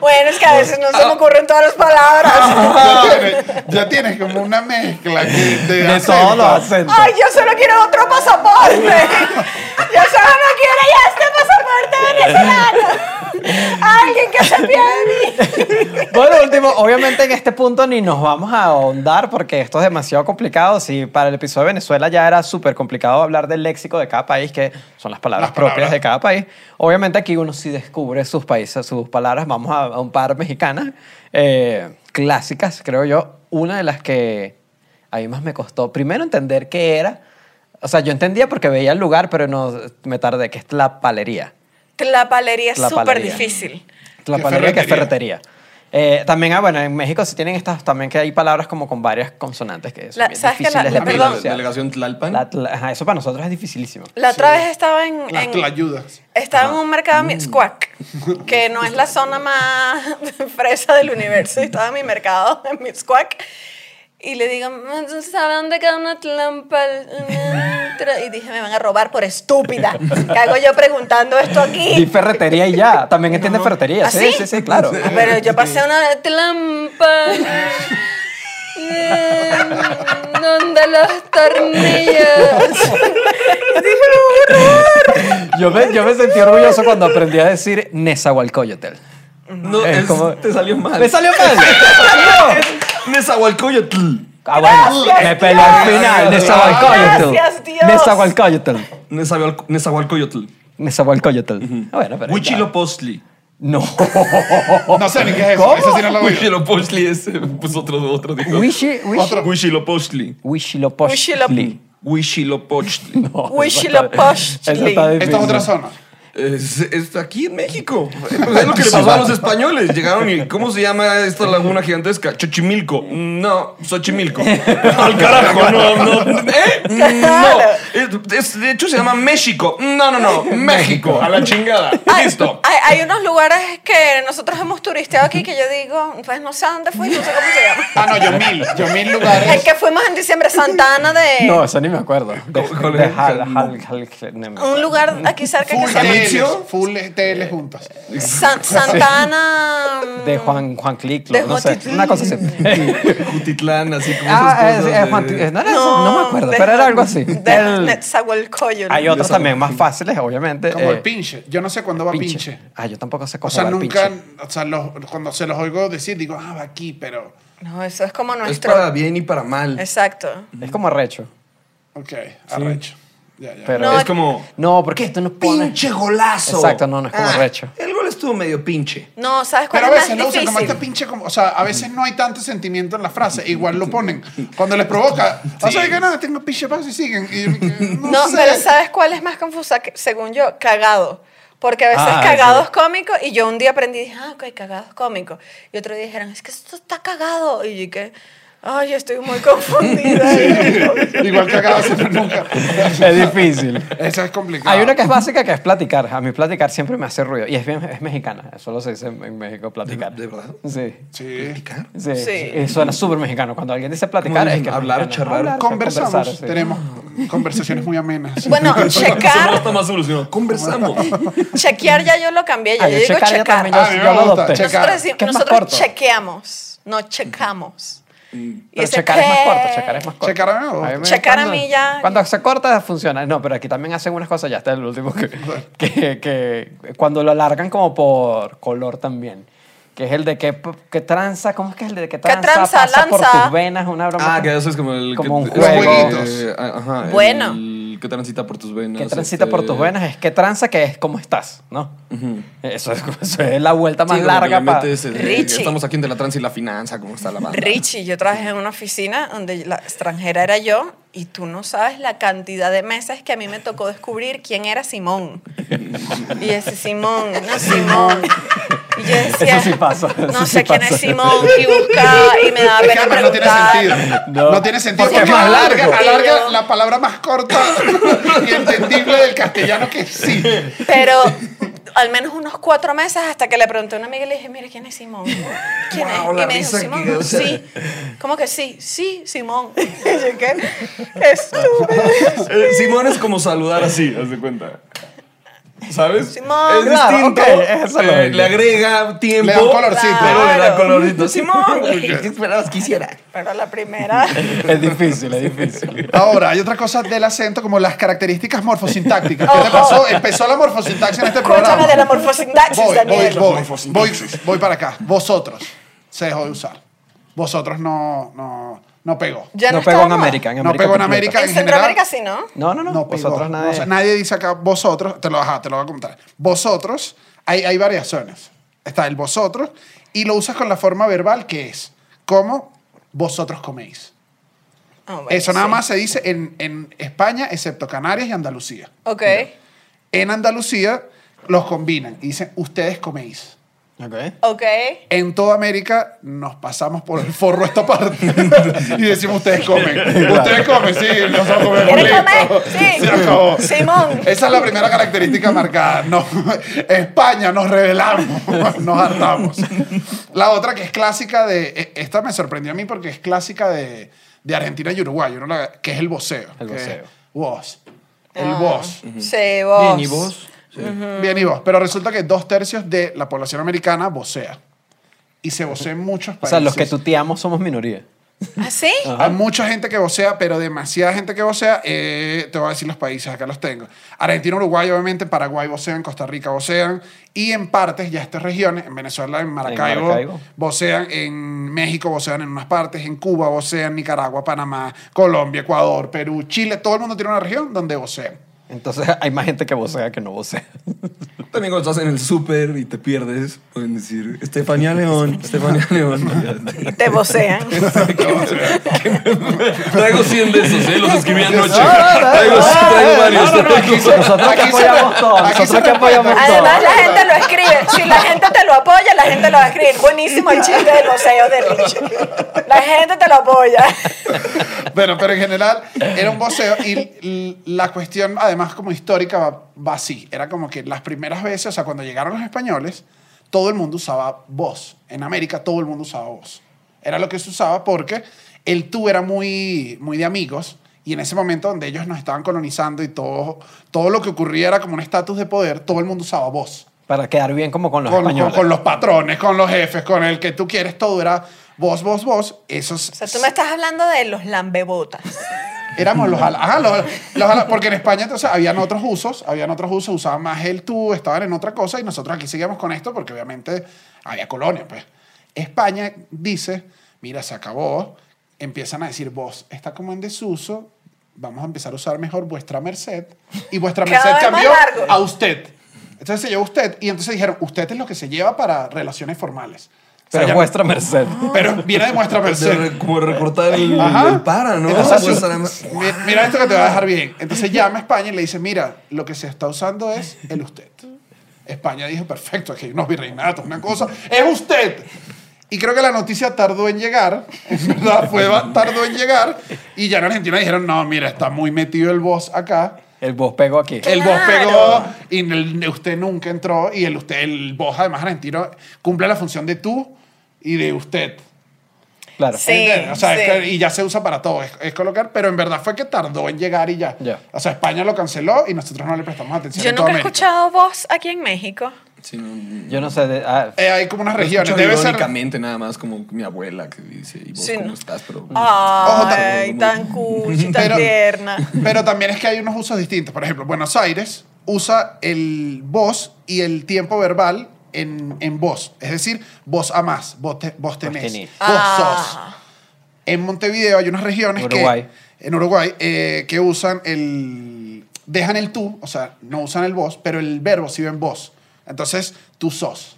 Speaker 2: Bueno, es que a veces no se me ocurren todas las palabras.
Speaker 3: ya, tienes, ya tienes como una mezcla aquí de,
Speaker 1: De
Speaker 3: acento.
Speaker 1: todos los acentos.
Speaker 2: Ay, yo solo quiero otro pasaporte. Yo solo no quiero ya este pasaporte venezolano. Alguien que se pierde de mí.
Speaker 1: Por último, obviamente en este punto ni nos vamos a ahondar porque esto es demasiado complicado. Si para el episodio de Venezuela ya era súper complicado hablar del léxico de cada país, que son las palabras
Speaker 3: Las
Speaker 1: propias
Speaker 3: palabras.
Speaker 1: de cada país, obviamente aquí uno sí descubre sus países, sus palabras. Vamos a, a un par mexicanas eh, clásicas, creo yo. Una de las que a mí más me costó primero entender qué era. O sea, yo entendía porque veía el lugar, pero no me tardé, que es la palería.
Speaker 2: Tlapalería es súper
Speaker 1: Tlapalería.
Speaker 2: difícil.
Speaker 1: Tlapalería que es
Speaker 3: ferretería.
Speaker 1: ferretería. Eh, también, ah, bueno, en México sí tienen estas, también que hay palabras como con varias consonantes que son
Speaker 2: La-
Speaker 1: bien
Speaker 2: ¿sabes que la-
Speaker 1: difíciles
Speaker 2: la-
Speaker 1: de
Speaker 2: perdón.
Speaker 1: pronunciar.
Speaker 4: Delegación Tlalpan.
Speaker 1: La tla- ajá, eso para nosotros es dificilísimo.
Speaker 2: La otra vez estaba en,
Speaker 3: Las
Speaker 2: en-
Speaker 3: tlayudas.
Speaker 2: estaba
Speaker 1: Ah.
Speaker 2: en un mercado
Speaker 1: Mm.
Speaker 2: Mixquack, que no es la zona más fresa del universo. y Estaba en mi mercado en Mixquack. Y le digo, ¿saben dónde queda una tlampa? Y dije, me van a robar por estúpida. ¿Qué hago yo preguntando esto
Speaker 1: Y
Speaker 2: aquí?
Speaker 1: ferretería y ya. También entiende ferretería.
Speaker 2: ¿Ah,
Speaker 1: sí,
Speaker 2: sí?
Speaker 1: sí, sí, claro.
Speaker 2: Ah, Pero yo pasé una trampa. mm, ¿Dónde los tornillos?
Speaker 1: Yo me, yo me sentí orgulloso cuando aprendí a decir Nezahualcóyotl.
Speaker 4: No,
Speaker 1: Es
Speaker 4: es-
Speaker 1: como-
Speaker 4: te salió mal.
Speaker 1: Eh, ¡Me salió mal! ¡No!
Speaker 4: Nezahualcóyotl.
Speaker 1: Ah, bueno,
Speaker 2: Gracias,
Speaker 1: me peleó al
Speaker 2: Dios.
Speaker 1: final. Nezahualcóyotl.
Speaker 2: Gracias, Dios.
Speaker 1: Nezahualcóyotl.
Speaker 4: Nezahual- Nezahualcóyotl.
Speaker 1: Nezahualcóyotl. Ah, bueno, pero.
Speaker 4: Huichilopostli.
Speaker 1: No. Oh.
Speaker 3: No sé ni qué es eso. Eso sí no lo voy a
Speaker 4: Huichilopostli es eh, pues otro otro tipo.
Speaker 1: Huichi. Huichi.
Speaker 3: Otro.
Speaker 4: Huichilopostli.
Speaker 1: Huichilopochtli.
Speaker 4: Huichilopostli.
Speaker 1: No,
Speaker 2: Huichilopochtli.
Speaker 1: pues, eso está
Speaker 3: Esta es otra
Speaker 1: difícil.
Speaker 3: zona.
Speaker 4: Es, es aquí en México. Es lo que le pasó a los españoles. Llegaron y ¿cómo se llama esta laguna gigantesca? Xochimilco. Mm, No, Xochimilco. Al carajo, no, no. ¿Eh? No. Es- es- de hecho se llama México. Mm, No, no, no. México. Ah. A la chingada.
Speaker 2: Hay-
Speaker 4: Listo.
Speaker 2: Hay, hay unos lugares que nosotros hemos turisteado aquí que yo digo, pues no sé a dónde fui, no sé cómo se llama.
Speaker 3: Ah, no, yo mil. Yo mil
Speaker 2: El
Speaker 3: lugares.
Speaker 2: que fuimos en diciembre, Santana de
Speaker 1: No, eso ni me acuerdo. De,
Speaker 4: ¿Cuál
Speaker 1: de
Speaker 4: es?
Speaker 1: Hal- Hal- Hal- no me acuerdo.
Speaker 2: un lugar aquí cerca que
Speaker 3: Full
Speaker 2: se llama
Speaker 3: TL. Full
Speaker 1: Eh,
Speaker 3: TL juntas.
Speaker 2: San- Santana. mm,
Speaker 1: De Juan, Juan Cliclo,
Speaker 2: De
Speaker 1: no sé,
Speaker 2: Juan-
Speaker 1: una cosa así.
Speaker 4: Jutitlán, así como
Speaker 1: ah, es,
Speaker 4: esas
Speaker 1: es Juan
Speaker 4: cosas. de-
Speaker 1: Cli- no, era eso, no me acuerdo,
Speaker 2: de-
Speaker 1: pero era algo así.
Speaker 2: De
Speaker 1: El-
Speaker 2: Netzahualcóyotl.
Speaker 1: hay otros también más fáciles, obviamente.
Speaker 3: Como
Speaker 1: eh,
Speaker 3: el pinche. Yo no sé cuándo va pinche.
Speaker 1: Ah, yo tampoco sé cómo
Speaker 3: O sea,
Speaker 1: va el
Speaker 3: nunca,
Speaker 1: pinche.
Speaker 3: o sea, los- cuando se los oigo decir, digo, ah, va aquí, pero,
Speaker 2: No, eso es como
Speaker 4: Es
Speaker 2: nuestro.
Speaker 4: para bien y para mal.
Speaker 2: Exacto.
Speaker 1: Es como recho.
Speaker 3: ok, arrecho. Ya, ya.
Speaker 1: Pero
Speaker 2: No,
Speaker 4: es como
Speaker 1: No, porque esto no pone...
Speaker 4: pinche golazo. Ah,
Speaker 1: Exacto, no, no es como recho.
Speaker 4: El gol estuvo medio pinche.
Speaker 2: No, ¿sabes cuál
Speaker 3: Pero a
Speaker 2: es
Speaker 3: veces
Speaker 2: más
Speaker 3: lo usan como esta
Speaker 2: difícil?
Speaker 3: pinche, como, o sea, a veces no hay tanto sentimiento en la frase, igual lo ponen. Cuando les provoca, o sea, que nada, tengo pinche paso y siguen. Y yo me quedo, no,
Speaker 2: No,
Speaker 3: sé.
Speaker 2: pero ¿sabes cuál es más confusa? Que- según yo, cagado. Porque a veces
Speaker 1: Ah,
Speaker 2: cagado
Speaker 1: sí.
Speaker 2: es cómico y yo un día aprendí y dije, ah, ok, cagado es cómico. Y otro día dijeron, es que esto está cagado. Y yo que, ay, estoy muy confundida.
Speaker 3: Igual que acá, pero nunca.
Speaker 1: Es difícil.
Speaker 3: Esa es complicada.
Speaker 1: Hay una que es básica que es platicar. A mí platicar siempre me hace ruido. Y es bien, es mexicana. Solo se dice en en México platicar.
Speaker 4: ¿De- de verdad?
Speaker 1: Sí.
Speaker 3: Sí.
Speaker 1: Sí.
Speaker 2: Sí.
Speaker 1: Y suena súper mexicano. Cuando alguien dice platicar,
Speaker 4: ¿Cómo
Speaker 1: es
Speaker 4: dicen?
Speaker 1: que es
Speaker 4: Hablar,
Speaker 1: mexicano.
Speaker 4: charlar.
Speaker 1: Hablar,
Speaker 3: Conversamos,
Speaker 1: conversar, sí. Ah,
Speaker 3: tenemos conversaciones muy amenas.
Speaker 2: Bueno,
Speaker 4: Eso no
Speaker 2: checar,
Speaker 4: está más solucionado. Conversamos.
Speaker 2: chequear ya yo lo cambié, ya
Speaker 1: Ah,
Speaker 2: yo digo
Speaker 1: checar, yo
Speaker 2: checar.
Speaker 1: también, yo-
Speaker 3: Ah, a mí me
Speaker 1: yo lo
Speaker 3: gusta,
Speaker 1: adopté.
Speaker 3: checar.
Speaker 2: Nosotros, decimos-
Speaker 1: ¿Qué es más
Speaker 2: nosotros
Speaker 1: corto?
Speaker 2: chequeamos, no checamos.
Speaker 3: Mm,
Speaker 2: Y
Speaker 1: Pero
Speaker 2: ese
Speaker 1: checar es más
Speaker 2: ¿qué?
Speaker 1: corto, checar es más corto.
Speaker 3: Checar a mí me gusta.
Speaker 1: me-
Speaker 2: Checar a
Speaker 1: cuando-
Speaker 2: mí ya-
Speaker 1: Cuando se corta, funciona. No, pero aquí también hacen unas cosas, ya está el último, que, que, que cuando lo alargan como por color también. Que es el de que, que tranza, ¿cómo es que es el de que tranza?
Speaker 2: tranza?
Speaker 1: pasa por
Speaker 2: Lanza.
Speaker 1: tus venas, una broma.
Speaker 4: Ah, que eso es como el
Speaker 1: Como un
Speaker 4: que,
Speaker 1: juego.
Speaker 4: jueguitos. ajá,
Speaker 2: Bueno.
Speaker 4: El que transita por tus venas.
Speaker 1: que transita por tus
Speaker 4: este,
Speaker 1: venas es que tranza, que es cómo estás, ¿no? eso, es, eso es la vuelta
Speaker 4: sí,
Speaker 1: más
Speaker 4: como que
Speaker 1: larga
Speaker 4: le
Speaker 1: para...
Speaker 4: metes el-
Speaker 2: Richie.
Speaker 4: Estamos aquí entre la trans y la finanza, cómo está la banda.
Speaker 2: Richie, yo trabajé en una oficina donde la extranjera era yo y tú no sabes la cantidad de meses que a mí me tocó descubrir quién era Simón. Y ese Simón, no Simón. Y yo decía,
Speaker 1: Eso sí pasa, eso
Speaker 2: no
Speaker 1: sí
Speaker 2: sé quién
Speaker 1: pasa.
Speaker 2: es Simón y buscaba y me daba
Speaker 3: Es que
Speaker 2: pena
Speaker 3: además no tiene sentido.
Speaker 2: preguntar.
Speaker 1: No.
Speaker 3: No, tiene sentido
Speaker 1: Porque
Speaker 3: porque,
Speaker 1: es más
Speaker 3: alarga,
Speaker 2: largo.
Speaker 3: alarga la palabra más corta y entendible del castellano que sí.
Speaker 2: Pero al menos unos cuatro meses hasta que le pregunté a una amiga y le dije, mira, ¿quién es Simón? ¿Quién
Speaker 4: Wow,
Speaker 2: es?
Speaker 4: la
Speaker 2: Y me dijo,
Speaker 4: risa que-
Speaker 2: Simón,
Speaker 4: o sea-
Speaker 2: sí. ¿Cómo que sí? Sí, Simón. Y yo, ¿qué? Estúpido.
Speaker 4: Eh, Simón es como saludar así, haz de cuenta. ¿Sabes?
Speaker 2: Simón,
Speaker 4: es
Speaker 1: Ah, claro,
Speaker 4: distinto.
Speaker 1: ok, eso lo
Speaker 4: eh,
Speaker 1: digo.
Speaker 4: le agrega tiempo.
Speaker 3: Le da un colorcito.
Speaker 4: Pero le da
Speaker 2: Claro.
Speaker 4: colorcito. Simón, güey, ¿qué esperabas que hiciera?
Speaker 2: Pero la primera...
Speaker 3: Este
Speaker 1: Es difícil, es difícil.
Speaker 3: Ahora, hay otra cosa del acento, como las características morfosintácticas. ¿Qué te
Speaker 2: Oh,
Speaker 3: pasó?
Speaker 2: oh.
Speaker 3: Empezó la morfosintaxis en este
Speaker 2: Cuéntame
Speaker 3: programa.
Speaker 2: de la morfosintaxis,
Speaker 3: voy, voy,
Speaker 2: Daniel.
Speaker 3: voy, voy, voy para acá. Vosotros. Se dejó de usar. Vosotros no, no, no pegó.
Speaker 2: Ya
Speaker 1: no
Speaker 2: no,
Speaker 1: pegó en
Speaker 2: estamos-
Speaker 1: América, en
Speaker 3: No
Speaker 1: América.
Speaker 3: pegó en
Speaker 1: completa.
Speaker 3: América.
Speaker 2: En
Speaker 3: en
Speaker 2: Centroamérica
Speaker 3: general,
Speaker 2: sí, ¿no?
Speaker 1: No, no, no,
Speaker 3: pegó.
Speaker 1: vosotros nadie.
Speaker 3: O sea, nadie dice acá vosotros, te lo, ajá, te lo voy a contar. Vosotros, hay, hay variaciones. Está el vosotros y lo usas con la forma verbal que es como vosotros coméis.
Speaker 2: Ah, bueno,
Speaker 3: Eso nada
Speaker 2: sí.
Speaker 3: más se dice en, en España, excepto Canarias y Andalucía.
Speaker 2: Ok.
Speaker 3: En Andalucía, los combinan y dicen, ustedes coméis.
Speaker 1: Ok.
Speaker 2: Ok.
Speaker 3: En toda América nos pasamos por el forro esta parte y decimos, ustedes comen. Ustedes comen, sí, nosotros comemos.
Speaker 2: ¿Quieres
Speaker 3: listo.
Speaker 2: comer? Sí.
Speaker 3: Se acabó.
Speaker 2: Simón.
Speaker 3: Esa es la primera característica marcada. No, España, nos rebelamos, nos hartamos. La otra que es clásica de... e- Esta me sorprendió a mí porque es clásica de, de Argentina y Uruguay, uno la- que es el voceo.
Speaker 1: El
Speaker 3: que es
Speaker 1: voceo.
Speaker 3: Vos. El
Speaker 2: Ah,
Speaker 3: vos.
Speaker 2: Sí, vos.
Speaker 5: Bien, ¿y vos?
Speaker 3: Bien, y vos. Pero resulta que dos tercios de la población americana vocea. Y se vocea en muchos
Speaker 1: O
Speaker 3: países.
Speaker 1: sea, los que tuteamos somos minoría.
Speaker 2: ¿Ah, sí?
Speaker 1: Ajá.
Speaker 3: Hay mucha gente que vocea, pero demasiada gente que vocea. eh, te voy a decir los países, acá los tengo. Argentina, Uruguay, obviamente, Paraguay vocean, Costa Rica vocean. Y en partes, ya estas regiones, en Venezuela, en Maracaibo,
Speaker 1: Maracaibo.
Speaker 3: vocean, en México vocean en unas partes, en Cuba vocean, Nicaragua, Panamá, Colombia, Ecuador, Perú, Chile. Todo el mundo tiene una región donde vocean.
Speaker 1: Entonces hay más gente que vocea que no vocea.
Speaker 5: También cuando estás en el súper y te pierdes, pueden decir, Estefanía León, Estefanía León.
Speaker 2: Te vocean.
Speaker 5: Traigo 100 de esos, ¿eh? Los escribí anoche.
Speaker 1: Ah, ah,
Speaker 5: Traigo,
Speaker 1: ah,
Speaker 5: traigo varios.
Speaker 1: ah,
Speaker 5: te tengo.
Speaker 1: Nosotros que
Speaker 3: Aquí se-
Speaker 1: apoyamos todo.
Speaker 3: aquí se
Speaker 1: Nosotros que
Speaker 3: respeta.
Speaker 1: apoyamos todo.
Speaker 2: Además, la gente lo escribe. Si la gente te lo apoya, la gente lo va a escribir. Buenísimo el chiste del voceo de Rich. La gente te lo apoya.
Speaker 3: Bueno, pero en general era un voceo y l- la cuestión, además, como histórica, va, va así. Era como que las primeras veces, o sea, cuando llegaron los españoles, todo el mundo usaba voz. En América todo el mundo usaba voz. Era lo que se usaba porque el tú era muy, muy de amigos y en ese momento donde ellos nos estaban colonizando y todo, todo lo que ocurría era como un estatus de poder, todo el mundo usaba voz.
Speaker 1: Para quedar bien como con los
Speaker 3: Con, con-
Speaker 1: españoles.
Speaker 3: con los patrones, con los jefes, con el que tú quieres, todo era voz, voz, voz. Esos
Speaker 2: O sea, tú me estás hablando de los lambebotas.
Speaker 3: Éramos los ala- ajá, los, los ala- porque en España entonces habían otros usos, habían otros usos, usaban más el tú, estaban en otra cosa y nosotros aquí seguíamos con esto porque obviamente había colonia, pues. España dice, mira, se acabó, empiezan a decir vos, está como en desuso, vamos a empezar a usar mejor vuestra merced y vuestra
Speaker 2: Cada
Speaker 3: merced
Speaker 2: vez más
Speaker 3: cambió
Speaker 2: largo.
Speaker 3: a usted. Entonces se llevó usted y entonces dijeron, usted es lo que se lleva para relaciones formales. O sea,
Speaker 1: Pero
Speaker 3: ya-
Speaker 1: es vuestra merced.
Speaker 3: pero viene de vuestra
Speaker 5: De
Speaker 3: merced.
Speaker 5: re- como recortar el,
Speaker 3: Pues Ajá.
Speaker 5: el para, ¿no?
Speaker 3: Entonces,
Speaker 5: Pues,
Speaker 3: si-
Speaker 5: nada más.
Speaker 3: mi- mira esto que te va a dejar bien. Entonces llama a España y le dice, mira, lo que se está usando es el usted. España dijo, perfecto, aquí hay unos virreinatos, una cosa, es usted. Y creo que la noticia tardó en llegar, en verdad, fue, tardó en llegar. Y ya en Argentina dijeron, no, mira, está muy metido el boss acá.
Speaker 1: El vos pegó aquí.
Speaker 3: El boss pegó
Speaker 2: Claro.
Speaker 3: y el, usted nunca entró. Y el, usted, el boss, además, argentino, cumple la función de tú y de usted.
Speaker 1: Claro.
Speaker 2: Sí.
Speaker 3: ¿Entiendes? O sea, es
Speaker 2: sí.
Speaker 3: que- y ya se usa para todo, es, es colocar, pero en verdad fue que tardó en llegar y ya.
Speaker 1: Ya.
Speaker 3: O sea, España lo canceló y nosotros no le prestamos atención.
Speaker 2: Yo
Speaker 3: en toda
Speaker 2: nunca he
Speaker 3: América.
Speaker 2: escuchado voz aquí en México.
Speaker 5: Sí, no,
Speaker 1: Yo no sé. de- ah,
Speaker 3: Eh, hay como unas regiones,
Speaker 5: Escucho
Speaker 3: debe ser.
Speaker 5: irónicamente nada más como mi abuela que dice, ¿y vos
Speaker 2: Sí,
Speaker 5: cómo
Speaker 2: no. Ah.
Speaker 5: estás? Pero,
Speaker 2: Ay,
Speaker 5: Ojo,
Speaker 2: tan cuchi, tan
Speaker 3: Pero-
Speaker 2: tierna.
Speaker 3: Pero también es que hay unos usos distintos. Por ejemplo, Buenos Aires usa el vos y el tiempo verbal en, en vos. Es decir, vos amás, vos, te- vos tenés,
Speaker 1: tenés.
Speaker 3: vos sos.
Speaker 2: Ah,
Speaker 3: En Montevideo hay unas regiones
Speaker 1: Uruguay.
Speaker 3: que en Uruguay eh, que usan el dejan el tú, o sea, no usan el vos, pero el verbo sí ven vos. Entonces, tú sos.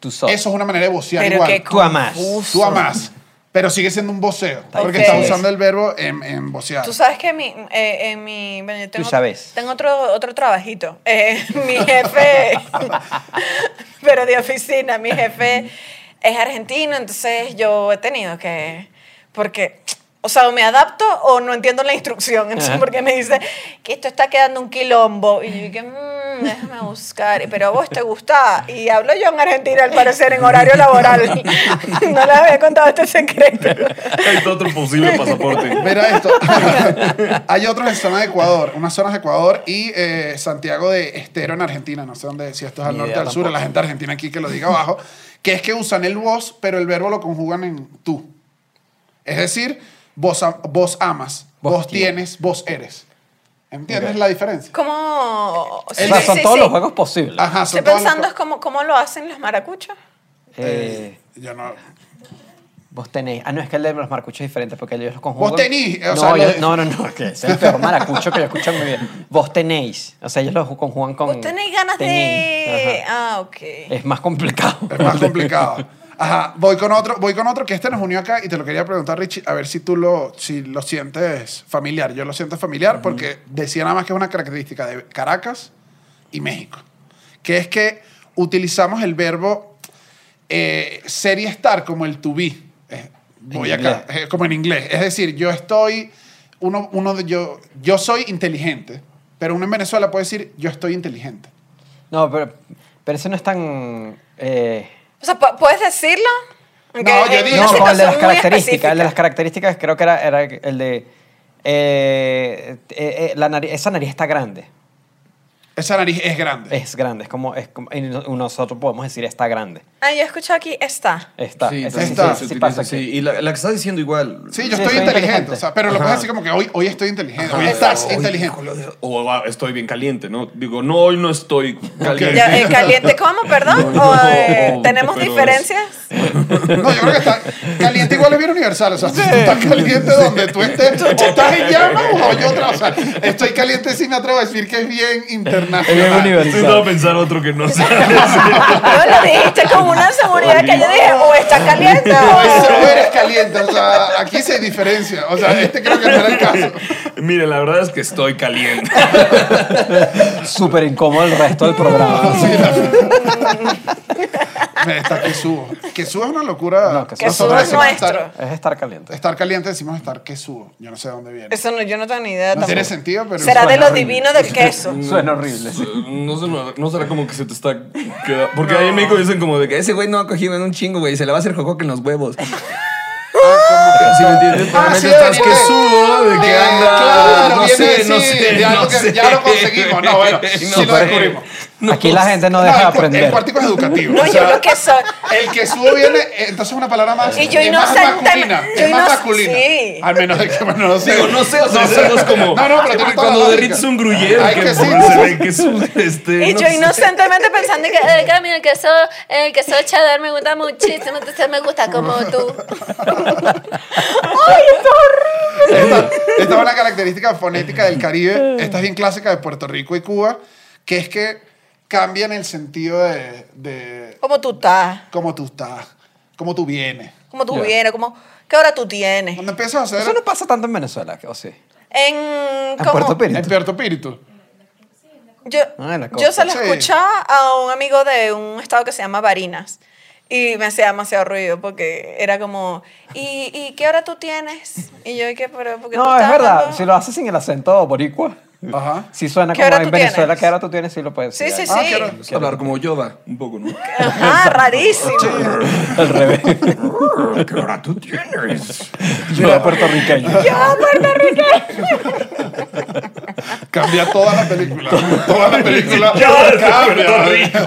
Speaker 1: tú sos.
Speaker 3: Eso es una manera de vocear
Speaker 2: pero
Speaker 3: igual.
Speaker 2: qué
Speaker 1: Tú amás.
Speaker 2: confuso.
Speaker 3: Tú amás, pero sigue siendo un voceo, porque
Speaker 2: Ok.
Speaker 3: está usando el verbo en, en vocear.
Speaker 2: Tú sabes que mi, eh, eh, mi, bueno, yo tengo,
Speaker 1: sabes.
Speaker 2: tengo otro, otro trabajito. Eh, mi jefe, pero de oficina, mi jefe es argentino, entonces yo he tenido que, porque, o sea, o me adapto o no entiendo la instrucción, entonces,
Speaker 1: Ajá.
Speaker 2: porque me dice que esto está quedando un quilombo, y yo dije, "Mm, déjame buscar, pero a vos te gusta, y hablo yo en Argentina, al parecer, en horario laboral. no les había contado este secreto.
Speaker 4: Ahí está otro posible pasaporte.
Speaker 3: Mira esto. Hay otros en zona de Ecuador, unas zonas de Ecuador y eh, Santiago de Estero en Argentina, no sé dónde, si esto es al
Speaker 1: Ni
Speaker 3: norte o
Speaker 1: idea
Speaker 3: al sur, a la
Speaker 1: tampoco.
Speaker 3: gente argentina aquí que lo diga abajo, que es que usan el vos, pero el verbo lo conjugan en tú. Es decir, vos, am- vos amas, vos,
Speaker 1: Vos
Speaker 3: tienes, vos eres. ¿Entiendes
Speaker 1: Ok.
Speaker 3: la diferencia?
Speaker 2: ¿Cómo?
Speaker 1: O
Speaker 2: Sí,
Speaker 1: sea,
Speaker 2: sí,
Speaker 1: son
Speaker 2: sí,
Speaker 1: todos
Speaker 2: sí.
Speaker 1: los juegos posibles.
Speaker 3: Ajá, son
Speaker 2: Estoy
Speaker 3: todas las
Speaker 2: pensando es
Speaker 3: co-
Speaker 2: cómo, cómo lo hacen los maracuchos.
Speaker 1: Eh,
Speaker 3: Yo no-
Speaker 1: Vos tenés. Ah, no, es que el de los maracuchos es diferente porque ellos los conjugan.
Speaker 3: Vos tenís, eh, o
Speaker 1: no,
Speaker 3: sea,
Speaker 1: yo-
Speaker 3: los-
Speaker 1: no, no, no, que es el peor maracucho que yo escucho en mi vida. Vos tenéis. O sea, ellos los conjugan con.
Speaker 2: Vos tenéis ganas de...
Speaker 1: tenéis, ajá.
Speaker 2: Ah, ok.
Speaker 1: Es más complicado.
Speaker 3: Es más complicado. Ajá, voy con otro, voy con otro que este nos unió acá y te lo quería preguntar, Richie, a ver si tú lo, si lo sientes familiar. Yo lo siento familiar porque decía nada más que es una característica de Caracas y México, que es que utilizamos el verbo eh, ser y estar como el to be. Eh, voy
Speaker 1: En
Speaker 3: acá, eh, como en inglés. Es decir, yo estoy, uno, uno de yo, yo soy inteligente, pero uno en Venezuela puede decir yo estoy inteligente.
Speaker 1: No, pero, pero eso no es tan... eh,
Speaker 2: O sea, ¿pu- ¿puedes decirlo? Aunque
Speaker 3: No, yo
Speaker 2: en
Speaker 3: digo-
Speaker 2: una
Speaker 1: no, como el de
Speaker 2: situación
Speaker 1: las
Speaker 2: muy
Speaker 1: características. El de las
Speaker 2: específica.
Speaker 1: características creo que era, era el de... eh, eh, eh, la nariz- esa nariz está grande.
Speaker 3: Esa nariz es grande.
Speaker 1: Es grande. Es como... Es como- y no- nosotros podemos decir está grande.
Speaker 2: Ah, yo escucho aquí está.
Speaker 1: Está.
Speaker 5: Sí, también
Speaker 1: Eso sí,
Speaker 3: está.
Speaker 1: sí,
Speaker 5: se
Speaker 1: sí
Speaker 5: utiliza
Speaker 1: pasa
Speaker 5: así.
Speaker 1: aquí.
Speaker 5: Y la, la que estás diciendo igual.
Speaker 3: Sí,
Speaker 1: Sí,
Speaker 3: yo estoy
Speaker 1: soy
Speaker 3: inteligente,
Speaker 1: inteligente.
Speaker 3: o sea, pero lo
Speaker 5: Ajá.
Speaker 3: puedes decir como que hoy, hoy estoy inteligente, hoy
Speaker 5: Ajá.
Speaker 3: estás
Speaker 5: Oye,
Speaker 3: inteligente.
Speaker 5: híjole, O ah, estoy bien caliente, ¿no? Digo, no, hoy no estoy caliente.
Speaker 2: Ya, eh, ¿Caliente cómo, perdón?
Speaker 5: No,
Speaker 2: ¿O, eh,
Speaker 5: no,
Speaker 2: ¿Tenemos
Speaker 5: pero-
Speaker 2: diferencias?
Speaker 3: No, yo creo que está caliente igual es bien universal. O sea, si tú estás caliente donde tú estés, o estás en llamas o yo otra. O sea, estoy caliente si me atrevo a decir que es bien
Speaker 1: Es bien
Speaker 3: internacional.
Speaker 1: universal.
Speaker 5: Estoy intentando pensar otro que no sea.
Speaker 2: No lo dijiste con una seguridad que yo dije, o está caliente oh".
Speaker 3: No, eso no
Speaker 2: o...
Speaker 3: eres caliente. O sea, aquí se diferencia. O sea, este creo que no era el caso.
Speaker 5: Mire, la verdad es que estoy caliente.
Speaker 1: súper incómodo el resto del programa.
Speaker 3: Sí, la- Me está que subo. Que subo es una locura.
Speaker 1: No, que subo.
Speaker 3: Nosotros
Speaker 1: Que subo es
Speaker 3: decimos estar-
Speaker 2: nuestro.
Speaker 1: Es estar caliente.
Speaker 3: Estar caliente decimos estar que subo. Yo no sé de dónde viene.
Speaker 2: Eso no, yo no tengo ni idea
Speaker 3: No tiene
Speaker 2: tampoco.
Speaker 3: sentido, pero.
Speaker 2: Será de
Speaker 3: bueno,
Speaker 2: lo divino del
Speaker 3: Mm.
Speaker 2: queso.
Speaker 1: Suena horrible. sí.
Speaker 5: No, sé, no- no será como que se te está queda- Porque ahí en México dicen como de que ese güey no ha cogido en un chingo, güey. Se le va a hacer jocoque en los huevos. ¿Sí me entiendes?
Speaker 3: Ah,
Speaker 5: Realmente
Speaker 3: sí,
Speaker 5: estás
Speaker 3: ahorita.
Speaker 5: que subo, de que
Speaker 3: Eh,
Speaker 5: anda.
Speaker 3: claro,
Speaker 5: no,
Speaker 3: viene
Speaker 5: sé,
Speaker 3: así,
Speaker 5: no sé,
Speaker 3: de algo
Speaker 5: no
Speaker 3: que
Speaker 5: sé.
Speaker 3: ya lo conseguimos. No, bueno, sí lo
Speaker 5: Súper-
Speaker 3: descubrimos.
Speaker 1: Aquí la gente no
Speaker 3: No,
Speaker 1: deja de
Speaker 3: el, cu- el
Speaker 1: aprender.
Speaker 3: cuartico es educativo.
Speaker 2: No,
Speaker 3: o
Speaker 2: yo
Speaker 3: sea,
Speaker 2: lo que soy...
Speaker 3: El que subo viene, eh, entonces es una palabra más.
Speaker 2: Y yo
Speaker 3: es más
Speaker 2: inocente-
Speaker 3: masculina.
Speaker 2: yo
Speaker 3: es más
Speaker 2: inoc-
Speaker 3: masculina.
Speaker 2: sí.
Speaker 3: Al menos el que, bueno, no sé.
Speaker 5: Digo, no sé, o sea,
Speaker 3: No sé.
Speaker 5: eso es como.
Speaker 3: No, no, pero tiene
Speaker 5: porque
Speaker 3: toda la
Speaker 5: cuando
Speaker 3: lógica.
Speaker 5: derrites un gruyere,
Speaker 3: Ay,
Speaker 5: que,
Speaker 3: que sí.
Speaker 5: se ve que es un. Este,
Speaker 2: Y
Speaker 5: no
Speaker 2: yo
Speaker 5: sé.
Speaker 2: inocentemente pensando que...
Speaker 8: El camino que soy, el que soy cheddar me gusta muchísimo, entonces me gusta como tú.
Speaker 3: Esta, esta es una característica fonética del Caribe. Esta es bien clásica de Puerto Rico y Cuba, que es que cambian el sentido de, de
Speaker 2: Como eh, tú estás,
Speaker 3: cómo tú estás, cómo tú vienes.
Speaker 2: como tú vienes, como... ¿Qué hora tú tienes?
Speaker 3: Cuando empiezas a hacer
Speaker 1: Eso no pasa tanto en Venezuela, ¿o sí?
Speaker 2: En...
Speaker 1: En
Speaker 2: como-
Speaker 1: Puerto Piri.
Speaker 3: en Puerto Píritu.
Speaker 2: Yo,
Speaker 1: Ah, en la
Speaker 2: yo se lo
Speaker 3: costa. Sí.
Speaker 2: escuchaba a un amigo de un estado que se llama Barinas y me hacía demasiado ruido porque era como, ¿y, y qué hora tú tienes? Y yo, ¿y qué? Pero, ¿por qué tú
Speaker 1: No, es
Speaker 2: estás
Speaker 1: verdad.
Speaker 2: hablando?
Speaker 1: Si lo haces sin el acento boricua,
Speaker 3: Ajá. Ah,
Speaker 1: si suena
Speaker 2: ¿Qué
Speaker 1: como
Speaker 2: hora
Speaker 1: en
Speaker 2: tú
Speaker 1: Venezuela,
Speaker 2: tienes?
Speaker 1: que ahora tú tienes? Sí lo puedes
Speaker 2: Sí,
Speaker 1: decir.
Speaker 2: sí,
Speaker 1: ahí.
Speaker 2: sí.
Speaker 5: Vamos a Hablar como Yoda, un poco, ¿no?
Speaker 2: Ajá, rarísimo.
Speaker 1: Ah, Al revés.
Speaker 5: ¿Qué hora tú tienes?
Speaker 1: Yo era puertorriqueño.
Speaker 2: Yo, Puerto Rico.
Speaker 3: Cambia toda la película. toda la película. cambia.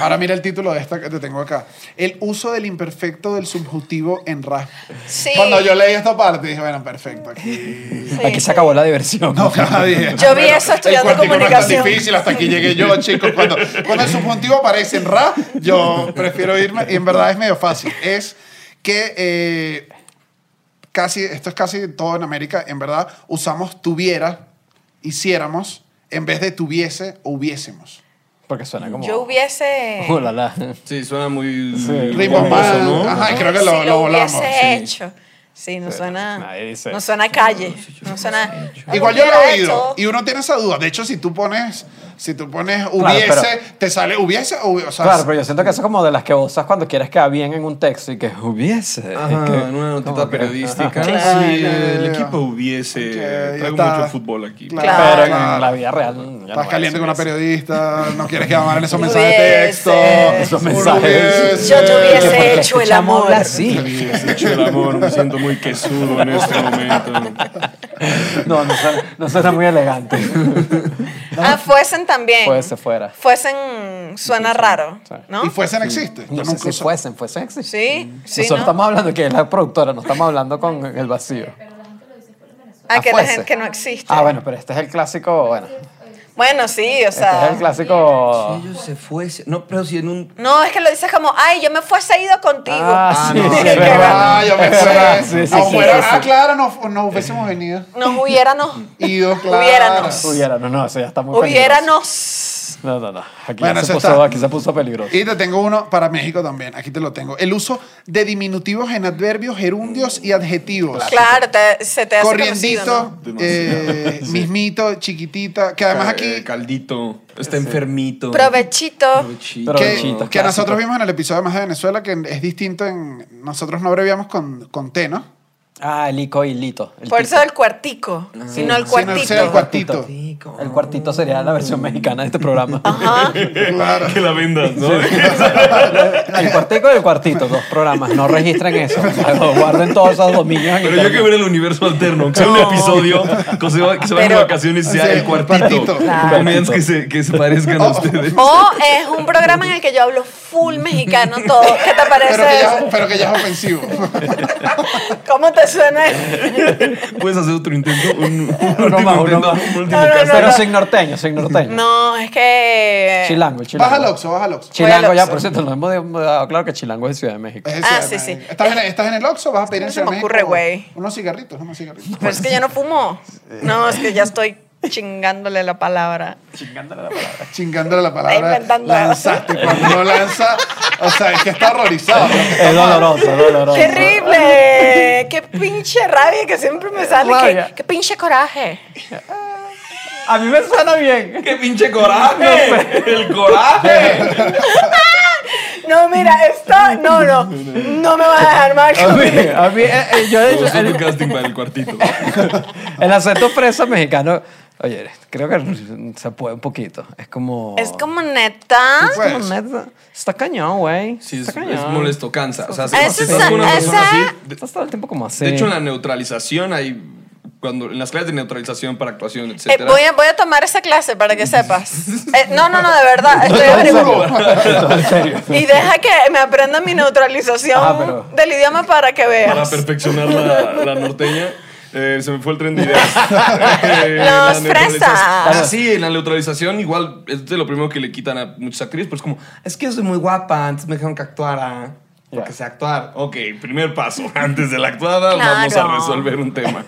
Speaker 3: Ahora mira el título de esta que te tengo acá. El uso del imperfecto del subjuntivo en raspo.
Speaker 2: Sí.
Speaker 3: Cuando yo leí esta parte dije, bueno, perfecto. Aquí.
Speaker 2: Sí,
Speaker 1: Aquí se
Speaker 2: sí.
Speaker 1: acabó la diversión.
Speaker 3: No, cada día.
Speaker 2: Yo vi eso estudiando
Speaker 3: el cuartico No es
Speaker 2: comunicación.
Speaker 3: tan difícil, hasta aquí llegué yo, chicos. Cuando, cuando el subjuntivo aparece en ra, yo prefiero irme. Y en verdad es medio fácil. Es que eh, casi, esto es casi todo en América, en verdad, usamos tuviera, hiciéramos, en vez de tuviese o hubiésemos.
Speaker 1: Porque suena como...
Speaker 2: Yo hubiese...
Speaker 1: Oh, la, la.
Speaker 5: Sí, suena muy.
Speaker 3: Ritmo más.
Speaker 5: pomposo, ¿no?
Speaker 3: Ajá, creo que
Speaker 2: si
Speaker 3: lo, lo volamos.
Speaker 2: hubiese
Speaker 3: sí.
Speaker 2: hecho. Sí, no suena,
Speaker 1: nadie dice
Speaker 2: no
Speaker 1: eso.
Speaker 2: suena calle, no suena...
Speaker 3: Igual yo lo
Speaker 2: hubiera
Speaker 3: he oído.
Speaker 2: hecho.
Speaker 3: Y uno tiene esa duda. De hecho, si tú pones, si tú pones
Speaker 1: pero-
Speaker 3: hubiese, te sale hubiese o, o sea,
Speaker 1: Claro, pero yo siento que eso es como de las que usas cuando quieres quedar bien en un texto y que hubiese.
Speaker 5: Ajá,
Speaker 1: que-
Speaker 5: en una notita
Speaker 1: como que-
Speaker 5: periodística.
Speaker 1: ajá.
Speaker 3: Claro.
Speaker 5: Si el
Speaker 3: Claro.
Speaker 5: equipo hubiese.
Speaker 3: Ok,
Speaker 5: traigo
Speaker 3: está.
Speaker 5: mucho fútbol aquí.
Speaker 3: Claro.
Speaker 1: Pero
Speaker 3: Claro.
Speaker 1: en la vida real. ya no voy
Speaker 3: Estás
Speaker 1: a
Speaker 3: caliente
Speaker 1: decir
Speaker 3: con una
Speaker 1: eso.
Speaker 3: periodista, no quieres que mal en esos
Speaker 2: Hubiese.
Speaker 3: mensajes de texto.
Speaker 1: Esos
Speaker 3: Uno
Speaker 1: mensajes.
Speaker 3: hubiese.
Speaker 2: Yo te
Speaker 1: Porque
Speaker 2: hubiese
Speaker 1: este
Speaker 2: hecho el
Speaker 1: chamo
Speaker 2: amor.
Speaker 1: habla así.
Speaker 5: Hubiese hecho el amor, me siento muy quesudo en este momento.
Speaker 1: No, no suena, no suena muy elegante.
Speaker 2: Ah, fuesen también.
Speaker 1: Fuese fuera.
Speaker 2: Fuesen suena raro,
Speaker 1: Sí.
Speaker 2: ¿no?
Speaker 3: Y fuesen existe. Yo
Speaker 1: No sé
Speaker 3: nunca
Speaker 1: si
Speaker 3: uso-
Speaker 1: fuesen, fuesen existe.
Speaker 2: Sí, sí,
Speaker 1: Nosotros
Speaker 2: ¿no?
Speaker 1: Mm. estamos hablando que es la productora, no estamos hablando con el vacío.
Speaker 2: Ah, que, la
Speaker 1: fuese.
Speaker 2: gente que no existe.
Speaker 1: Ah, bueno, pero este es el clásico, bueno,
Speaker 2: Bueno, sí, o
Speaker 1: este es el
Speaker 2: sea...
Speaker 1: clásico...
Speaker 5: Ellos se fuese. No, pero si en un.
Speaker 2: No, es que lo dices como, ay, yo me fuese ido contigo.
Speaker 1: Ah, sí,
Speaker 5: no,
Speaker 1: sí,
Speaker 5: sí,
Speaker 1: es
Speaker 5: es
Speaker 1: verdad.
Speaker 3: Ah, yo me
Speaker 1: Es verdad,
Speaker 3: fui.
Speaker 1: sí, sí,
Speaker 3: no,
Speaker 1: sí,
Speaker 3: fuera-
Speaker 1: sí,
Speaker 3: Ah,
Speaker 1: sí.
Speaker 3: claro, no, no hubiésemos venido.
Speaker 2: Nos hubiéramos.
Speaker 3: Ido, claro.
Speaker 2: Hubiéramos.
Speaker 1: Hubiera, no, no, eso ya está muy peligroso.
Speaker 2: Hubiéramos. más.
Speaker 1: No, no, no. Aquí,
Speaker 3: Bueno,
Speaker 1: ya se,
Speaker 3: eso
Speaker 1: puso,
Speaker 3: está.
Speaker 1: aquí se puso peligroso.
Speaker 3: Y te tengo uno para México también. Aquí te lo tengo. El uso de diminutivos en adverbios, gerundios y adjetivos.
Speaker 2: Claro, te- se te hace
Speaker 3: Corriendito,
Speaker 2: conocido, ¿no?
Speaker 3: eh, mismito, chiquitita. Que además
Speaker 5: Eh,
Speaker 3: aquí.
Speaker 5: Caldito. Está enfermito.
Speaker 2: Provechito.
Speaker 5: Provechito.
Speaker 1: Pero
Speaker 3: Que,
Speaker 1: bichito,
Speaker 3: que
Speaker 1: clásico.
Speaker 3: nosotros vimos en el episodio más de Venezuela que es distinto en. Nosotros no abreviamos con, con T, ¿no?
Speaker 1: Ah, el ico y lito. el
Speaker 2: Por
Speaker 1: tito.
Speaker 2: eso el cuartico,
Speaker 1: Ah.
Speaker 2: sino el
Speaker 3: Sino
Speaker 2: cuartito.
Speaker 3: sea el cuartito.
Speaker 1: El cuartito sería la versión mexicana de este programa.
Speaker 2: Ajá.
Speaker 3: Claro.
Speaker 5: Que la vendas, ¿no?
Speaker 1: El cuartico y el cuartito, dos programas. No registren eso. Lo Guarden todos esos dominios
Speaker 5: Pero
Speaker 1: en
Speaker 5: yo que
Speaker 1: internet.
Speaker 5: ver el universo alterno, aunque sea un episodio que se, va- que se vayan de
Speaker 2: Pero-
Speaker 5: vacaciones y sea
Speaker 3: Sí,
Speaker 5: el cuartito.
Speaker 3: cuartito. Oh.
Speaker 5: Comediantes que se, que se parezcan a ustedes.
Speaker 2: O es un programa en el que yo hablo full mexicano todo. ¿Qué te
Speaker 3: Pero que,
Speaker 2: parece
Speaker 3: ya,
Speaker 2: eso?
Speaker 3: pero que ya es ofensivo.
Speaker 2: ¿Cómo te suena eso?
Speaker 5: Puedes hacer otro intento, un, un
Speaker 1: Uno
Speaker 5: último
Speaker 1: más, uno
Speaker 5: intento,
Speaker 1: más. Ah,
Speaker 5: un último
Speaker 2: No, no,
Speaker 5: caso. eh.
Speaker 2: no,
Speaker 1: Pero
Speaker 2: no.
Speaker 1: sin norteño, sin norteño.
Speaker 2: No, es que.
Speaker 1: Chilango, el chilango.
Speaker 3: Baja al Oxxo, baja al Oxxo.
Speaker 1: Chilango,
Speaker 2: Voy
Speaker 1: ya,
Speaker 2: al
Speaker 1: por cierto, nos hemos dado claro que Chilango es de Ciudad de México.
Speaker 3: Es de
Speaker 2: Ah,
Speaker 3: Ciudad de
Speaker 2: sí,
Speaker 3: México.
Speaker 2: sí.
Speaker 3: ¿Estás en, estás en el Oxxo? ¿Vas a pedir en
Speaker 2: No se
Speaker 3: Ciudad
Speaker 2: me
Speaker 3: de
Speaker 2: ocurre,
Speaker 3: México
Speaker 2: güey.
Speaker 3: Unos cigarritos, unos cigarritos.
Speaker 2: Pero
Speaker 1: Pues
Speaker 2: es que yo no fumo. No, es que ya estoy chingándole la palabra.
Speaker 3: Chingándole la palabra.
Speaker 2: inventando.
Speaker 3: Lanzaste. Cuando no lanza, o sea, es que está horrorizado.
Speaker 1: Es doloroso, doloroso.
Speaker 2: ¡Terrible! ¡Qué pinche rabia que siempre me sale!
Speaker 1: Rabia.
Speaker 2: ¡Qué, qué pinche coraje!
Speaker 1: A mí me suena bien.
Speaker 5: ¡Qué pinche coraje! ¡El coraje!
Speaker 2: No, mira, esto. No, no. No me va a dejar mal.
Speaker 1: A mí, a mí, eh, eh, yo,
Speaker 5: Vamos a hacer tu
Speaker 1: el,
Speaker 5: casting para el cuartito.
Speaker 1: el acento fresa mexicano, oye, creo que se puede un poquito. Es como...
Speaker 2: Es como neta.
Speaker 1: Es como neta. Está cañón, güey.
Speaker 5: Sí, es,
Speaker 1: está cañón.
Speaker 5: es molesto, cansa. O sea, si
Speaker 2: Esa
Speaker 5: estás
Speaker 2: Ah, es-
Speaker 5: con una persona
Speaker 2: esa-
Speaker 5: así, de-
Speaker 1: Estás todo el tiempo como así.
Speaker 5: De hecho, en la neutralización hay. Cuando, en las clases de neutralización para actuación,
Speaker 2: Eh,
Speaker 5: etcétera.
Speaker 2: voy, a, voy a tomar esa clase para que sepas. Eh, no, no, no, de verdad. Estoy averiguando.
Speaker 1: en serio.
Speaker 2: Y deja que me aprenda mi neutralización
Speaker 1: Ah, pero-
Speaker 2: del idioma para que
Speaker 5: para
Speaker 2: veas.
Speaker 5: perfeccionar la, la norteña. Eh, se me fue el tren de ideas. Eh, la
Speaker 2: Los
Speaker 5: neutralización-
Speaker 2: fresas.
Speaker 5: Ah, sí, en la neutralización igual es de lo primero que le quitan a muchas actrices, pues como, es que yo soy muy guapa, antes me dejaron que actuara. Porque
Speaker 1: Ya.
Speaker 5: sé actuar. Ok, primer paso. Antes de la actuada vamos a
Speaker 2: Claro.
Speaker 5: resolver un tema.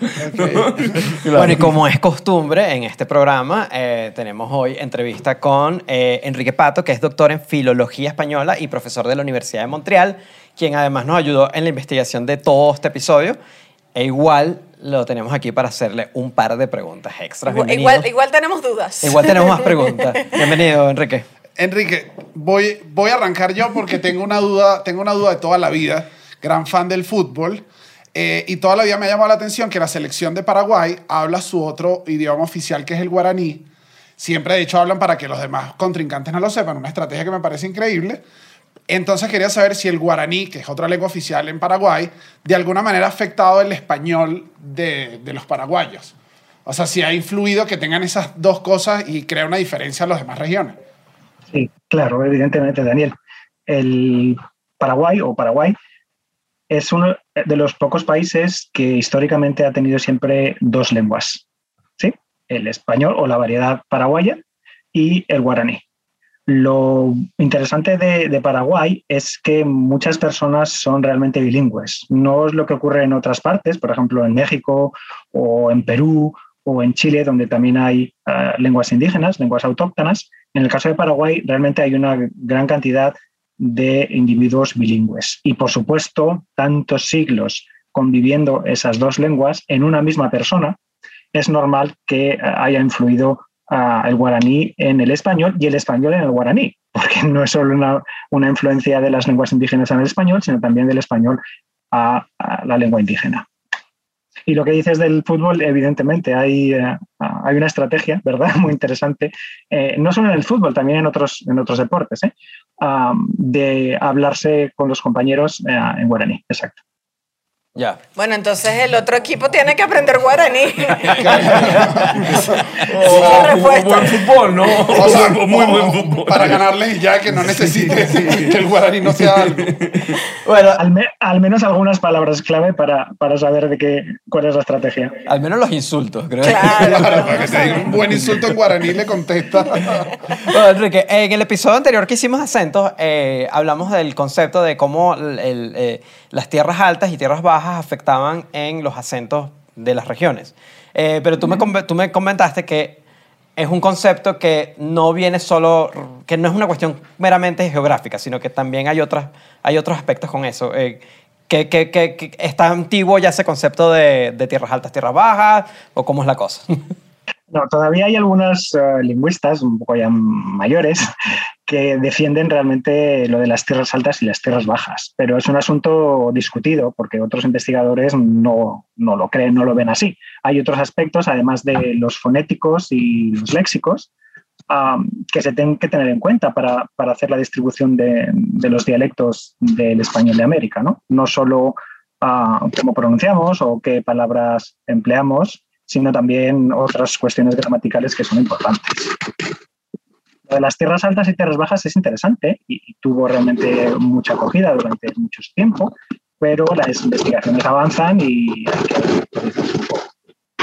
Speaker 1: Bueno, y como es costumbre en este programa, eh, tenemos hoy entrevista con eh, Enrique Pato, que es doctor en Filología Española y profesor de la Universidad de Montreal, quien además nos ayudó en la investigación de todo este episodio. E igual lo tenemos aquí para hacerle un par de preguntas extras.
Speaker 2: Igual,
Speaker 1: Bienvenido.
Speaker 2: igual- igual tenemos dudas.
Speaker 1: Igual tenemos más preguntas. Bienvenido, Enrique.
Speaker 3: Enrique, voy, voy a arrancar yo porque tengo una duda, tengo una duda de toda la vida. Gran fan del fútbol. eh, y toda la vida me ha llamado la atención que la selección de Paraguay habla su otro idioma oficial, que es el guaraní. Siempre, de hecho, hablan para que los demás contrincantes no lo sepan. Una estrategia que me parece increíble. Entonces quería saber si el guaraní, que es otra lengua oficial en Paraguay, de alguna manera ha afectado el español de, de los paraguayos. O sea, si ha influido que tengan esas dos cosas y crea una diferencia en las demás regiones.
Speaker 9: Sí, claro, evidentemente, Daniel. El Paraguay o Paraguay es uno de los pocos países que históricamente ha tenido siempre dos lenguas, ¿sí? El español o la variedad paraguaya y el guaraní. Lo interesante de, de Paraguay es que muchas personas son realmente bilingües. No es lo que ocurre en otras partes, por ejemplo, en México o en Perú o en Chile, donde también hay ah, lenguas indígenas, lenguas autóctonas. En el caso de Paraguay, realmente hay una gran cantidad de individuos bilingües. Y por supuesto, tantos siglos conviviendo esas dos lenguas en una misma persona, es normal que eh, haya influido ah, el guaraní en el español y el español en el guaraní, porque no es solo una, una influencia de las lenguas indígenas en el español, sino también del español a, a la lengua indígena. Y lo que dices del fútbol, evidentemente, hay, eh, ah, hay una estrategia, ¿verdad? Muy interesante eh, no solo en el fútbol, también en otros, en otros deportes, ¿eh? Am, de hablarse con los compañeros eh, en guaraní. Exacto.
Speaker 1: Ya.
Speaker 2: Bueno, entonces el otro equipo tiene que aprender guaraní.
Speaker 5: O
Speaker 2: Esa
Speaker 5: jugó
Speaker 2: respuesta.
Speaker 5: buen fútbol, ¿no?
Speaker 3: O sea,
Speaker 5: O muy
Speaker 3: como
Speaker 5: buen fútbol.
Speaker 3: Para ganarles y ya que no necesite que el guaraní no sea algo.
Speaker 1: Bueno,
Speaker 9: Al, me- al menos algunas palabras clave para, para saber de qué, cuál es la estrategia.
Speaker 1: al menos los insultos, creo.
Speaker 3: Claro, para
Speaker 2: Claro.
Speaker 3: que te diga un buen insulto en guaraní le contesta.
Speaker 1: Bueno, Enrique, en el episodio anterior que hicimos acentos, eh, hablamos del concepto de cómo el- el, eh, las tierras altas y tierras bajas afectaban en los acentos de las regiones. Eh, pero tú, me, com- tú me comentaste que es un concepto que no viene solo, que no es una cuestión meramente geográfica, sino que también hay, otras, hay otros aspectos con eso. Eh, que, que- que- que está antiguo ya ese concepto de, de tierras altas, tierras bajas, o cómo es la cosa.
Speaker 9: No, todavía hay algunos eh, lingüistas un poco ya mayores que defienden realmente lo de las tierras altas y las tierras bajas, pero es un asunto discutido porque otros investigadores no, no lo creen, no lo ven así. Hay otros aspectos, además de los fonéticos y los léxicos, am, que se tienen que tener en cuenta para, para hacer la distribución de, de los dialectos del español de América, ¿no? No solo ah, cómo pronunciamos o qué palabras empleamos, sino también otras cuestiones gramaticales que son importantes. Lo de las tierras altas y tierras bajas es interesante y, y tuvo realmente mucha acogida durante mucho tiempo, pero las investigaciones avanzan y hay que actualizarse un poco.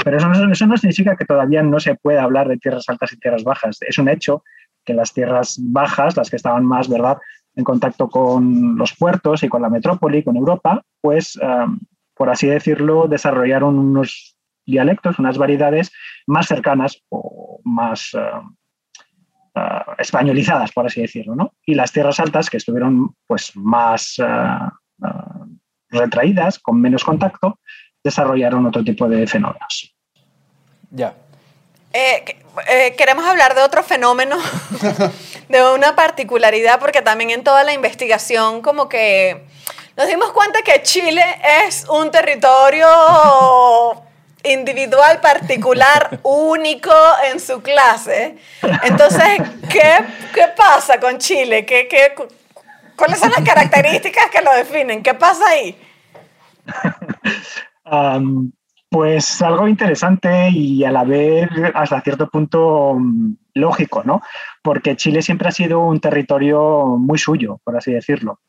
Speaker 9: Pero eso no, eso no significa que todavía no se pueda hablar de tierras altas y tierras bajas. Es un hecho que las tierras bajas, las que estaban más, ¿verdad?, en contacto con los puertos y con la metrópoli, con Europa, pues, ah, por así decirlo, desarrollaron unos dialectos, unas variedades más cercanas o más ah, ah, españolizadas, por así decirlo, ¿no? Y las tierras altas, que estuvieron pues más ah, ah, retraídas, con menos contacto, desarrollaron otro tipo de fenómenos.
Speaker 1: Ya.
Speaker 2: Eh, que- eh, queremos hablar de otro fenómeno, de una particularidad, porque también en toda la investigación como que nos dimos cuenta que Chile es un territorio individual, particular, único en su clase. Entonces, ¿qué, qué pasa con Chile? ¿Qué, qué, cu- cuáles son las características que lo definen? ¿Qué pasa ahí?
Speaker 9: Am, pues algo interesante y a la vez hasta cierto punto mm, lógico, ¿no? Porque Chile siempre ha sido un territorio muy suyo, por así decirlo.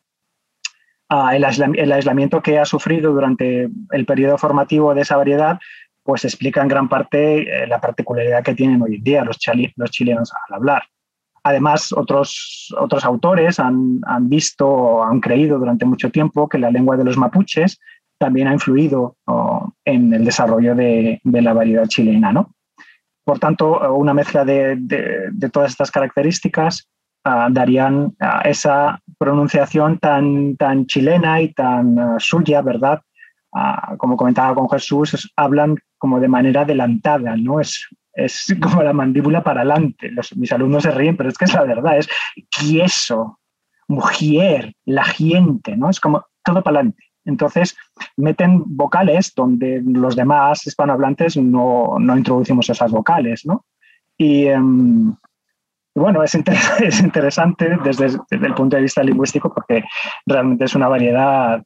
Speaker 9: Ah, el, aislam- el aislamiento que ha sufrido durante el periodo formativo de esa variedad, pues explica en gran parte eh, la particularidad que tienen hoy en día los, chali- los chilenos al hablar. Además, otros, otros autores han, han visto o han creído durante mucho tiempo que la lengua de los mapuches también ha influido oh, en el desarrollo de, de la variedad chilena. ¿no? Por tanto, eh, una mezcla de, de- de todas estas características ah, darían ah, esa pronunciación tan, tan chilena y tan ah, suya, ¿verdad? Ah, como comentaba con Jesús, es- hablan como de manera adelantada, ¿no? Es, es como la mandíbula para adelante. Los- mis alumnos se ríen, pero es que es la verdad, es quieso, mujer, la gente, ¿no? Es como todo para adelante. Entonces, meten vocales donde los demás hispanohablantes no, no introducimos esas vocales, ¿no? Y em, bueno, es, inter- es interesante desde, desde el punto de vista lingüístico porque realmente es una variedad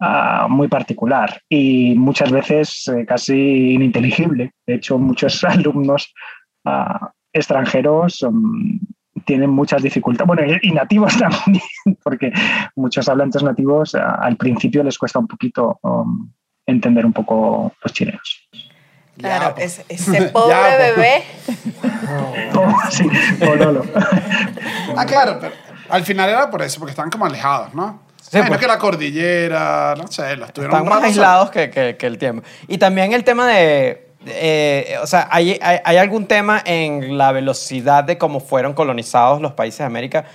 Speaker 9: ah, muy particular y muchas veces eh, casi ininteligible. De hecho, muchos alumnos ah, extranjeros mm, tienen muchas dificultades, bueno, y- y nativos también, porque muchos hablantes nativos a- al principio les cuesta un poquito um, entender un poco los chilenos.
Speaker 2: Claro,
Speaker 3: pues.
Speaker 2: ese, ese pobre
Speaker 3: Ya, pues.
Speaker 2: bebé.
Speaker 9: Oh, sí, Pololo.
Speaker 3: Ah, claro, pero al final era por eso, porque estaban como alejados, ¿no?
Speaker 1: Sí,
Speaker 3: Menos
Speaker 1: pues.
Speaker 3: que la cordillera, no sé, las tuvieron
Speaker 1: Están
Speaker 3: un
Speaker 1: más
Speaker 3: rato
Speaker 1: aislados que, que- que el tiempo. Y también el tema de... eh, o sea, hay, hay- hay algún tema en la velocidad de cómo fueron colonizados los países de América?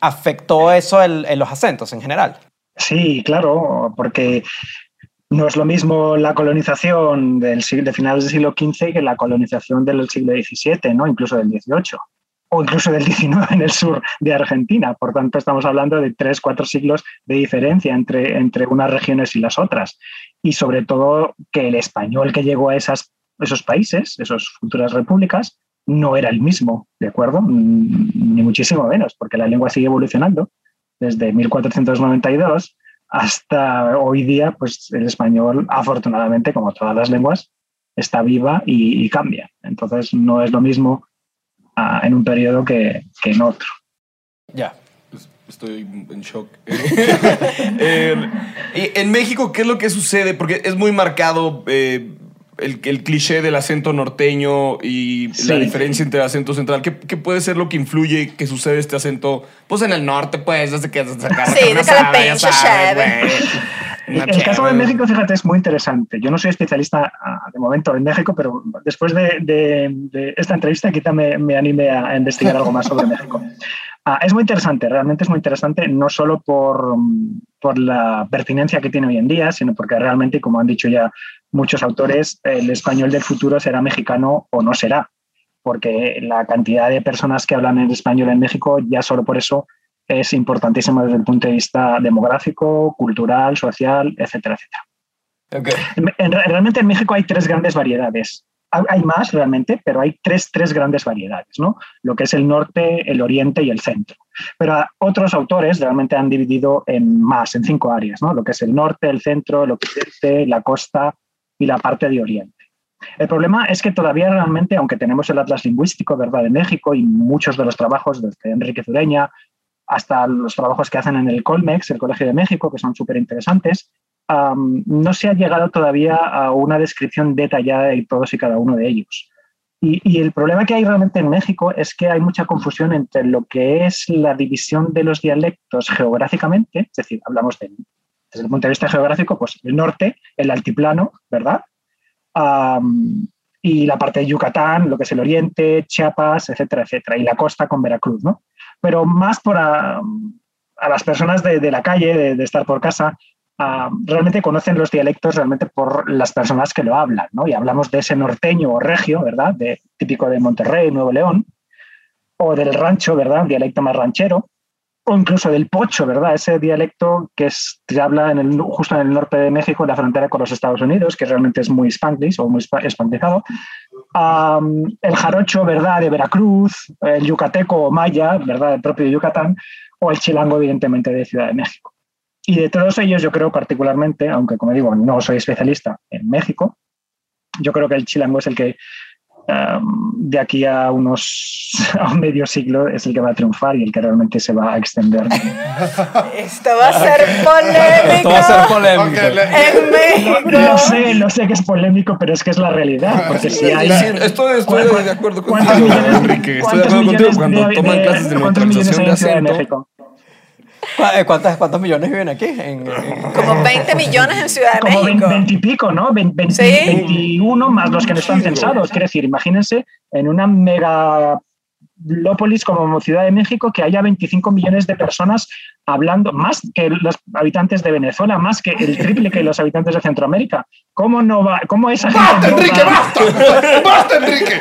Speaker 1: ¿Afectó eso el- en los acentos en general?
Speaker 9: Sí, claro, porque no es lo mismo la colonización del siglo, de finales del siglo XV que la colonización del siglo XVII, ¿no? incluso del XVIII, o incluso del XIX en el sur de Argentina. Por tanto, estamos hablando de tres, cuatro siglos de diferencia entre, entre unas regiones y las otras. Y sobre todo que el español que llegó a esas, esos países, esas futuras repúblicas, no era el mismo, ¿de acuerdo? Mm, Ni muchísimo menos, porque la lengua sigue evolucionando desde 1492 hasta hoy día, pues el español, afortunadamente, como todas las lenguas, está viva y, y cambia. Entonces no es lo mismo ah, en un periodo que, que en otro.
Speaker 1: Ya.
Speaker 5: Pues, Estoy en shock. Eh, y en México, ¿qué es lo que sucede? Porque es muy marcado eh, el, el cliché del acento norteño y la
Speaker 9: Sí.
Speaker 5: diferencia entre el acento central. ¿Qué, qué puede ser lo que influye que sucede este acento? Pues en el norte, pues, desde que desde acá,
Speaker 2: Sí,
Speaker 5: no
Speaker 2: desde la
Speaker 5: sabes, ya
Speaker 2: pinche
Speaker 5: sabes,
Speaker 2: cheve.
Speaker 5: güey.
Speaker 9: El el caso de México, fíjate, es muy interesante. Yo no soy especialista ah, de momento en México, pero después de, de- de esta entrevista quizá me, me anime a a investigar algo más sobre México. Ah, es muy interesante, realmente es muy interesante, no solo por, mm, por la pertinencia que tiene hoy en día, sino porque realmente, como han dicho ya muchos autores, el español del futuro será mexicano o no será, porque la cantidad de personas que hablan el español en México ya solo por eso es importantísima desde el punto de vista demográfico, cultural, social, etcétera, etcétera.
Speaker 1: Ok.
Speaker 9: En- en- realmente en México hay tres grandes variedades. Hay- Hay más realmente, pero hay tres, tres grandes variedades, ¿no? Lo que es el norte, el oriente y el centro. Pero a- otros autores realmente han dividido en más, en cinco áreas, ¿no? Lo que es el norte, el centro, el occidente, la costa y la parte de oriente. El problema es que todavía realmente, aunque tenemos el Atlas Lingüístico, ¿verdad?, de México y muchos de los trabajos desde Enrique Zureña hasta los trabajos que hacen en el Colmex, el Colegio de México, que son súper interesantes, am, no se ha llegado todavía a una descripción detallada de todos y cada uno de ellos. Y, y el problema que hay realmente en México es que hay mucha confusión entre lo que es la división de los dialectos geográficamente, es decir, hablamos de- desde el punto de vista geográfico, pues el norte, el altiplano, ¿verdad? Am, y la parte de Yucatán, lo que es el oriente, Chiapas, etcétera, etcétera, y la costa con Veracruz, ¿no? Pero más por a, a las personas de, de la calle, de, de estar por casa, ah, realmente conocen los dialectos realmente por las personas que lo hablan, ¿no? Y hablamos de ese norteño o regio, ¿verdad? De, típico de Monterrey, Nuevo León, o del rancho, ¿verdad? Un dialecto más ranchero, o incluso del pocho, ¿verdad? Ese dialecto que es- se habla en el- justo en el norte de México, en la frontera con los Estados Unidos, que realmente es muy spanglish o muy spa- espantizado. Am, el jarocho, ¿verdad? De Veracruz, el yucateco o maya, ¿verdad? El propio Yucatán, o el chilango, evidentemente, de Ciudad de México. Y de todos ellos, yo creo particularmente, aunque como digo, no soy especialista en México, yo creo que el chilango es el que um, de aquí a unos a un medio siglo es el que va a triunfar y el que realmente se va a extender.
Speaker 2: Esto va a ser polémico.
Speaker 1: Esto va a ser polémico.
Speaker 3: Ok, le-
Speaker 2: En
Speaker 9: No
Speaker 2: México.
Speaker 9: sé, no sé que es polémico, pero es que es la
Speaker 5: Ah,
Speaker 9: realidad. Porque si hay
Speaker 5: Estoy, estoy de acuerdo
Speaker 9: ¿Cuántos
Speaker 5: contigo,
Speaker 9: millones,
Speaker 5: Enrique. Estoy de
Speaker 9: cuántos
Speaker 5: acuerdo contigo
Speaker 9: millones
Speaker 5: cuando
Speaker 9: de-
Speaker 5: toman
Speaker 9: de-
Speaker 5: clases de
Speaker 9: cuántos millones
Speaker 5: neutralización
Speaker 9: hay
Speaker 5: de
Speaker 9: en Ciudad de
Speaker 5: acento.
Speaker 9: México?
Speaker 1: ¿Cu- eh, ¿Cuántas- ¿Cuántos millones viven aquí? En- en-
Speaker 2: Como 20 millones en Ciudad de
Speaker 9: como
Speaker 2: México.
Speaker 9: 20, y pico, ¿no? Ve- 20,
Speaker 2: Sí.
Speaker 9: 21 más los que no están censados. Quiero decir, imagínense en una megalópolis como Ciudad de México que haya 25 millones de personas hablando, más que los habitantes de Venezuela, más que el triple que los habitantes de Centroamérica. ¿Cómo no va? ¿Cómo esa gente
Speaker 3: ¡Basta,
Speaker 9: no va-
Speaker 3: Enrique, basta! ¡Basta, Enrique!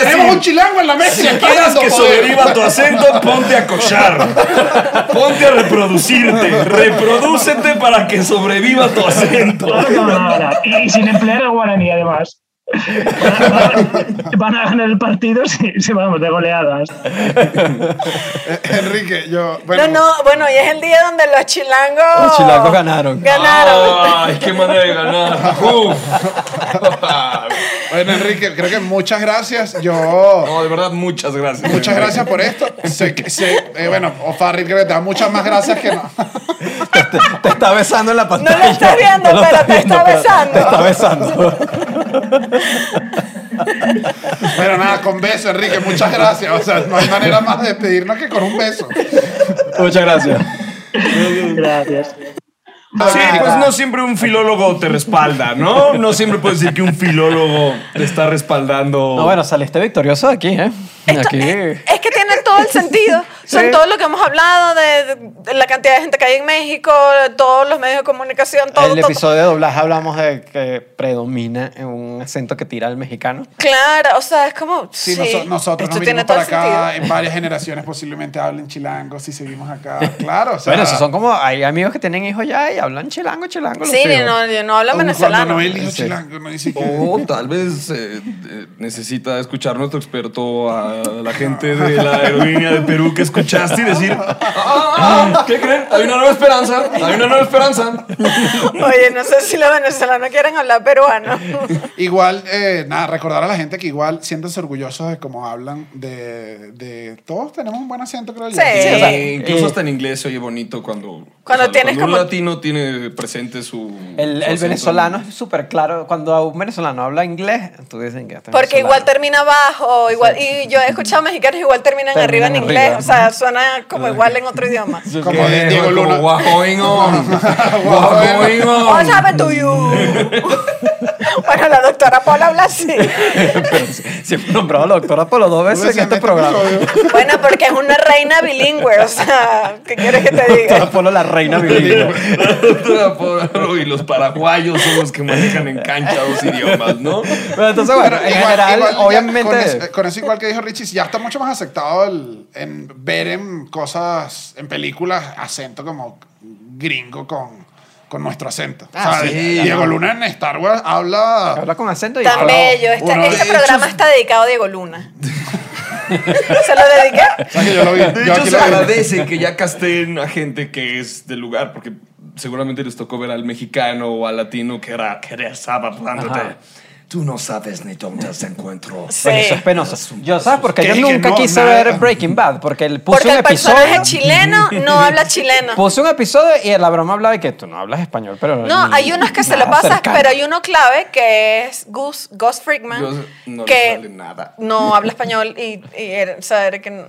Speaker 3: Tenemos un chilango en la mesa y
Speaker 5: Si
Speaker 3: aquí
Speaker 5: quieres
Speaker 3: dando
Speaker 5: que
Speaker 3: poder.
Speaker 5: sobreviva tu acento, ponte a cochar. Ponte a reproducirte. Reprodúcete para que sobreviva tu acento.
Speaker 9: Claro que van a ganar. Y, y sin emplear el guaraní, además. Van a, van a ganar el partido si, si vamos de goleadas.
Speaker 3: Eh, Enrique,
Speaker 2: No,
Speaker 3: yo. Bueno,
Speaker 2: no, bueno, y es el día donde los chilangos.
Speaker 1: Los chilangos ganaron.
Speaker 2: Ganaron.
Speaker 4: Ah.
Speaker 5: Ay, qué manera de ganar. Uf.
Speaker 3: Bueno, Enrique, creo que muchas gracias. Yo.
Speaker 5: No, de verdad, muchas gracias.
Speaker 3: Muchas gracias por esto. Sé que- sé- eh, bueno, O'Farrill creo que te da muchas más gracias que no.
Speaker 1: Te está besando en la pantalla.
Speaker 2: estás viendo,
Speaker 1: No lo
Speaker 2: pero
Speaker 1: estás
Speaker 2: te está
Speaker 1: pero
Speaker 2: besando.
Speaker 1: Te está besando.
Speaker 3: Pero nada, con beso, Enrique, muchas gracias. O sea, no hay manera más de despedirnos que con un beso.
Speaker 1: Muchas gracias.
Speaker 9: Gracias.
Speaker 5: Sí, pues no siempre un filólogo te respalda, ¿no? No siempre puedes decir que un filólogo te está respaldando.
Speaker 1: No, bueno, saliste victorioso de aquí, ¿eh? Aquí.
Speaker 2: Es que tiene todo el sentido. Son
Speaker 1: Sí.
Speaker 2: todo lo que hemos hablado de, de la cantidad de gente que hay en México, de todos los medios de comunicación, todo.
Speaker 1: el
Speaker 2: todo.
Speaker 1: episodio de doblaje hablamos de que predomina en un acento que tira el mexicano.
Speaker 2: Claro, o sea, es como.
Speaker 3: Sí,
Speaker 2: Sí,
Speaker 3: noso- nosotros
Speaker 2: esto tiene
Speaker 3: nos vinimos
Speaker 2: todo
Speaker 3: para
Speaker 2: el
Speaker 3: acá,
Speaker 2: sentido.
Speaker 3: en varias generaciones posiblemente hablen chilango si seguimos acá. Claro, o sea,
Speaker 1: bueno, esos son como. Hay amigos que tienen hijos ya y hablan chilango, chilango. los
Speaker 2: Sí,
Speaker 1: hijos.
Speaker 2: no, yo no hablo
Speaker 3: aun cuando
Speaker 2: venezolano.
Speaker 3: no es el hijo
Speaker 1: Sí.
Speaker 3: chilango, no dice que...
Speaker 5: O tal vez eh, eh, necesita escuchar nuestro experto a la gente de la aerolínea de Perú que escuchaste y decir, "Ah, ¿qué creen? Hay una nueva esperanza, hay una nueva esperanza.
Speaker 2: Oye, no sé si los venezolanos quieren hablar peruano.
Speaker 3: Igual, eh, nada, recordar a la gente que igual siéntanse orgullosos de cómo hablan de, de- Todos tenemos un buen acento, creo yo.
Speaker 2: Sí.
Speaker 5: Eh, incluso hasta en inglés se oye bonito cuando
Speaker 2: eh, Cuando
Speaker 4: O sea,
Speaker 2: tienes
Speaker 4: cuando
Speaker 2: como-
Speaker 4: un latino tiene presente su.
Speaker 1: El,
Speaker 4: su
Speaker 1: el
Speaker 4: acento.
Speaker 1: venezolano es súper claro. Cuando un venezolano habla inglés, tú dices que está
Speaker 2: Porque igual
Speaker 1: venezolano.
Speaker 2: termina abajo, igual, y yo he escuchado mexicanos igual terminan,
Speaker 1: Terminan
Speaker 2: arriba en inglés,
Speaker 1: arriba. Ah,
Speaker 2: o sea, suena como igual en otro idioma.
Speaker 3: Como de Diego
Speaker 4: Como,
Speaker 3: Luna.
Speaker 4: "What's going on? What's going on?"
Speaker 2: What's happened to you? bueno, la doctora Paula habla así.
Speaker 1: Siempre he nombrado a la doctora Polo dos veces en este programa.
Speaker 2: Bueno, porque es una reina bilingüe, o sea, ¿qué quieres que te
Speaker 1: Doctora
Speaker 2: diga?
Speaker 1: Polo, la reina bilingüe.
Speaker 4: La doctora Polo y los paraguayos son los que manejan en cancha dos idiomas, ¿no?
Speaker 1: Pero entonces, bueno, en general,
Speaker 3: Con
Speaker 1: obviamente.
Speaker 3: eso, con eso igual que dijo Richie, ya está mucho más aceptado el, en ver en cosas, en películas, acento como gringo con, con nuestro acento.
Speaker 1: Ah,
Speaker 3: ¿sabes?
Speaker 1: sí,
Speaker 3: Diego Luna en Star Wars habla...
Speaker 1: Habla con acento y.
Speaker 2: Tan
Speaker 1: habla-
Speaker 2: bello, este,
Speaker 3: Bueno,
Speaker 2: este
Speaker 3: de
Speaker 2: programa está dedicado a Diego Luna. Se lo dediqué.
Speaker 3: ¿sabes que yo lo vi?
Speaker 4: De
Speaker 3: Yo
Speaker 4: hecho,
Speaker 3: aquí
Speaker 4: se
Speaker 3: lo vi.
Speaker 4: agradece que ya casteen a gente que es del lugar, porque seguramente les tocó ver al mexicano o al latino que era que era sábado hablándote.
Speaker 1: Ajá.
Speaker 4: Tú no sabes ni dónde se encuentro.
Speaker 2: Sí.
Speaker 1: Pues eso es penoso. Yo, ¿sabes? Porque
Speaker 3: Que
Speaker 1: yo
Speaker 3: dije,
Speaker 1: nunca
Speaker 3: no,
Speaker 1: quise
Speaker 3: nada.
Speaker 1: ver Breaking Bad, porque él puso
Speaker 2: Porque
Speaker 1: un
Speaker 2: el personaje
Speaker 1: episodio.
Speaker 2: chileno no habla chileno.
Speaker 1: Puse un episodio y la broma hablaba de que tú no hablas español, pero.
Speaker 2: No,
Speaker 1: ni-
Speaker 2: hay unos que se lo
Speaker 1: nada
Speaker 2: pasas,
Speaker 1: cercano.
Speaker 2: pero hay uno clave que es Gus, Gus Friedman,
Speaker 4: Yo no le
Speaker 2: que
Speaker 4: sale nada.
Speaker 2: no habla español y, y era- o sea, era que no.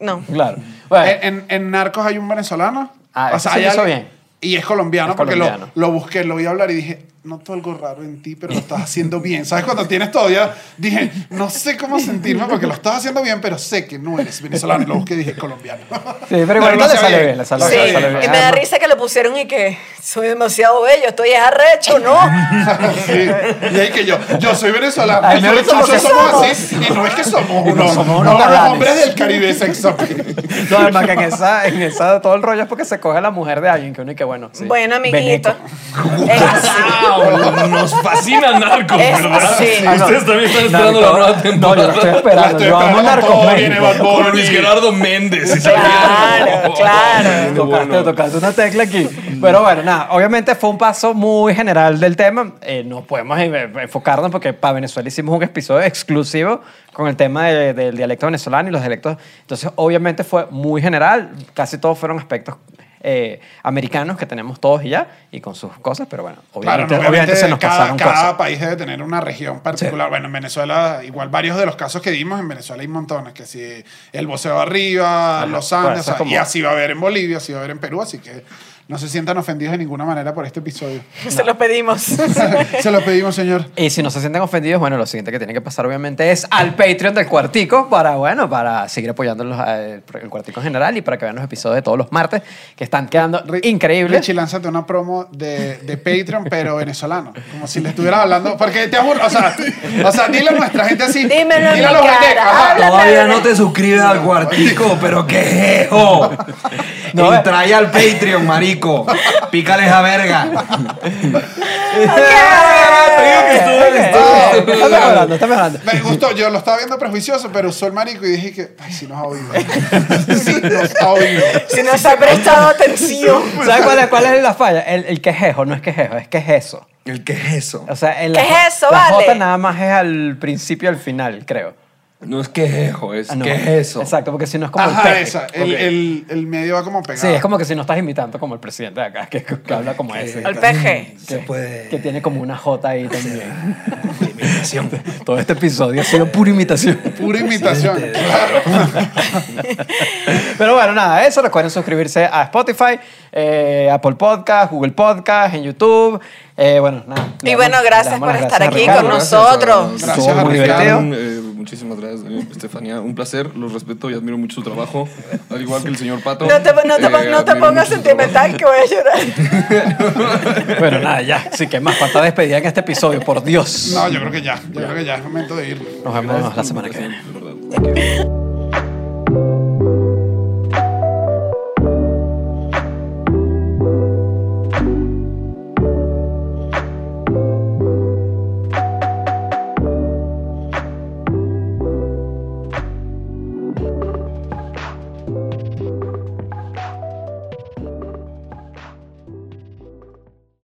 Speaker 2: no.
Speaker 1: Claro. Bueno,
Speaker 3: Eh, En, en- en Narcos hay un venezolano.
Speaker 1: Eh. Ah, ese sí
Speaker 3: hay
Speaker 1: lo hizo
Speaker 3: alguien-
Speaker 1: bien.
Speaker 3: Y es colombiano
Speaker 1: Es
Speaker 3: porque lo-
Speaker 1: colombiano.
Speaker 3: Lo, busqué, lo oí hablar y dije, noto algo raro en ti, pero lo estás haciendo bien. ¿Sabes? Cuando tienes todavía, dije, no sé cómo sentirme porque lo estás haciendo bien, pero sé que no eres venezolano. Y lo busqué y dije, colombiano.
Speaker 1: Sí, pero igual
Speaker 3: lo
Speaker 1: no le
Speaker 3: hacía
Speaker 1: sale bien, le sale
Speaker 3: Lo
Speaker 2: Sí,
Speaker 3: hacía
Speaker 1: bien, sale bien.
Speaker 2: y me da
Speaker 1: Ah, no.
Speaker 2: risa que le pusieron y que soy demasiado bello, estoy es arrecho, ¿no?
Speaker 3: Sí. Y ahí que yo, yo soy venezolano.
Speaker 1: Ay, no,
Speaker 3: Yo-
Speaker 1: somos
Speaker 3: nosotros
Speaker 1: que
Speaker 3: somos
Speaker 1: somos.
Speaker 3: así. Y no es que somos
Speaker 1: Y no
Speaker 3: unos,
Speaker 1: somos unos
Speaker 3: unos
Speaker 1: galanes.
Speaker 3: hombres del Caribe sex appeal.
Speaker 1: No, además que en esa, en esa todo el rollo es porque se coge la mujer de alguien que uno y que bueno. sí.
Speaker 2: Bueno, amiguito.
Speaker 1: Veneco.
Speaker 2: Es así.
Speaker 4: Wow, nos fascina Narcos,
Speaker 2: Es
Speaker 4: ¿verdad?
Speaker 2: así.
Speaker 4: Sí. Ustedes también están esperando la
Speaker 1: Narco-
Speaker 4: nueva
Speaker 1: No,
Speaker 4: temporada.
Speaker 1: yo lo estoy
Speaker 3: La
Speaker 1: esperando.
Speaker 3: estoy
Speaker 1: Yo amo
Speaker 3: esperando con
Speaker 1: Narcos
Speaker 3: todo, viene
Speaker 1: México.
Speaker 3: Bad Bunny.
Speaker 4: Con Luis Gerardo Méndez. y
Speaker 2: Claro,
Speaker 4: también-
Speaker 2: claro.
Speaker 1: Tocaste,
Speaker 4: Bueno.
Speaker 1: tocaste una tecla aquí. Pero bueno, nada, obviamente fue un paso muy general del tema. Eh, no podemos eh, enfocarnos porque para Venezuela hicimos un episodio exclusivo con el tema de- del dialecto venezolano y los dialectos. Entonces, obviamente fue muy general. Casi todos fueron aspectos eh, americanos que tenemos todos y ya, y con sus cosas, pero bueno,
Speaker 3: Claro,
Speaker 1: obviamente,
Speaker 3: no,
Speaker 1: obviamente
Speaker 3: obviamente
Speaker 1: se nos
Speaker 3: cada,
Speaker 1: pasaron
Speaker 3: cada
Speaker 1: cosas.
Speaker 3: país debe tener una región particular. Bueno, en Venezuela, igual varios de los casos que dimos, en Venezuela hay montones, que si el voceo arriba,
Speaker 1: Ajá,
Speaker 3: Los
Speaker 1: pues,
Speaker 3: Andes,
Speaker 1: eso es
Speaker 3: o sea, y
Speaker 1: como-
Speaker 3: así va a haber en Bolivia, así va a haber en Perú, así que no se sientan ofendidos de ninguna manera por este episodio.
Speaker 2: Se lo pedimos.
Speaker 3: se lo pedimos, señor.
Speaker 1: Y si no se sienten ofendidos, bueno, lo siguiente que tienen que pasar obviamente es al Patreon del Cuartico para, bueno, para seguir apoyando los, eh, el Cuartico en general y para que vean los episodios de todos los martes que están quedando
Speaker 3: Ri-
Speaker 1: increíbles.
Speaker 3: Richie, lánzate una promo de, de Patreon, pero venezolano. Como si le estuvieras hablando. Porque te aburro. O sea, o sea, dile a nuestra gente así.
Speaker 2: Dímelo en
Speaker 3: dile a
Speaker 2: mi
Speaker 3: los
Speaker 2: cara,
Speaker 3: vendecos, ajá.
Speaker 2: habla-
Speaker 4: Todavía no te suscribes al cuartico, pero qué jejo.
Speaker 1: No, eh.
Speaker 4: Entra ahí al Patreon, marico. Pícale esa verga.
Speaker 1: Ah, Está mejorando, está mejorando.
Speaker 3: Me gustó, yo lo estaba viendo prejuicioso, pero usó el marico y dije que, ay, si nos ha oído. si nos ha oído.
Speaker 2: Si nos ha prestado atención.
Speaker 1: ¿Sabes cuál es, cuál es la falla? El, el quejejo no es quejejo, es quejeso.
Speaker 4: ¿El qué es eso?
Speaker 1: O sea, en
Speaker 2: ¿Qué
Speaker 1: la,
Speaker 2: es eso,
Speaker 1: la
Speaker 2: vale?
Speaker 1: J nada más es al principio y al final, creo.
Speaker 4: No es quejejo, es
Speaker 1: Ah, no.
Speaker 4: qué es eso.
Speaker 1: Exacto, porque si no es como el
Speaker 3: Ajá,
Speaker 1: peje.
Speaker 3: esa. El, ah. el, el medio va como pegado.
Speaker 1: Sí, es como que si no estás imitando como el presidente de acá, que, que habla como ese.
Speaker 2: Al peje.
Speaker 1: que, que tiene como una J ahí también. Todo este episodio ha sido pura imitación.
Speaker 3: Pura imitación.
Speaker 1: Pero bueno, nada, eso. Recuerden suscribirse a Spotify, eh, Apple Podcast, Google Podcast, en YouTube. Eh, bueno, nada. le
Speaker 2: Y
Speaker 1: damos-
Speaker 2: bueno,
Speaker 1: le
Speaker 2: gracias
Speaker 1: damos
Speaker 2: por
Speaker 1: las gracias
Speaker 2: estar
Speaker 1: a
Speaker 2: aquí
Speaker 1: Ricardo.
Speaker 2: con
Speaker 4: Gracias
Speaker 2: nosotros.
Speaker 4: a-
Speaker 3: Gracias,
Speaker 4: Estuvo muy
Speaker 1: Ricardo.
Speaker 4: divertido. Eh, muchísimas gracias, eh, Estefanía. Un placer, los respeto y admiro mucho su trabajo. Al igual que el señor Pato.
Speaker 2: No te, no te-
Speaker 4: Eh,
Speaker 2: no te
Speaker 4: admiro mucho
Speaker 2: pongas
Speaker 4: su
Speaker 2: sentimental que voy a llorar.
Speaker 1: Bueno, nada, ya. Así que más falta despedida en este episodio, por Dios.
Speaker 3: No, yo creo que ya. Yo creo que ya es momento de ir.
Speaker 1: Nos vemos la semana que viene.
Speaker 4: trabajo.